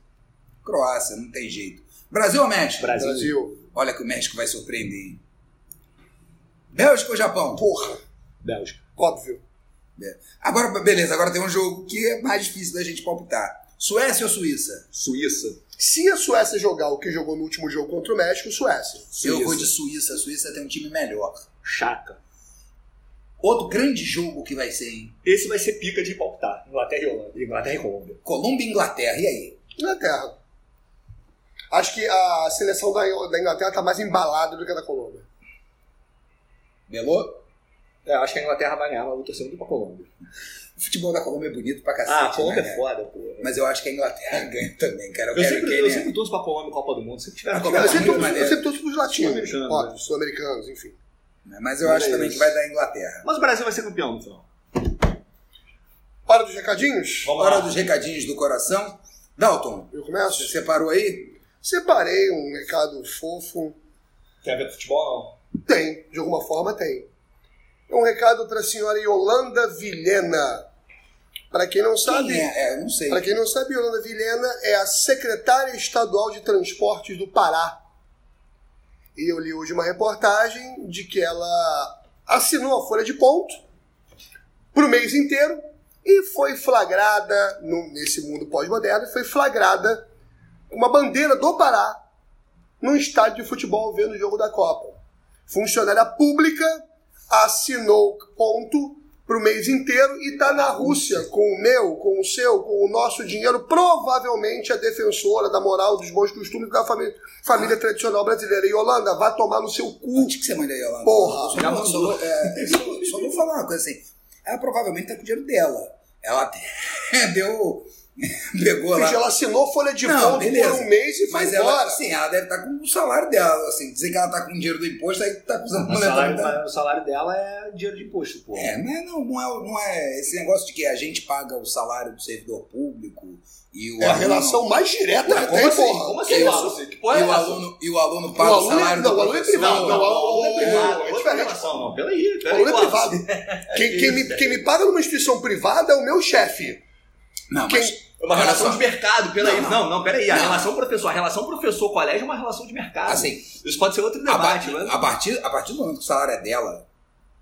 [SPEAKER 2] Croácia, não tem jeito. Brasil ou México?
[SPEAKER 3] Brasil.
[SPEAKER 4] Brasil.
[SPEAKER 2] Olha que o México vai surpreender, hein? Bélgica ou Japão?
[SPEAKER 4] Porra,
[SPEAKER 3] Bélgica.
[SPEAKER 4] óbvio.
[SPEAKER 2] Agora, beleza, agora tem um jogo que é mais difícil da gente palpitar. Suécia ou Suíça?
[SPEAKER 3] Suíça.
[SPEAKER 4] Se a Suécia jogar o que jogou no último jogo contra o México, Suécia.
[SPEAKER 2] Eu vou de Suíça. A Suíça tem um time melhor.
[SPEAKER 3] Chaca.
[SPEAKER 2] Outro grande jogo que vai ser, hein?
[SPEAKER 3] Esse vai ser pica de palpitar. Inglaterra e Holanda. Inglaterra e Colômbia.
[SPEAKER 2] Colômbia e Inglaterra. E aí?
[SPEAKER 4] Inglaterra. Acho que a seleção da, da Inglaterra tá mais embalada do que a da Colômbia.
[SPEAKER 2] Belô?
[SPEAKER 3] É, acho que a Inglaterra vai ganhar, mas eu vou torcer muito pra Colômbia.
[SPEAKER 2] O futebol da Colômbia é bonito pra cacete.
[SPEAKER 3] Ah, a Colômbia
[SPEAKER 2] né,
[SPEAKER 3] é
[SPEAKER 2] cara?
[SPEAKER 3] foda, pô. é.
[SPEAKER 2] Mas eu acho que a Inglaterra ganha também, cara. Eu,
[SPEAKER 3] Eu
[SPEAKER 2] quero
[SPEAKER 3] sempre,
[SPEAKER 2] que
[SPEAKER 3] eu
[SPEAKER 2] ele-
[SPEAKER 3] sempre torço pra Colômbia em Copa do Mundo. Sempre tiveram
[SPEAKER 2] Ah,
[SPEAKER 3] a Copa
[SPEAKER 4] Eu
[SPEAKER 2] Mas
[SPEAKER 3] do
[SPEAKER 4] sempre
[SPEAKER 2] muito
[SPEAKER 4] torço-
[SPEAKER 2] maneiro.
[SPEAKER 4] eu sempre torço pros latinos.
[SPEAKER 3] Sul-americanos,
[SPEAKER 4] Óbvio,
[SPEAKER 3] né?
[SPEAKER 4] sul-americanos, enfim.
[SPEAKER 2] Mas eu
[SPEAKER 3] Olha
[SPEAKER 2] acho também
[SPEAKER 3] isso.
[SPEAKER 2] que vai dar Inglaterra.
[SPEAKER 3] Mas o Brasil vai ser campeão no final.
[SPEAKER 4] Hora dos recadinhos?
[SPEAKER 3] Vamos
[SPEAKER 2] Hora
[SPEAKER 3] lá.
[SPEAKER 2] dos recadinhos do coração. Dalton,
[SPEAKER 4] Eu
[SPEAKER 2] você
[SPEAKER 4] começo?
[SPEAKER 2] separou aí?
[SPEAKER 4] Separei um recado fofo.
[SPEAKER 3] Tem a ver com futebol,
[SPEAKER 4] Tem, de alguma forma tem. É um recado para a senhora Yolanda Vilhena. Para quem não
[SPEAKER 2] Quem
[SPEAKER 4] sabe,
[SPEAKER 2] é? É, eu não sei.
[SPEAKER 4] para quem não sabe, Yolanda Vilhena é a secretária estadual de transportes do Pará. E eu li hoje uma reportagem de que ela assinou a folha de ponto pro mês inteiro e foi flagrada no- nesse mundo pós-moderno, e foi flagrada com uma bandeira do Pará num estádio de futebol vendo o jogo da Copa. Funcionária pública assinou ponto pro mês inteiro e tá na Rússia com o meu, com o seu, com o nosso dinheiro, provavelmente a defensora da moral, dos bons costumes da família, família tradicional brasileira. E Holanda, vá tomar no seu cu.
[SPEAKER 2] Onde que você manda aí, Yolanda?
[SPEAKER 4] Porra,
[SPEAKER 2] só,
[SPEAKER 3] já
[SPEAKER 2] vou- só,
[SPEAKER 3] mandou.
[SPEAKER 2] vou- é, só- só vou falar uma coisa assim. Ela provavelmente tá com o dinheiro dela. Ela até deu. Pegou lá.
[SPEAKER 4] Bicho, ela assinou folha de
[SPEAKER 2] Não,
[SPEAKER 4] ponto
[SPEAKER 2] beleza.
[SPEAKER 4] por um mês e foi
[SPEAKER 2] Mas
[SPEAKER 4] embora.
[SPEAKER 2] ela, assim, ela deve estar com o salário dela. Assim, dizer que ela tá com dinheiro do imposto, aí tá acusando
[SPEAKER 3] O
[SPEAKER 2] mulher
[SPEAKER 3] salário,
[SPEAKER 2] também.
[SPEAKER 3] mas é o salário dela é dinheiro de imposto, pô.
[SPEAKER 2] É, mas não, não, é, não é esse negócio de que a gente paga o salário do servidor público e o
[SPEAKER 4] É a
[SPEAKER 2] aluno-
[SPEAKER 4] relação mais direta que
[SPEAKER 2] Como
[SPEAKER 4] tem,
[SPEAKER 2] assim?
[SPEAKER 4] porra.
[SPEAKER 3] Como
[SPEAKER 2] Que
[SPEAKER 3] assim,
[SPEAKER 2] isso?
[SPEAKER 3] Wallace? Que
[SPEAKER 2] e
[SPEAKER 3] porra é
[SPEAKER 2] o
[SPEAKER 3] essa?
[SPEAKER 2] aluno e o aluno paga o,
[SPEAKER 4] aluno é-
[SPEAKER 2] salário
[SPEAKER 4] não,
[SPEAKER 2] do
[SPEAKER 4] o aluno é
[SPEAKER 2] professor.
[SPEAKER 4] privado, não, o aluno é privado, é
[SPEAKER 3] outra
[SPEAKER 4] diferente.
[SPEAKER 3] relação, não. Peraí,
[SPEAKER 4] O
[SPEAKER 3] peraí.
[SPEAKER 4] aluno é
[SPEAKER 3] Wallace.
[SPEAKER 4] privado. Quem, quem me,
[SPEAKER 2] é
[SPEAKER 4] quem me paga numa instituição privada é o meu chefe.
[SPEAKER 2] Não,
[SPEAKER 4] Quem-
[SPEAKER 2] mas
[SPEAKER 3] É uma
[SPEAKER 2] Olha
[SPEAKER 3] relação
[SPEAKER 2] só.
[SPEAKER 3] de mercado, peraí.
[SPEAKER 2] Não,
[SPEAKER 3] Não,
[SPEAKER 2] não.
[SPEAKER 3] não, peraí. A
[SPEAKER 2] Não.
[SPEAKER 3] relação professor, a relação professor-colégio é uma relação de mercado.
[SPEAKER 2] assim,
[SPEAKER 3] Isso pode ser outro
[SPEAKER 2] a,
[SPEAKER 3] debate,
[SPEAKER 2] par-
[SPEAKER 3] né?
[SPEAKER 2] a partir, a partir do momento que o salário é dela,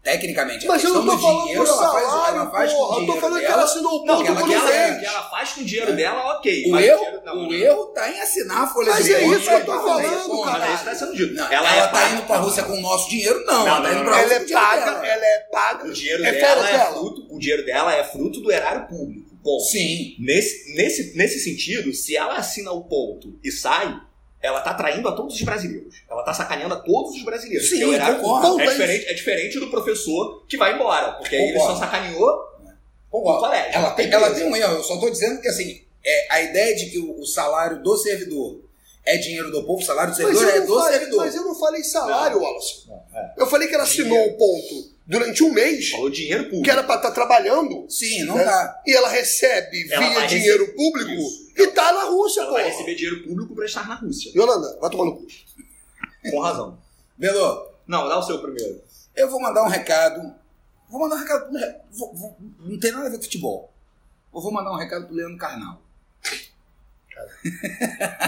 [SPEAKER 2] tecnicamente,
[SPEAKER 4] Mas
[SPEAKER 2] a
[SPEAKER 4] eu
[SPEAKER 2] questão
[SPEAKER 4] não tô
[SPEAKER 2] do
[SPEAKER 4] falando
[SPEAKER 2] dinheiro,
[SPEAKER 4] do
[SPEAKER 2] ela faz- ela
[SPEAKER 4] salário,
[SPEAKER 2] faz com o
[SPEAKER 4] porra. Eu tô
[SPEAKER 2] dinheiro
[SPEAKER 4] falando que
[SPEAKER 2] dela.
[SPEAKER 4] ela assinou o
[SPEAKER 3] Não,
[SPEAKER 4] ponto
[SPEAKER 3] que ela,
[SPEAKER 4] por
[SPEAKER 2] é
[SPEAKER 3] que
[SPEAKER 4] um
[SPEAKER 3] ela-
[SPEAKER 4] mês.
[SPEAKER 3] que ela faz com o dinheiro dela, ok.
[SPEAKER 2] O
[SPEAKER 3] mas
[SPEAKER 2] erro,
[SPEAKER 3] dinheiro- não,
[SPEAKER 2] o
[SPEAKER 3] não.
[SPEAKER 2] erro tá em assinar a folha
[SPEAKER 4] Mas
[SPEAKER 2] de
[SPEAKER 4] é
[SPEAKER 2] ponto,
[SPEAKER 4] isso que eu tô
[SPEAKER 2] mas
[SPEAKER 4] falando,
[SPEAKER 2] porra,
[SPEAKER 3] Mas
[SPEAKER 4] caralho.
[SPEAKER 3] isso tá sendo dito.
[SPEAKER 2] Não, ela,
[SPEAKER 3] é
[SPEAKER 2] tá
[SPEAKER 3] paga-
[SPEAKER 2] indo pra Rússia com o nosso dinheiro? Não,
[SPEAKER 3] Não,
[SPEAKER 2] ela
[SPEAKER 3] não,
[SPEAKER 2] tá indo
[SPEAKER 3] não,
[SPEAKER 2] pra
[SPEAKER 3] não.
[SPEAKER 4] Ela
[SPEAKER 2] Rússia
[SPEAKER 4] é
[SPEAKER 2] com o dinheiro
[SPEAKER 4] paga,
[SPEAKER 2] dela.
[SPEAKER 4] ela é paga.
[SPEAKER 3] O dinheiro
[SPEAKER 4] É
[SPEAKER 3] dela
[SPEAKER 4] férias
[SPEAKER 3] é
[SPEAKER 4] dela.
[SPEAKER 3] fruto, o dinheiro dela é fruto do erário público. Bom,
[SPEAKER 2] Sim.
[SPEAKER 3] nesse, nesse, nesse sentido, se ela assina o ponto e sai, ela tá traindo a todos os brasileiros. Ela tá sacaneando a todos os brasileiros.
[SPEAKER 2] Sim,
[SPEAKER 3] porque o erário
[SPEAKER 2] concordo.
[SPEAKER 3] público é
[SPEAKER 4] Mas-
[SPEAKER 3] diferente, é diferente do professor que vai embora. Porque aí ele só
[SPEAKER 2] Concordo.
[SPEAKER 3] sacaneou o
[SPEAKER 2] Concordo.
[SPEAKER 3] colégio.
[SPEAKER 2] Ela tem, ela tem um erro, eu só tô dizendo que assim, é, a ideia de que o, o salário do servidor é dinheiro do povo, o salário do
[SPEAKER 4] Mas
[SPEAKER 2] servidor é
[SPEAKER 4] eu,
[SPEAKER 2] do
[SPEAKER 4] não falei,
[SPEAKER 2] servidor.
[SPEAKER 4] mas eu não falei salário, Wallace.
[SPEAKER 3] é.
[SPEAKER 4] Eu falei que ela assinou o ponto durante um mês,
[SPEAKER 3] Falou dinheiro público.
[SPEAKER 4] que era pra estar trabalhando,
[SPEAKER 2] Sim, não
[SPEAKER 4] Né?
[SPEAKER 2] tá.
[SPEAKER 4] e ela recebe
[SPEAKER 3] Ela
[SPEAKER 4] via
[SPEAKER 3] vai
[SPEAKER 4] dinheiro público,
[SPEAKER 3] Isso.
[SPEAKER 4] e tá na Rússia,
[SPEAKER 3] Ela vai
[SPEAKER 4] porra.
[SPEAKER 3] receber dinheiro público pra estar na Rússia.
[SPEAKER 4] Yolanda, vai tomar no cu.
[SPEAKER 3] Com razão.
[SPEAKER 2] Belo,
[SPEAKER 3] Não, dá o seu primeiro.
[SPEAKER 2] eu vou mandar um recado. Vou mandar um recado. pro Le- vou- vou- não tem nada a ver com futebol. Eu vou mandar um recado pro Leandro Carnal.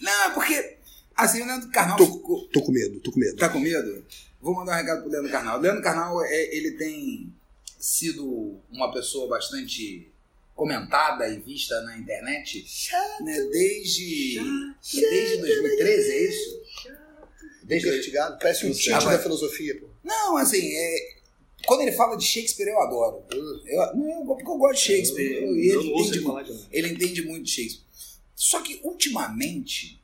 [SPEAKER 2] não, é porque. Assim, o Leandro Carnal
[SPEAKER 4] Tô-
[SPEAKER 2] ficou.
[SPEAKER 4] Tô com medo, tô com medo.
[SPEAKER 2] Tá com medo? Vou mandar um recado pro Leandro Carnal. O Leandro Carnal, é, ele tem sido uma pessoa bastante comentada e vista na internet né, desde, desde 2013, é isso? Desde
[SPEAKER 4] Investigado, parece um
[SPEAKER 2] Não sei.
[SPEAKER 4] tite
[SPEAKER 2] Ah, vai.
[SPEAKER 4] da filosofia, pô.
[SPEAKER 2] Não, assim, é, quando ele fala de Shakespeare, eu adoro. Eu, não, porque eu gosto de Shakespeare. Eu, e
[SPEAKER 3] Eu
[SPEAKER 2] ele
[SPEAKER 3] não ouço
[SPEAKER 2] entende
[SPEAKER 3] ele
[SPEAKER 2] muito.
[SPEAKER 3] falar de nada.
[SPEAKER 2] Ele entende muito de Shakespeare. Só que, ultimamente,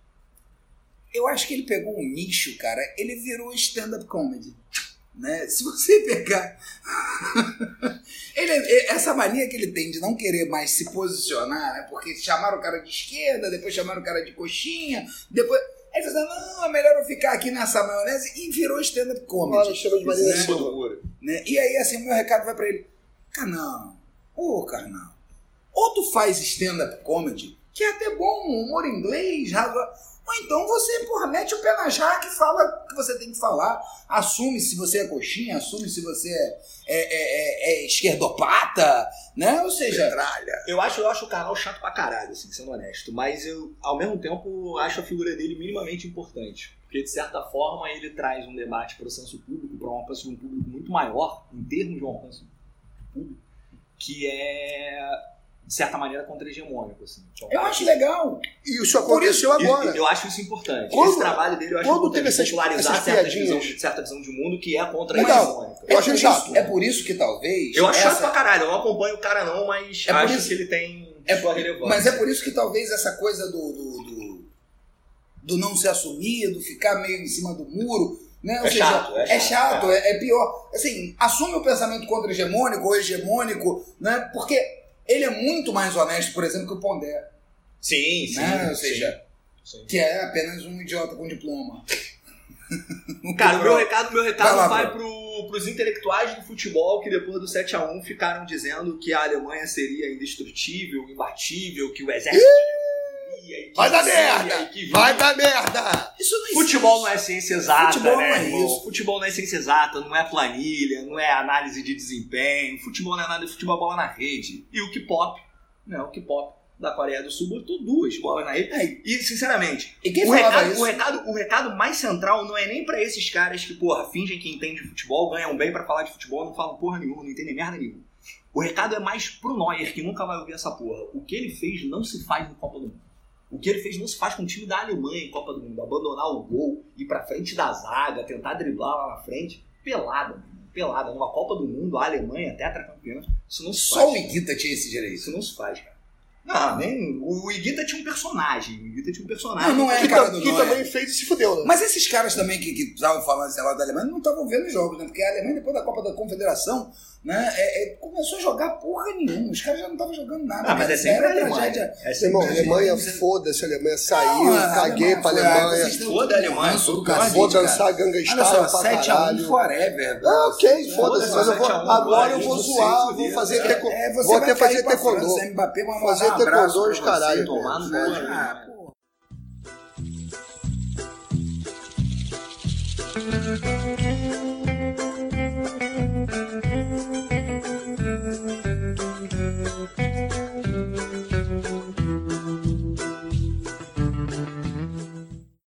[SPEAKER 2] eu acho que ele pegou um nicho, cara. Ele virou stand-up comedy. Né? Se você pegar. ele, ele- essa mania que ele tem de não querer mais se posicionar, né? porque chamaram o cara de esquerda, depois chamaram o cara de coxinha, depois. Aí ele falou assim, não, é melhor eu ficar aqui nessa maionese e virou stand-up comedy
[SPEAKER 4] Ela chama
[SPEAKER 2] Né?
[SPEAKER 4] de assim, Marina
[SPEAKER 3] Isso é
[SPEAKER 4] Silva.
[SPEAKER 3] loucura.
[SPEAKER 2] né? E aí, assim, o meu recado vai pra ele: Carnal, ô Carnal, ou tu faz stand-up comedy, que é até bom, humor inglês, razoável, ou então você, porra, mete o pé na jaca e fala o que você tem que falar, assume se você é coxinha, assume se você é, é- é- é esquerdopata, né? Ou seja,
[SPEAKER 4] Petralha.
[SPEAKER 3] Eu acho, eu acho o canal chato pra caralho, assim, sendo honesto. Mas eu, ao mesmo tempo, acho a figura dele minimamente importante. Porque, de certa forma, ele traz um debate para o senso público, para um alcance de um público muito maior, em termos de um alcance público, que é, de certa maneira, contra-hegemônico. Assim. Que é um
[SPEAKER 2] eu
[SPEAKER 3] cara
[SPEAKER 2] acho
[SPEAKER 3] que-
[SPEAKER 2] legal.
[SPEAKER 4] E isso aconteceu
[SPEAKER 2] é
[SPEAKER 3] e-
[SPEAKER 4] agora.
[SPEAKER 3] Eu acho isso importante.
[SPEAKER 4] Quando-
[SPEAKER 3] Esse trabalho dele, eu acho
[SPEAKER 4] quando
[SPEAKER 3] importante.
[SPEAKER 4] teve essas-
[SPEAKER 3] popularizar
[SPEAKER 4] essas
[SPEAKER 3] certa
[SPEAKER 4] piadinhas?
[SPEAKER 3] visão, certa visão de mundo que é contra-hegemônica.
[SPEAKER 4] Eu acho
[SPEAKER 2] por
[SPEAKER 4] chato.
[SPEAKER 2] isso- é por isso que talvez.
[SPEAKER 3] Eu acho chato
[SPEAKER 2] essa-
[SPEAKER 3] pra caralho. Eu não acompanho o cara, não, mas
[SPEAKER 2] É por
[SPEAKER 3] acho
[SPEAKER 2] isso-
[SPEAKER 3] que ele tem
[SPEAKER 2] É
[SPEAKER 3] sua
[SPEAKER 2] por-
[SPEAKER 3] relevância.
[SPEAKER 2] Mas é por isso que talvez essa coisa do, do, do, do não se assumir, do ficar meio em cima do muro, né? Ou
[SPEAKER 3] É
[SPEAKER 2] seja,
[SPEAKER 3] chato, é
[SPEAKER 2] é
[SPEAKER 3] chato,
[SPEAKER 2] chato, é, é pior. Assim, assume o pensamento contra-hegemônico ou hegemônico, né? Porque ele é muito mais honesto, por exemplo, que o Pondé,
[SPEAKER 3] Sim, sim.
[SPEAKER 2] né? Ou
[SPEAKER 3] sim.
[SPEAKER 2] seja,
[SPEAKER 3] Sim.
[SPEAKER 2] que é apenas um idiota com diploma.
[SPEAKER 3] Cara, o meu
[SPEAKER 2] Bro.
[SPEAKER 3] recado, meu recado
[SPEAKER 2] Vai lá,
[SPEAKER 3] vai, pro, pros intelectuais do futebol que depois do 7x1 ficaram dizendo que a Alemanha seria indestrutível, imbatível, que o exército ia e que
[SPEAKER 4] Vai dar
[SPEAKER 3] ia,
[SPEAKER 4] merda!
[SPEAKER 3] e que vinha.
[SPEAKER 4] Vai dar merda!
[SPEAKER 2] Isso não existe.
[SPEAKER 3] Futebol não é ciência exata,
[SPEAKER 2] Futebol
[SPEAKER 3] né,
[SPEAKER 2] não é
[SPEAKER 3] irmão?
[SPEAKER 2] isso.
[SPEAKER 3] Futebol não é ciência exata, não é planilha, não é análise de desempenho. Futebol não é nada, futebol é bola na rede. E o K-pop, né? O K-pop da Coreia do Sul botou duas bolas na rede.
[SPEAKER 2] É,
[SPEAKER 3] E, sinceramente,
[SPEAKER 2] E quem
[SPEAKER 3] o,
[SPEAKER 2] falava
[SPEAKER 3] recado,
[SPEAKER 2] isso?
[SPEAKER 3] o recado- o recado mais central não é nem pra esses caras que, porra, fingem que entendem de futebol, ganham bem pra falar de futebol, não falam porra nenhuma, não entendem merda nenhuma. O recado é mais pro Neuer, que nunca vai ouvir essa porra. O que ele fez não se faz no Copa do Mundo. O que ele fez não se faz com o time da Alemanha em Copa do Mundo. Abandonar o gol, ir pra frente da zaga, tentar driblar lá na frente. Pelada, mano, pelada. Numa Copa do Mundo, a Alemanha, tetracampeã. Isso não se
[SPEAKER 2] Só o
[SPEAKER 3] faz.
[SPEAKER 2] Iguita tinha esse direito.
[SPEAKER 3] Isso não se faz, cara. Não, nem. O o Iguita tinha um personagem. O Iguita tinha um personagem.
[SPEAKER 2] Não, não é,
[SPEAKER 4] Que,
[SPEAKER 2] cara
[SPEAKER 4] tam-
[SPEAKER 2] do
[SPEAKER 4] que
[SPEAKER 2] Neuer.
[SPEAKER 4] também fez e se fudeu, né?
[SPEAKER 2] Mas esses caras também que que estavam falando, sei lá, da Alemanha, não estavam vendo os jogos, né? Porque a Alemanha, depois da Copa da Confederação, né, é- é, começou a jogar porra nenhuma. Os caras já não estavam jogando nada.
[SPEAKER 3] Ah, mas
[SPEAKER 2] cara.
[SPEAKER 3] é sempre
[SPEAKER 2] Era
[SPEAKER 3] a Alemanha.
[SPEAKER 2] tragédia.
[SPEAKER 3] É sempre
[SPEAKER 4] Irmão,
[SPEAKER 3] a
[SPEAKER 4] Alemanha,
[SPEAKER 2] Você-
[SPEAKER 4] foda-se, a Alemanha saiu,
[SPEAKER 2] Não, a
[SPEAKER 4] caguei pra
[SPEAKER 2] foi, ah,
[SPEAKER 4] Alemanha.
[SPEAKER 2] vocês estão-
[SPEAKER 3] Foda a Alemanha, sou do cacete,
[SPEAKER 4] Vou
[SPEAKER 2] Olha só,
[SPEAKER 4] dançar Ganga Style pra
[SPEAKER 2] 7x1
[SPEAKER 4] caralho.
[SPEAKER 2] forever.
[SPEAKER 4] Ah, ok, foda-se,
[SPEAKER 3] Foda-se,
[SPEAKER 4] mas eu vou,
[SPEAKER 3] 7 a 1,
[SPEAKER 4] agora eu
[SPEAKER 3] vai,
[SPEAKER 4] vou
[SPEAKER 3] vocês,
[SPEAKER 4] zoar, vou
[SPEAKER 3] fudeu.
[SPEAKER 4] fazer
[SPEAKER 3] É,
[SPEAKER 4] teco-
[SPEAKER 2] um É, você
[SPEAKER 4] vou
[SPEAKER 2] vai
[SPEAKER 4] até
[SPEAKER 2] cair
[SPEAKER 4] fazer
[SPEAKER 2] pra
[SPEAKER 4] taekwondo.
[SPEAKER 2] França, Mbappé, vai
[SPEAKER 4] Fazer
[SPEAKER 2] mandar um abraço
[SPEAKER 4] taekwondo,
[SPEAKER 2] pra
[SPEAKER 4] os
[SPEAKER 2] você,
[SPEAKER 4] caralho.
[SPEAKER 2] tomar no
[SPEAKER 3] Foda-se.
[SPEAKER 2] cu, ah, pô.